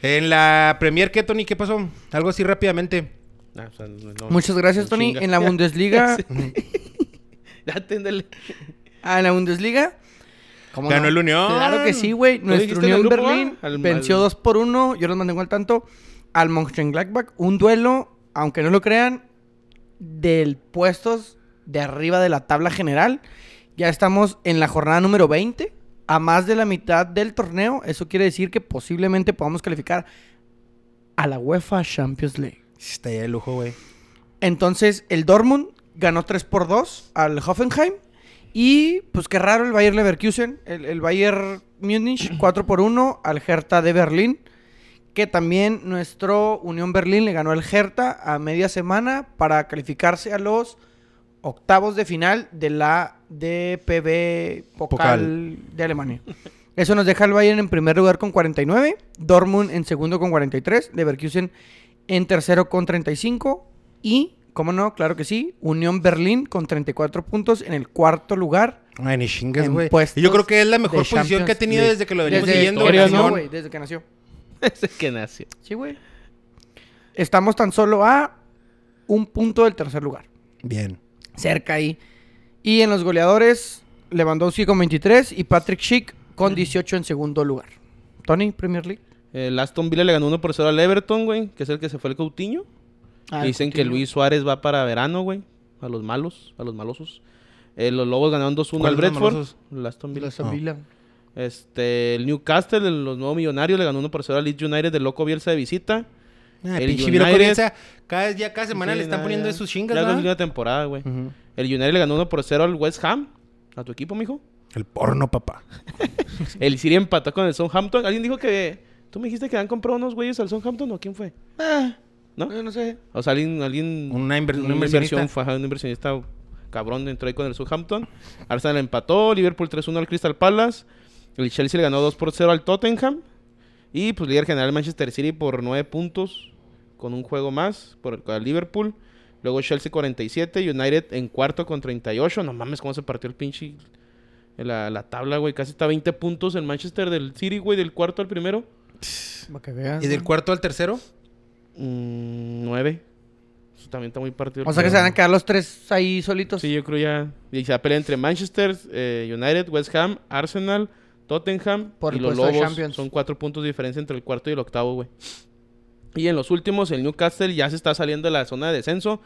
[SPEAKER 2] En la Premier, ¿qué, Tony? ¿Qué pasó? Algo así rápidamente.
[SPEAKER 4] Ah, o sea, no- no-
[SPEAKER 3] Muchas gracias, Tony.
[SPEAKER 4] chinga.
[SPEAKER 3] En la Bundesliga.
[SPEAKER 4] Aténdele.
[SPEAKER 3] ah, en la Bundesliga. ¿Cómo
[SPEAKER 2] Ganó
[SPEAKER 3] no?
[SPEAKER 2] el Unión.
[SPEAKER 3] Claro que sí, güey.
[SPEAKER 4] ¿No
[SPEAKER 3] Nuestro
[SPEAKER 4] dijiste en el
[SPEAKER 3] Unión
[SPEAKER 4] grupo A?
[SPEAKER 3] Berlín
[SPEAKER 4] Al-
[SPEAKER 3] venció
[SPEAKER 4] al-
[SPEAKER 3] 2 por 1. Yo los mantengo al tanto. Al Mönchengladbach. Un duelo, aunque no lo crean, del puestos de arriba de la tabla general. Ya estamos en la jornada número 20. A más de la mitad del torneo. Eso quiere decir que posiblemente podamos calificar a la UEFA Champions League.
[SPEAKER 2] Sí, Está ya de lujo, güey.
[SPEAKER 3] Entonces, el Dortmund ganó 3 por 2 al Hoffenheim. Y, pues qué raro, el Bayer Leverkusen, el, el Bayern Múnich 4 por 1 al Hertha de Berlín. Que también nuestro Unión Berlín le ganó al Hertha a media semana para calificarse a los octavos de final de la DPB Pokal
[SPEAKER 2] Pokal.
[SPEAKER 3] de Alemania. Eso nos deja al Bayern en primer lugar con 49, Dortmund en segundo con 43, Leverkusen en tercero con 35 y, cómo no, claro que sí, Unión Berlín con 34 puntos en el cuarto lugar.
[SPEAKER 2] Ay, ni chingas,
[SPEAKER 3] En
[SPEAKER 2] güey.
[SPEAKER 3] puestos
[SPEAKER 2] Y yo creo que es la
[SPEAKER 3] de
[SPEAKER 2] mejor posición
[SPEAKER 3] Champions
[SPEAKER 2] que ha tenido
[SPEAKER 4] League.
[SPEAKER 2] desde que lo venimos
[SPEAKER 3] Desde,
[SPEAKER 2] siguiendo.
[SPEAKER 3] que
[SPEAKER 4] historia,
[SPEAKER 2] güey.
[SPEAKER 3] nació,
[SPEAKER 4] ¿no?
[SPEAKER 3] güey, desde que nació.
[SPEAKER 4] Ese que nació.
[SPEAKER 3] Sí, güey. Estamos tan solo a un punto del tercer lugar.
[SPEAKER 2] Bien.
[SPEAKER 3] Cerca ahí. Y en los goleadores, Lewandowski con 23 y Patrick Schick con 18 en segundo lugar. Tony, Premier League.
[SPEAKER 4] El Aston Villa le ganó 1 por 0 al Everton, güey. Que es el que se fue el Coutinho.
[SPEAKER 3] Ah,
[SPEAKER 4] Dicen que Luis Suárez va para verano, güey. A los malos, a los malosos. Eh, los Lobos ganaron 2-1 al
[SPEAKER 2] ¿Cuáles son
[SPEAKER 4] Bradford.
[SPEAKER 2] malosos?
[SPEAKER 4] El Aston Villa.
[SPEAKER 2] No.
[SPEAKER 3] Vila.
[SPEAKER 4] Este, el Newcastle, el- los nuevos millonarios, le ganó 1 por 0 al Leeds United del Loco Bielsa de visita.
[SPEAKER 2] Ah,
[SPEAKER 4] El
[SPEAKER 2] pinche
[SPEAKER 4] United-
[SPEAKER 2] Virocorenza, cada, ya cada semana
[SPEAKER 4] Sí,
[SPEAKER 2] le están
[SPEAKER 4] nada,
[SPEAKER 2] poniendo
[SPEAKER 4] ya.
[SPEAKER 2] de sus chingas,
[SPEAKER 4] Ya es la
[SPEAKER 2] ¿verdad?
[SPEAKER 4] última temporada, güey.
[SPEAKER 2] Ujú.
[SPEAKER 4] El United le ganó 1 por 0 al West Ham. A tu equipo, mijo.
[SPEAKER 2] El porno, papá.
[SPEAKER 4] El City empató con el Southampton. Alguien dijo que... ¿Tú me dijiste que han comprado unos güeyes al Southampton o quién fue? ¿No?
[SPEAKER 3] Ah, No sé.
[SPEAKER 4] O sea, alguien... alguien
[SPEAKER 2] Una inver- un
[SPEAKER 4] inversión
[SPEAKER 2] inversionista.
[SPEAKER 4] fue ajá, un inversionista cabrón entró ahí con el Southampton. Arsenal empató. Liverpool 3-1 al Crystal Palace. El Chelsea le ganó 2 por 0 al Tottenham. Y pues líder general Manchester City por 9 puntos. Con un juego más por el al Liverpool. Luego Chelsea 47. United en cuarto con 38. No mames, cómo se partió el pinche... La, la tabla, güey. Casi está a 20 puntos el Manchester del City, güey. Del cuarto al primero.
[SPEAKER 3] Para que veas.
[SPEAKER 2] ¿Y del cuarto al tercero?
[SPEAKER 4] Mm, 9. Eso también está muy partido. el
[SPEAKER 3] O sea que
[SPEAKER 4] pedo.
[SPEAKER 3] se van a quedar los tres ahí solitos.
[SPEAKER 4] Sí, yo creo ya. Y se va a pelear entre Manchester, eh, United, West Ham, Arsenal, Tottenham
[SPEAKER 3] Por
[SPEAKER 4] y
[SPEAKER 3] el
[SPEAKER 4] los
[SPEAKER 3] puesto de
[SPEAKER 4] Lobos.
[SPEAKER 3] Champions.
[SPEAKER 4] Son cuatro puntos de diferencia entre el cuarto y el octavo, güey. Y en los últimos, el Newcastle ya se está saliendo de la zona de descenso.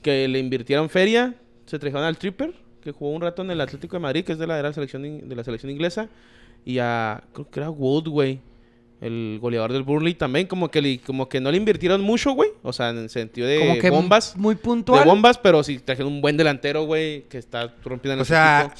[SPEAKER 4] Que le invirtieron feria. Se trajeron al Tripper, que jugó un rato en el Atlético de Madrid, que es de la, de la selección, in- de la selección inglesa. Y a. Creo que era Wood, güey. El goleador del Burnley también. Como que, le- como que no le invirtieron mucho, güey. O sea, en el sentido de
[SPEAKER 3] Como que
[SPEAKER 4] bombas.
[SPEAKER 3] muy puntual.
[SPEAKER 4] De bombas, pero si trajeron un buen delantero, güey, que está rompiendo en
[SPEAKER 2] O
[SPEAKER 4] el
[SPEAKER 2] sea,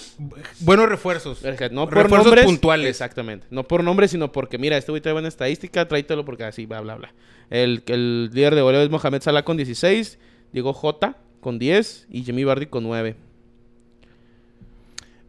[SPEAKER 2] buenos refuerzos.
[SPEAKER 4] no por
[SPEAKER 2] refuerzos
[SPEAKER 4] nombres.
[SPEAKER 2] puntuales.
[SPEAKER 4] Exactamente. No por nombres, sino porque, mira, este güey trae buena estadística, tráetelo porque así, bla, bla, bla. El, el líder de goleo es Mohamed Salah con 16, Diego Jota con 10 y Jimmy Bardi con 9.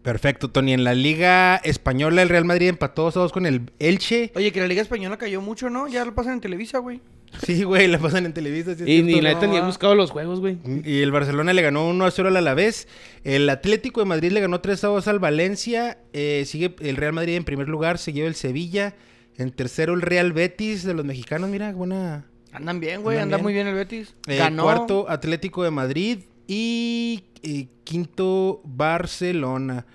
[SPEAKER 2] Perfecto, Tony. En la Liga Española, el Real Madrid empató 2 con el Elche.
[SPEAKER 3] Oye, que la Liga Española cayó mucho, ¿no? Ya lo pasan en Televisa, güey.
[SPEAKER 2] Sí, güey, la pasan en Televisa. sí es
[SPEAKER 4] Y ni
[SPEAKER 2] cierto,
[SPEAKER 4] la
[SPEAKER 2] no, ah.
[SPEAKER 4] neta ni he
[SPEAKER 2] va.
[SPEAKER 4] buscado los juegos, güey.
[SPEAKER 2] Y el Barcelona le ganó 1 a 0 al Alavés. El Atlético de Madrid le ganó 3 a 2 al Valencia. Eh, sigue el Real Madrid en primer lugar, seguido el Sevilla. En tercero el Real Betis de los mexicanos, mira, buena.
[SPEAKER 3] Andan bien, güey.
[SPEAKER 2] Andan
[SPEAKER 3] Anda
[SPEAKER 2] bien.
[SPEAKER 3] muy bien el Betis.
[SPEAKER 2] Eh,
[SPEAKER 3] Ganó.
[SPEAKER 2] Cuarto Atlético de Madrid y eh, quinto Barcelona.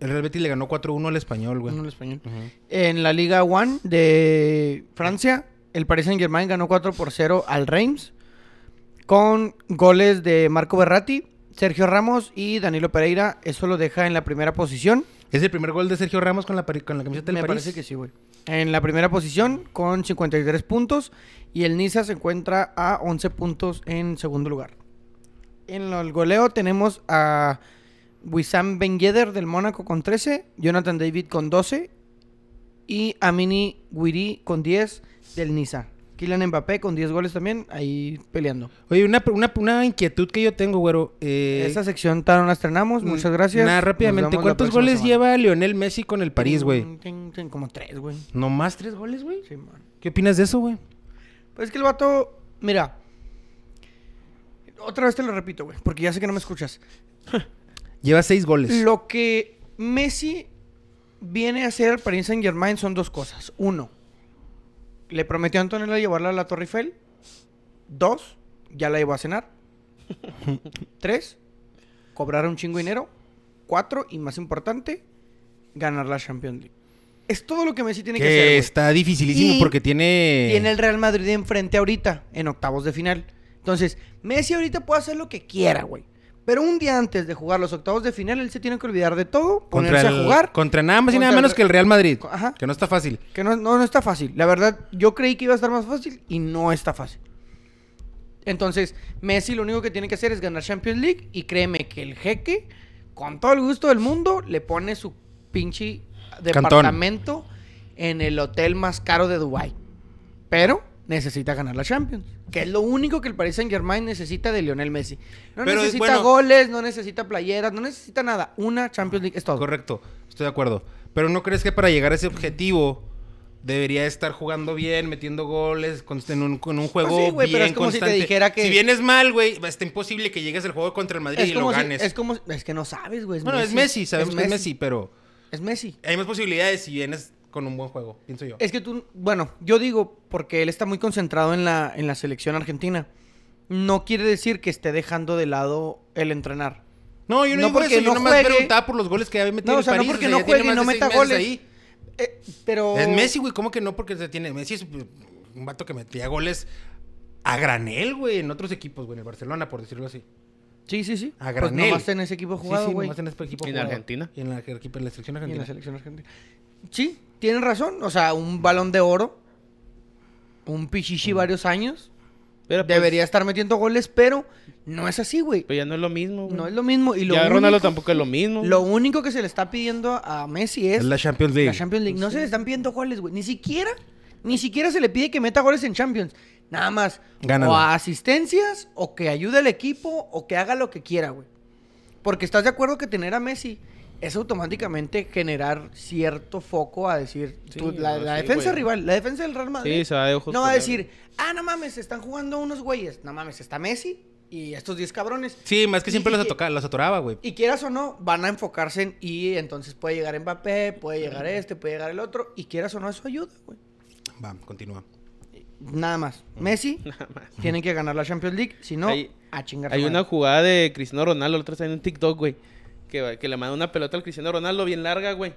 [SPEAKER 2] El Real Betis le ganó 4 a 1 al español, güey.
[SPEAKER 3] Ganó el español.
[SPEAKER 2] Ujú.
[SPEAKER 3] En la Liga One de Francia, el Paris Saint Germain ganó 4 por 0 al Reims. Con goles de Marco Berratti, Sergio Ramos y Danilo Pereira. Eso lo deja en la primera posición.
[SPEAKER 2] ¿Es el primer gol de Sergio Ramos con la, pari- con la camiseta del
[SPEAKER 3] Me
[SPEAKER 2] París?
[SPEAKER 3] parece que sí, güey. En la primera posición con 53 puntos y el Niza se encuentra a 11 puntos en segundo lugar. En lo- el goleo tenemos a Wissam Ben Yedder del Mónaco con 13, Jonathan David con 12 y Amini Wiri con 10 del Niza. Kylian Mbappé con 10 goles también, ahí peleando.
[SPEAKER 2] Oye, una, una, una inquietud que yo tengo, güero. eh,
[SPEAKER 3] Esa sección ta- no la estrenamos, Pues, muchas gracias.
[SPEAKER 2] Mm, Nada,
[SPEAKER 3] Nos
[SPEAKER 2] rápidamente.
[SPEAKER 3] vemos la
[SPEAKER 2] ¿Cuántos
[SPEAKER 3] próxima
[SPEAKER 2] goles
[SPEAKER 3] semana. Mm.
[SPEAKER 2] lleva Lionel Messi con el París, güey?
[SPEAKER 3] Tin, tin, tin, Como tres, güey.
[SPEAKER 2] ¿Nomás tres goles, güey?
[SPEAKER 3] Sí, man.
[SPEAKER 2] ¿Qué opinas de eso, güey?
[SPEAKER 3] Pues es que el vato, mira. Otra vez te lo repito, güey, porque ya sé que no me escuchas.
[SPEAKER 2] Lleva seis goles.
[SPEAKER 3] Lo que Messi viene a hacer al Paris Saint Germain son dos cosas. Uno, le prometió a Antonella llevarla a la Torre Eiffel. Dos, ya la llevó a cenar. Tres, cobrar un chingo de dinero. Cuatro, y más importante, ganar la Champions League. Es todo lo que Messi tiene
[SPEAKER 2] que
[SPEAKER 3] que, hacer. güey.
[SPEAKER 2] está dificilísimo
[SPEAKER 3] Y
[SPEAKER 2] porque tiene...
[SPEAKER 3] Tiene el Real Madrid enfrente ahorita, en octavos de final. Entonces, Messi ahorita puede hacer lo que quiera, güey. Pero un día antes de jugar los octavos de final, él se tiene que olvidar de todo,
[SPEAKER 2] contra
[SPEAKER 3] ponerse
[SPEAKER 2] el-
[SPEAKER 3] a jugar.
[SPEAKER 2] Contra nada más y nada
[SPEAKER 3] Contra el
[SPEAKER 2] menos
[SPEAKER 3] Re-
[SPEAKER 2] que el Real Madrid.
[SPEAKER 3] Ajá.
[SPEAKER 2] Que no está fácil.
[SPEAKER 3] Que no, no, no está fácil. La verdad, yo creí que iba a estar más fácil y no está fácil. Entonces, Messi lo único que tiene que hacer es ganar Champions League y créeme que el jeque, con todo el gusto del mundo, le pone su pinche departamento en el hotel más caro de Dubai. Pero necesita ganar la Champions, que es lo único que el Paris Saint Germain necesita de Lionel Messi. No
[SPEAKER 2] Pero,
[SPEAKER 3] necesita
[SPEAKER 2] bueno-
[SPEAKER 3] goles, no necesita playeras, no necesita nada. Una Champions League es todo.
[SPEAKER 2] Correcto, estoy de acuerdo. Pero ¿no crees que para llegar a ese objetivo debería estar jugando bien, metiendo goles, con, en, un, con un juego
[SPEAKER 3] Pues sí, güey,
[SPEAKER 2] bien
[SPEAKER 3] pero es como si te
[SPEAKER 2] constante?
[SPEAKER 3] dijera que-
[SPEAKER 2] Si vienes mal, güey, está imposible que llegues al juego contra el Madrid y
[SPEAKER 3] Es
[SPEAKER 2] lo
[SPEAKER 3] como, si-
[SPEAKER 2] ganes.
[SPEAKER 3] es como- es que no sabes, güey.
[SPEAKER 2] bueno, es Messi, sabemos que es Messi, pero
[SPEAKER 3] Es Messi.
[SPEAKER 2] hay más posibilidades si vienes con un buen juego, pienso yo.
[SPEAKER 3] Es que tú, bueno, yo digo porque él está muy concentrado en la, en la selección argentina. No quiere decir que esté dejando de lado el entrenar.
[SPEAKER 2] No, yo no,
[SPEAKER 3] no
[SPEAKER 2] digo
[SPEAKER 3] porque
[SPEAKER 2] eso, yo
[SPEAKER 3] no
[SPEAKER 2] nomás
[SPEAKER 3] juegue.
[SPEAKER 2] preguntaba por los goles que había metido
[SPEAKER 3] No, o
[SPEAKER 2] el
[SPEAKER 3] sea, no
[SPEAKER 2] París,
[SPEAKER 3] porque
[SPEAKER 2] o
[SPEAKER 3] no
[SPEAKER 2] ya tiene
[SPEAKER 3] juegue y
[SPEAKER 2] más
[SPEAKER 3] no
[SPEAKER 2] de seis
[SPEAKER 3] meta
[SPEAKER 2] meses
[SPEAKER 3] goles.
[SPEAKER 2] ahí.
[SPEAKER 3] Eh, pero
[SPEAKER 2] Es Messi, güey, ¿cómo que no? Porque se tiene Messi es un vato que metía goles a granel, güey, en otros equipos, güey, en el Barcelona, por decirlo así.
[SPEAKER 3] Sí, sí, sí.
[SPEAKER 2] A
[SPEAKER 3] pues
[SPEAKER 2] granel.
[SPEAKER 3] nomás en ese equipo
[SPEAKER 2] sí,
[SPEAKER 3] jugado,
[SPEAKER 2] sí,
[SPEAKER 3] güey.
[SPEAKER 2] nomás en este equipo
[SPEAKER 4] Y en
[SPEAKER 2] jugado.
[SPEAKER 4] Argentina.
[SPEAKER 2] Y en la, equi- en la
[SPEAKER 3] y en
[SPEAKER 2] selección argentina.
[SPEAKER 3] la selección argentina. Sí, tienen razón. O sea, un balón de oro, un
[SPEAKER 2] Mm.
[SPEAKER 3] pichichi varios años,
[SPEAKER 4] Pero, pues,
[SPEAKER 3] debería estar metiendo goles, pero no es así, güey.
[SPEAKER 4] Pero ya no es lo mismo, güey.
[SPEAKER 3] No es lo mismo. Y lo
[SPEAKER 4] ya Ronaldo
[SPEAKER 3] único-
[SPEAKER 4] tampoco es lo mismo.
[SPEAKER 3] Lo único que se le está pidiendo a Messi es,
[SPEAKER 2] Es la Champions League.
[SPEAKER 3] la Champions League. No se le están pidiendo goles, güey. Ni siquiera, ni siquiera se le pide que meta goles en Champions. Nada más.
[SPEAKER 2] Gánalo.
[SPEAKER 3] O a asistencias, o que ayude al equipo, o que haga lo que quiera, güey. Porque estás de acuerdo que tener a Messi es automáticamente generar cierto foco a decir,
[SPEAKER 4] Sí,
[SPEAKER 3] tú- la,
[SPEAKER 4] no,
[SPEAKER 3] la
[SPEAKER 4] sí,
[SPEAKER 3] defensa
[SPEAKER 4] güey.
[SPEAKER 3] rival, la defensa del Real Madrid.
[SPEAKER 4] Sí, se va de ojos
[SPEAKER 3] No va a
[SPEAKER 4] con él.
[SPEAKER 3] decir, ah, no mames, están jugando unos güeyes. No mames, está Messi y estos 10 cabrones.
[SPEAKER 2] Sí, más que siempre
[SPEAKER 3] Y-
[SPEAKER 2] los, atoca- los atoraba, güey.
[SPEAKER 3] y quieras o no, van a enfocarse en y entonces puede llegar Mbappé, puede llegar este, puede llegar el otro. Y quieras o no, eso ayuda, güey.
[SPEAKER 2] Va, continúa.
[SPEAKER 3] Nada más. Messi tienen que ganar la Champions League, si no,
[SPEAKER 4] Hay-
[SPEAKER 3] a chingar.
[SPEAKER 4] Hay
[SPEAKER 3] su
[SPEAKER 4] una
[SPEAKER 3] madre.
[SPEAKER 4] jugada de Cristiano Ronaldo, el otro está en un TikTok, güey. Que, va- que le manda una pelota al Cristiano Ronaldo bien larga, güey.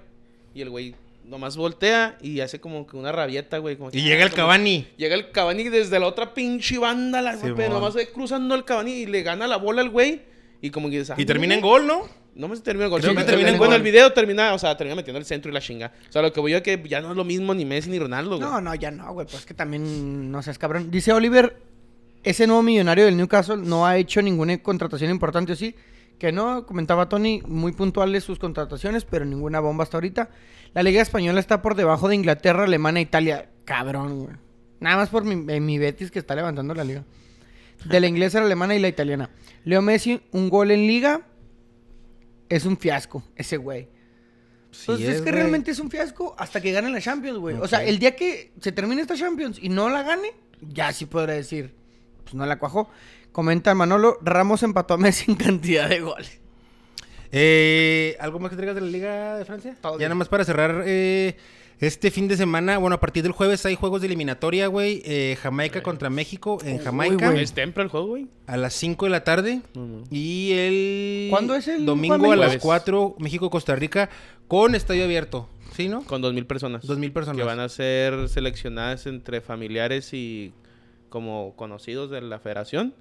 [SPEAKER 4] Y el güey nomás voltea y hace como que una rabieta, güey. como que-
[SPEAKER 2] Y llega el
[SPEAKER 4] como-
[SPEAKER 2] Cavani.
[SPEAKER 4] Llega el Cavani desde la otra pinche banda, la
[SPEAKER 2] Simón.
[SPEAKER 4] pero nomás ahí cruzando el Cavani y le gana la bola al güey. Y como que dices,
[SPEAKER 2] Y
[SPEAKER 4] "Ah,
[SPEAKER 2] termina en
[SPEAKER 4] güey".
[SPEAKER 2] gol, ¿no?
[SPEAKER 4] No me termina el gol.
[SPEAKER 2] Creo
[SPEAKER 4] Sí,
[SPEAKER 2] que
[SPEAKER 4] sí,
[SPEAKER 2] termina en
[SPEAKER 4] Bueno,
[SPEAKER 2] gol.
[SPEAKER 4] el video termina, o sea, termina metiendo el centro y la chinga. O sea, lo que voy yo es que ya no es lo mismo ni Messi ni Ronaldo, güey.
[SPEAKER 3] No, no, ya no, güey. Pues que también no seas cabrón. Dice Oliver, ese nuevo millonario del Newcastle no ha hecho ninguna contratación importante, ¿o sí? Que no, comentaba Tony, muy puntuales sus contrataciones, pero ninguna bomba hasta ahorita. La Liga Española está por debajo de Inglaterra, Alemania e Italia. Cabrón, güey. Nada más por mi, eh, mi Betis que está levantando la liga. De la inglesa, la alemana y la italiana. Leo Messi, un gol en liga. Es un fiasco, ese güey. Entonces Pues es, que
[SPEAKER 2] güey.
[SPEAKER 3] realmente es un fiasco hasta que gane la Champions, güey. O sea,
[SPEAKER 2] Ok.
[SPEAKER 3] el día que se termine esta Champions y no la gane, ya sí podrá decir, pues no la cuajó. Comenta Manolo, Ramos empató a Messi en cantidad de goles.
[SPEAKER 2] Eh, ¿Algo más que traigas de la Liga de Francia?
[SPEAKER 3] Todo
[SPEAKER 2] ya
[SPEAKER 3] bien.
[SPEAKER 2] nada más para cerrar eh, este fin de semana. Bueno, a partir del jueves hay juegos de eliminatoria, güey. Eh, Jamaica contra México en Jamaica.
[SPEAKER 3] güey.
[SPEAKER 4] Es temprano el juego, güey.
[SPEAKER 2] a las 5 de la tarde. Y el.
[SPEAKER 3] ¿Cuándo es el
[SPEAKER 2] Domingo
[SPEAKER 3] Juan
[SPEAKER 2] a las
[SPEAKER 4] Miguel?
[SPEAKER 2] 4, México-Costa Rica, con estadio abierto. ¿Sí, no?
[SPEAKER 4] Con dos mil personas.
[SPEAKER 2] 2,000 personas. Ah,
[SPEAKER 4] Que van a ser seleccionadas entre familiares y como conocidos de la federación.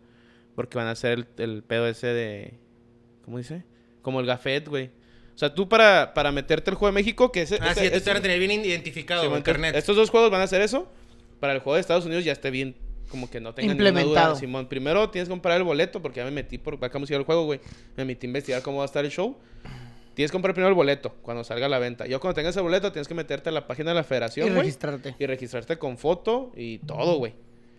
[SPEAKER 4] Porque van a hacer el, el pedo ese de... ¿Cómo dice? Como el gafet, güey. O sea, tú para, para meterte el juego de México, que ese...
[SPEAKER 2] Ah,
[SPEAKER 4] ese-
[SPEAKER 2] sí, ya te
[SPEAKER 4] ese-
[SPEAKER 2] van a tener bien
[SPEAKER 4] sí,
[SPEAKER 2] identificado en
[SPEAKER 4] bueno,
[SPEAKER 2] internet.
[SPEAKER 4] Estos dos juegos van a hacer eso. Para el juego de Estados Unidos ya esté bien... Como que no tengan ninguna duda,
[SPEAKER 3] Implementado.
[SPEAKER 4] Simón. Primero tienes que comprar el boleto, porque ya me metí por... Acá hemos ido al juego, güey. Me metí a investigar cómo va a estar el show. Tienes que comprar primero el boleto cuando salga a la venta. Yo cuando tengas el boleto tienes que meterte a la página de la
[SPEAKER 3] Y
[SPEAKER 4] federación, güey.
[SPEAKER 3] registrarte.
[SPEAKER 4] Y registrarte con foto y todo, güey.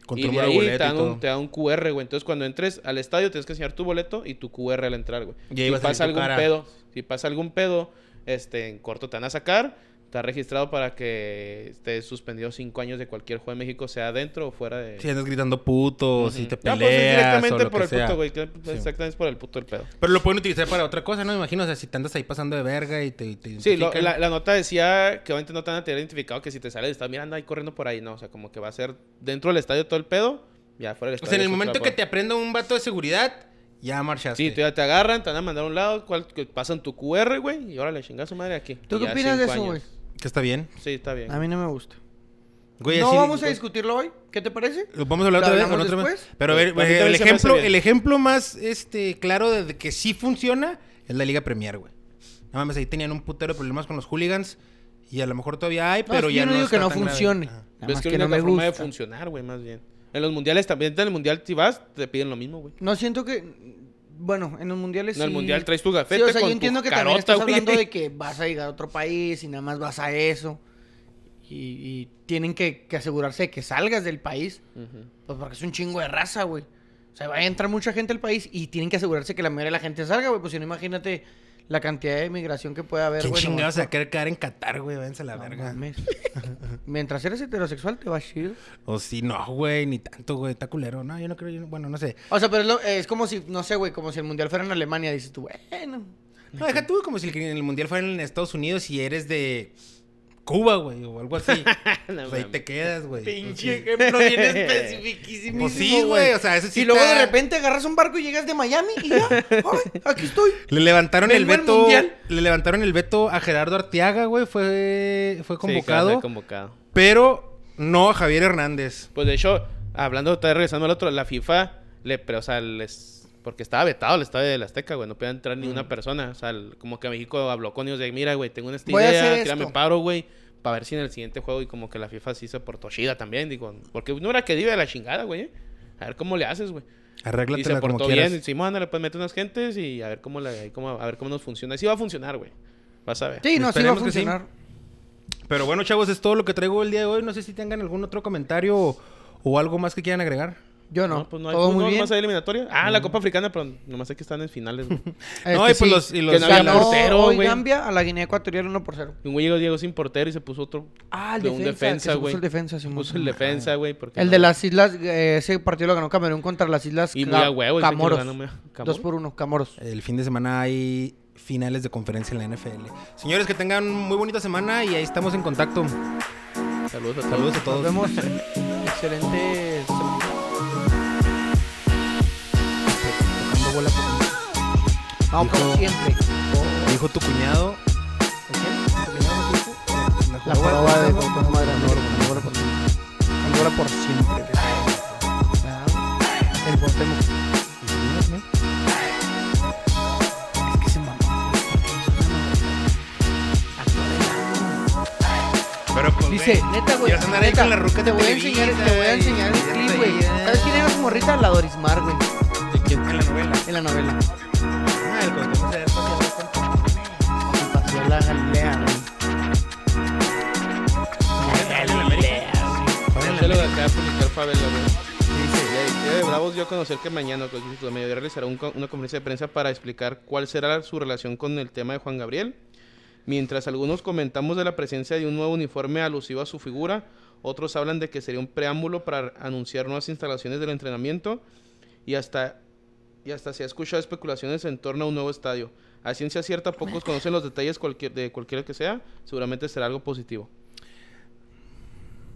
[SPEAKER 2] Con
[SPEAKER 4] y
[SPEAKER 2] tu
[SPEAKER 4] de
[SPEAKER 2] número de
[SPEAKER 4] ahí te
[SPEAKER 2] boleto y
[SPEAKER 4] dan,
[SPEAKER 2] todo.
[SPEAKER 4] un, te dan un QR, güey. Entonces, cuando entres al estadio, tienes que enseñar tu boleto y tu QR al entrar, güey.
[SPEAKER 2] Y ahí
[SPEAKER 4] si
[SPEAKER 2] va a salir
[SPEAKER 4] pasa
[SPEAKER 2] tu
[SPEAKER 4] algún
[SPEAKER 2] cara.
[SPEAKER 4] pedo, si pasa algún pedo, este, en corto te van a sacar. Está registrado para que estés suspendido cinco años de cualquier juego de México, sea dentro o fuera de...
[SPEAKER 2] Si andas gritando puto, si te
[SPEAKER 4] No,
[SPEAKER 2] peleas.
[SPEAKER 4] pues es directamente
[SPEAKER 2] o lo
[SPEAKER 4] por
[SPEAKER 2] que
[SPEAKER 4] el
[SPEAKER 2] sea.
[SPEAKER 4] puto, güey. que- Exactamente es por el puto el pedo.
[SPEAKER 2] Pero lo pueden utilizar para otra cosa, ¿no? Me imagino, o sea, si te andas ahí pasando de verga y te, te
[SPEAKER 4] Sí, lo-
[SPEAKER 2] identifican.
[SPEAKER 4] la, la nota decía que obviamente no te van a tener identificado que si te sales estás mirando ahí corriendo por ahí, no. O sea, como que va a ser dentro del estadio todo el pedo, ya fuera del
[SPEAKER 2] O
[SPEAKER 4] estadio.
[SPEAKER 2] sea, en el
[SPEAKER 4] es otra
[SPEAKER 2] momento que
[SPEAKER 4] forma.
[SPEAKER 2] te aprenda un vato de seguridad, ya marchaste.
[SPEAKER 4] Sí, tú ya te agarran, te van a mandar a un lado, cual- que pasan tu QR, güey, y órale, chinga su madre aquí.
[SPEAKER 3] ¿Tú
[SPEAKER 4] Y
[SPEAKER 3] qué
[SPEAKER 4] ya
[SPEAKER 3] opinas de
[SPEAKER 4] cinco
[SPEAKER 3] eso, güey?
[SPEAKER 4] años.
[SPEAKER 2] Que está bien.
[SPEAKER 4] Sí, está bien.
[SPEAKER 3] A mí no me gusta.
[SPEAKER 2] Güey,
[SPEAKER 3] no
[SPEAKER 2] así-
[SPEAKER 3] vamos a discutirlo hoy. ¿Qué te parece?
[SPEAKER 2] Vamos a hablar
[SPEAKER 3] ¿Lo
[SPEAKER 2] otra vez,
[SPEAKER 3] hablamos
[SPEAKER 2] otra vez.
[SPEAKER 3] después?
[SPEAKER 2] Pero a ver,
[SPEAKER 4] Pues, a mí también
[SPEAKER 2] el
[SPEAKER 4] se me hace
[SPEAKER 2] ejemplo,
[SPEAKER 4] bien.
[SPEAKER 2] el ejemplo más este claro de que sí funciona es la Liga Premier, güey. No mames, ahí tenían un putero de problemas con los hooligans y a lo mejor todavía hay,
[SPEAKER 3] No,
[SPEAKER 2] pero
[SPEAKER 3] es que
[SPEAKER 2] ya
[SPEAKER 3] yo no digo
[SPEAKER 2] está
[SPEAKER 3] que no
[SPEAKER 2] tan grave.
[SPEAKER 3] funcione.
[SPEAKER 2] Ajá.
[SPEAKER 3] Nada
[SPEAKER 4] Pero
[SPEAKER 3] más
[SPEAKER 4] es que,
[SPEAKER 3] que no me
[SPEAKER 4] forma de
[SPEAKER 3] gusta.
[SPEAKER 4] funcionar, güey, más bien. En los mundiales también, en el mundial si vas, te piden lo mismo, güey.
[SPEAKER 3] No siento que. Bueno, en los mundiales.
[SPEAKER 4] En el
[SPEAKER 3] sí.
[SPEAKER 4] mundial traes tu
[SPEAKER 3] Sí,
[SPEAKER 4] gafete
[SPEAKER 3] o sea, yo
[SPEAKER 4] con
[SPEAKER 3] entiendo
[SPEAKER 4] tu
[SPEAKER 3] que también
[SPEAKER 4] carota,
[SPEAKER 3] estás
[SPEAKER 4] güey.
[SPEAKER 3] hablando de que vas a llegar a otro país y nada más vas a eso. Y, y tienen que, que asegurarse de que salgas del país.
[SPEAKER 4] Ujú.
[SPEAKER 3] Pues porque es un chingo de raza, güey. O sea, va a entrar mucha gente al país y tienen que asegurarse que la mayoría de la gente salga, güey. Pues si no, imagínate la cantidad de migración que puede haber,
[SPEAKER 2] ¿Quién
[SPEAKER 3] güey.
[SPEAKER 2] chingados
[SPEAKER 3] nomás
[SPEAKER 2] se va a querer quedar en Qatar, güey? Váyanse a la
[SPEAKER 3] por- No
[SPEAKER 2] verga.
[SPEAKER 3] mames. Mientras eres heterosexual, te va chido.
[SPEAKER 2] O sí, no, güey, ni tanto, güey, está culero. No, yo no creo, yo no- bueno, no sé.
[SPEAKER 3] O sea, pero es, lo- es como si, no sé, güey, como si el mundial fuera en Alemania. Dices tú, bueno.
[SPEAKER 2] No, deja tú como si el, el mundial fuera en Estados Unidos y eres de Cuba, güey, o algo así.
[SPEAKER 4] No
[SPEAKER 2] Pues ahí
[SPEAKER 4] mames.
[SPEAKER 2] te quedas, güey.
[SPEAKER 3] ejemplo bien
[SPEAKER 2] Pues sí.
[SPEAKER 3] especifiquísimo.
[SPEAKER 2] Pues sí, güey, o sea, eso sí
[SPEAKER 3] y luego
[SPEAKER 2] está-
[SPEAKER 3] de repente agarras un barco y llegas de Miami y ya, ay, aquí estoy.
[SPEAKER 2] Le levantaron el
[SPEAKER 3] Vengo al
[SPEAKER 2] veto.
[SPEAKER 3] Mundial.
[SPEAKER 2] Le levantaron el veto a Gerardo Arteaga, güey. Fue, fue
[SPEAKER 4] Sí,
[SPEAKER 2] convocado.
[SPEAKER 4] fue convocado.
[SPEAKER 2] Pero no a Javier Hernández.
[SPEAKER 4] Pues de hecho, hablando, está regresando al otro, la FIFA, le, pero, o sea, les, porque estaba vetado el estadio de la Azteca, güey, no podía entrar ni
[SPEAKER 3] Mm.
[SPEAKER 4] una persona. O sea, el- como que México habló con ellos de, mira, güey, tengo esta
[SPEAKER 3] Voy a
[SPEAKER 4] idea,
[SPEAKER 3] hacer
[SPEAKER 4] tírame
[SPEAKER 3] esto".
[SPEAKER 4] paro, güey, para ver si en el siguiente juego, y como que la FIFA sí se portó chida también, digo, porque no era que diga de la chingada, güey, eh. a ver cómo le haces, güey. Y se
[SPEAKER 2] Arréglatela como
[SPEAKER 4] portó
[SPEAKER 2] quieras.
[SPEAKER 4] bien, y Simón, ándale, pues mete unas gentes y a ver cómo, le- ahí cómo- a ver cómo nos funciona. Y sí va a funcionar, güey. Vas a ver.
[SPEAKER 3] Sí, no, sí va a
[SPEAKER 2] Esperemos que sí.
[SPEAKER 3] funcionar.
[SPEAKER 2] Pero bueno, chavos, es todo lo que traigo el día de hoy. No sé si tengan algún otro comentario o, o algo más que quieran agregar.
[SPEAKER 3] Yo no,
[SPEAKER 4] No, pues no hay
[SPEAKER 3] todo
[SPEAKER 4] fútbol,
[SPEAKER 3] muy bien. Mm.
[SPEAKER 4] más hay eliminatoria. Ah, la Copa Africana, pero nomás sé que están en finales, güey.
[SPEAKER 3] Este,
[SPEAKER 2] No, y pues
[SPEAKER 3] sí.
[SPEAKER 2] los- y los-
[SPEAKER 3] Que no había
[SPEAKER 2] ganó
[SPEAKER 3] portero,
[SPEAKER 4] hoy
[SPEAKER 3] güey.
[SPEAKER 4] Gambia
[SPEAKER 3] Gambia a la Guinea Ecuatorial 1 por 0.
[SPEAKER 4] Y Un güey llegó Diego sin portero y se puso otro.
[SPEAKER 3] Ah, el
[SPEAKER 4] de
[SPEAKER 3] defensa,
[SPEAKER 4] un defensa,
[SPEAKER 3] que se puso
[SPEAKER 4] güey.
[SPEAKER 3] el defensa,
[SPEAKER 4] Se
[SPEAKER 3] Simón.
[SPEAKER 4] puso el defensa, güey. porque
[SPEAKER 3] El
[SPEAKER 4] no-
[SPEAKER 3] de las islas, eh, ese partido lo ganó Camerún contra las islas
[SPEAKER 4] Y muy
[SPEAKER 3] Ca-
[SPEAKER 4] a huevo, dice que lo
[SPEAKER 3] Camoros.
[SPEAKER 4] ganó muy a- ¿Camoros?
[SPEAKER 3] Dos por uno, Camoros.
[SPEAKER 2] El fin de semana hay finales de conferencia en la NFL. Señores, que tengan muy bonita semana y ahí estamos en contacto.
[SPEAKER 4] Saludos a todos.
[SPEAKER 2] Saludos a todos.
[SPEAKER 3] Nos vemos. Excelente semana.
[SPEAKER 2] Tocando bola por-
[SPEAKER 3] Vamos como
[SPEAKER 2] Dijo-
[SPEAKER 3] siempre.
[SPEAKER 2] Dijo tu cuñado.
[SPEAKER 3] La joroba de Cuauhtémoc Blanco, Angola por siempre. Angola por siempre. Ah, El Cuauhtémoc. Es que se mamó.
[SPEAKER 2] Pero pues,
[SPEAKER 3] Dice,
[SPEAKER 2] güey,
[SPEAKER 3] neta, güey.
[SPEAKER 2] ya se andará ahí
[SPEAKER 3] neta,
[SPEAKER 2] con la ruca
[SPEAKER 3] te voy a
[SPEAKER 2] Televisa,
[SPEAKER 3] enseñar, te voy a
[SPEAKER 2] y-
[SPEAKER 3] enseñar el
[SPEAKER 2] y ya
[SPEAKER 3] clip,
[SPEAKER 2] está
[SPEAKER 3] güey.
[SPEAKER 2] ya.
[SPEAKER 3] ¿Sabes quién era su morrita? La Doris Mar, güey,
[SPEAKER 2] ¿De quién fue la novela?
[SPEAKER 3] en la novela.
[SPEAKER 2] Ah, el Cuauhtémoc se despachó.
[SPEAKER 3] Y pasó la Galilea, güey.
[SPEAKER 4] Se lo acaba de publicar Fabela, güey. Dice, "Eh, Bravos dio a conocer que mañana, con el mediodía, realizará un co- una conferencia de prensa para explicar cuál será su relación con el tema de Juan Gabriel. Mientras algunos comentamos de la presencia de un nuevo uniforme alusivo a su figura, otros hablan de que sería un preámbulo para anunciar nuevas instalaciones del entrenamiento y hasta, y hasta se ha escuchado especulaciones en torno a un nuevo estadio. A ciencia cierta, pocos conocen los detalles cualquier- de cualquiera que sea, seguramente será algo positivo.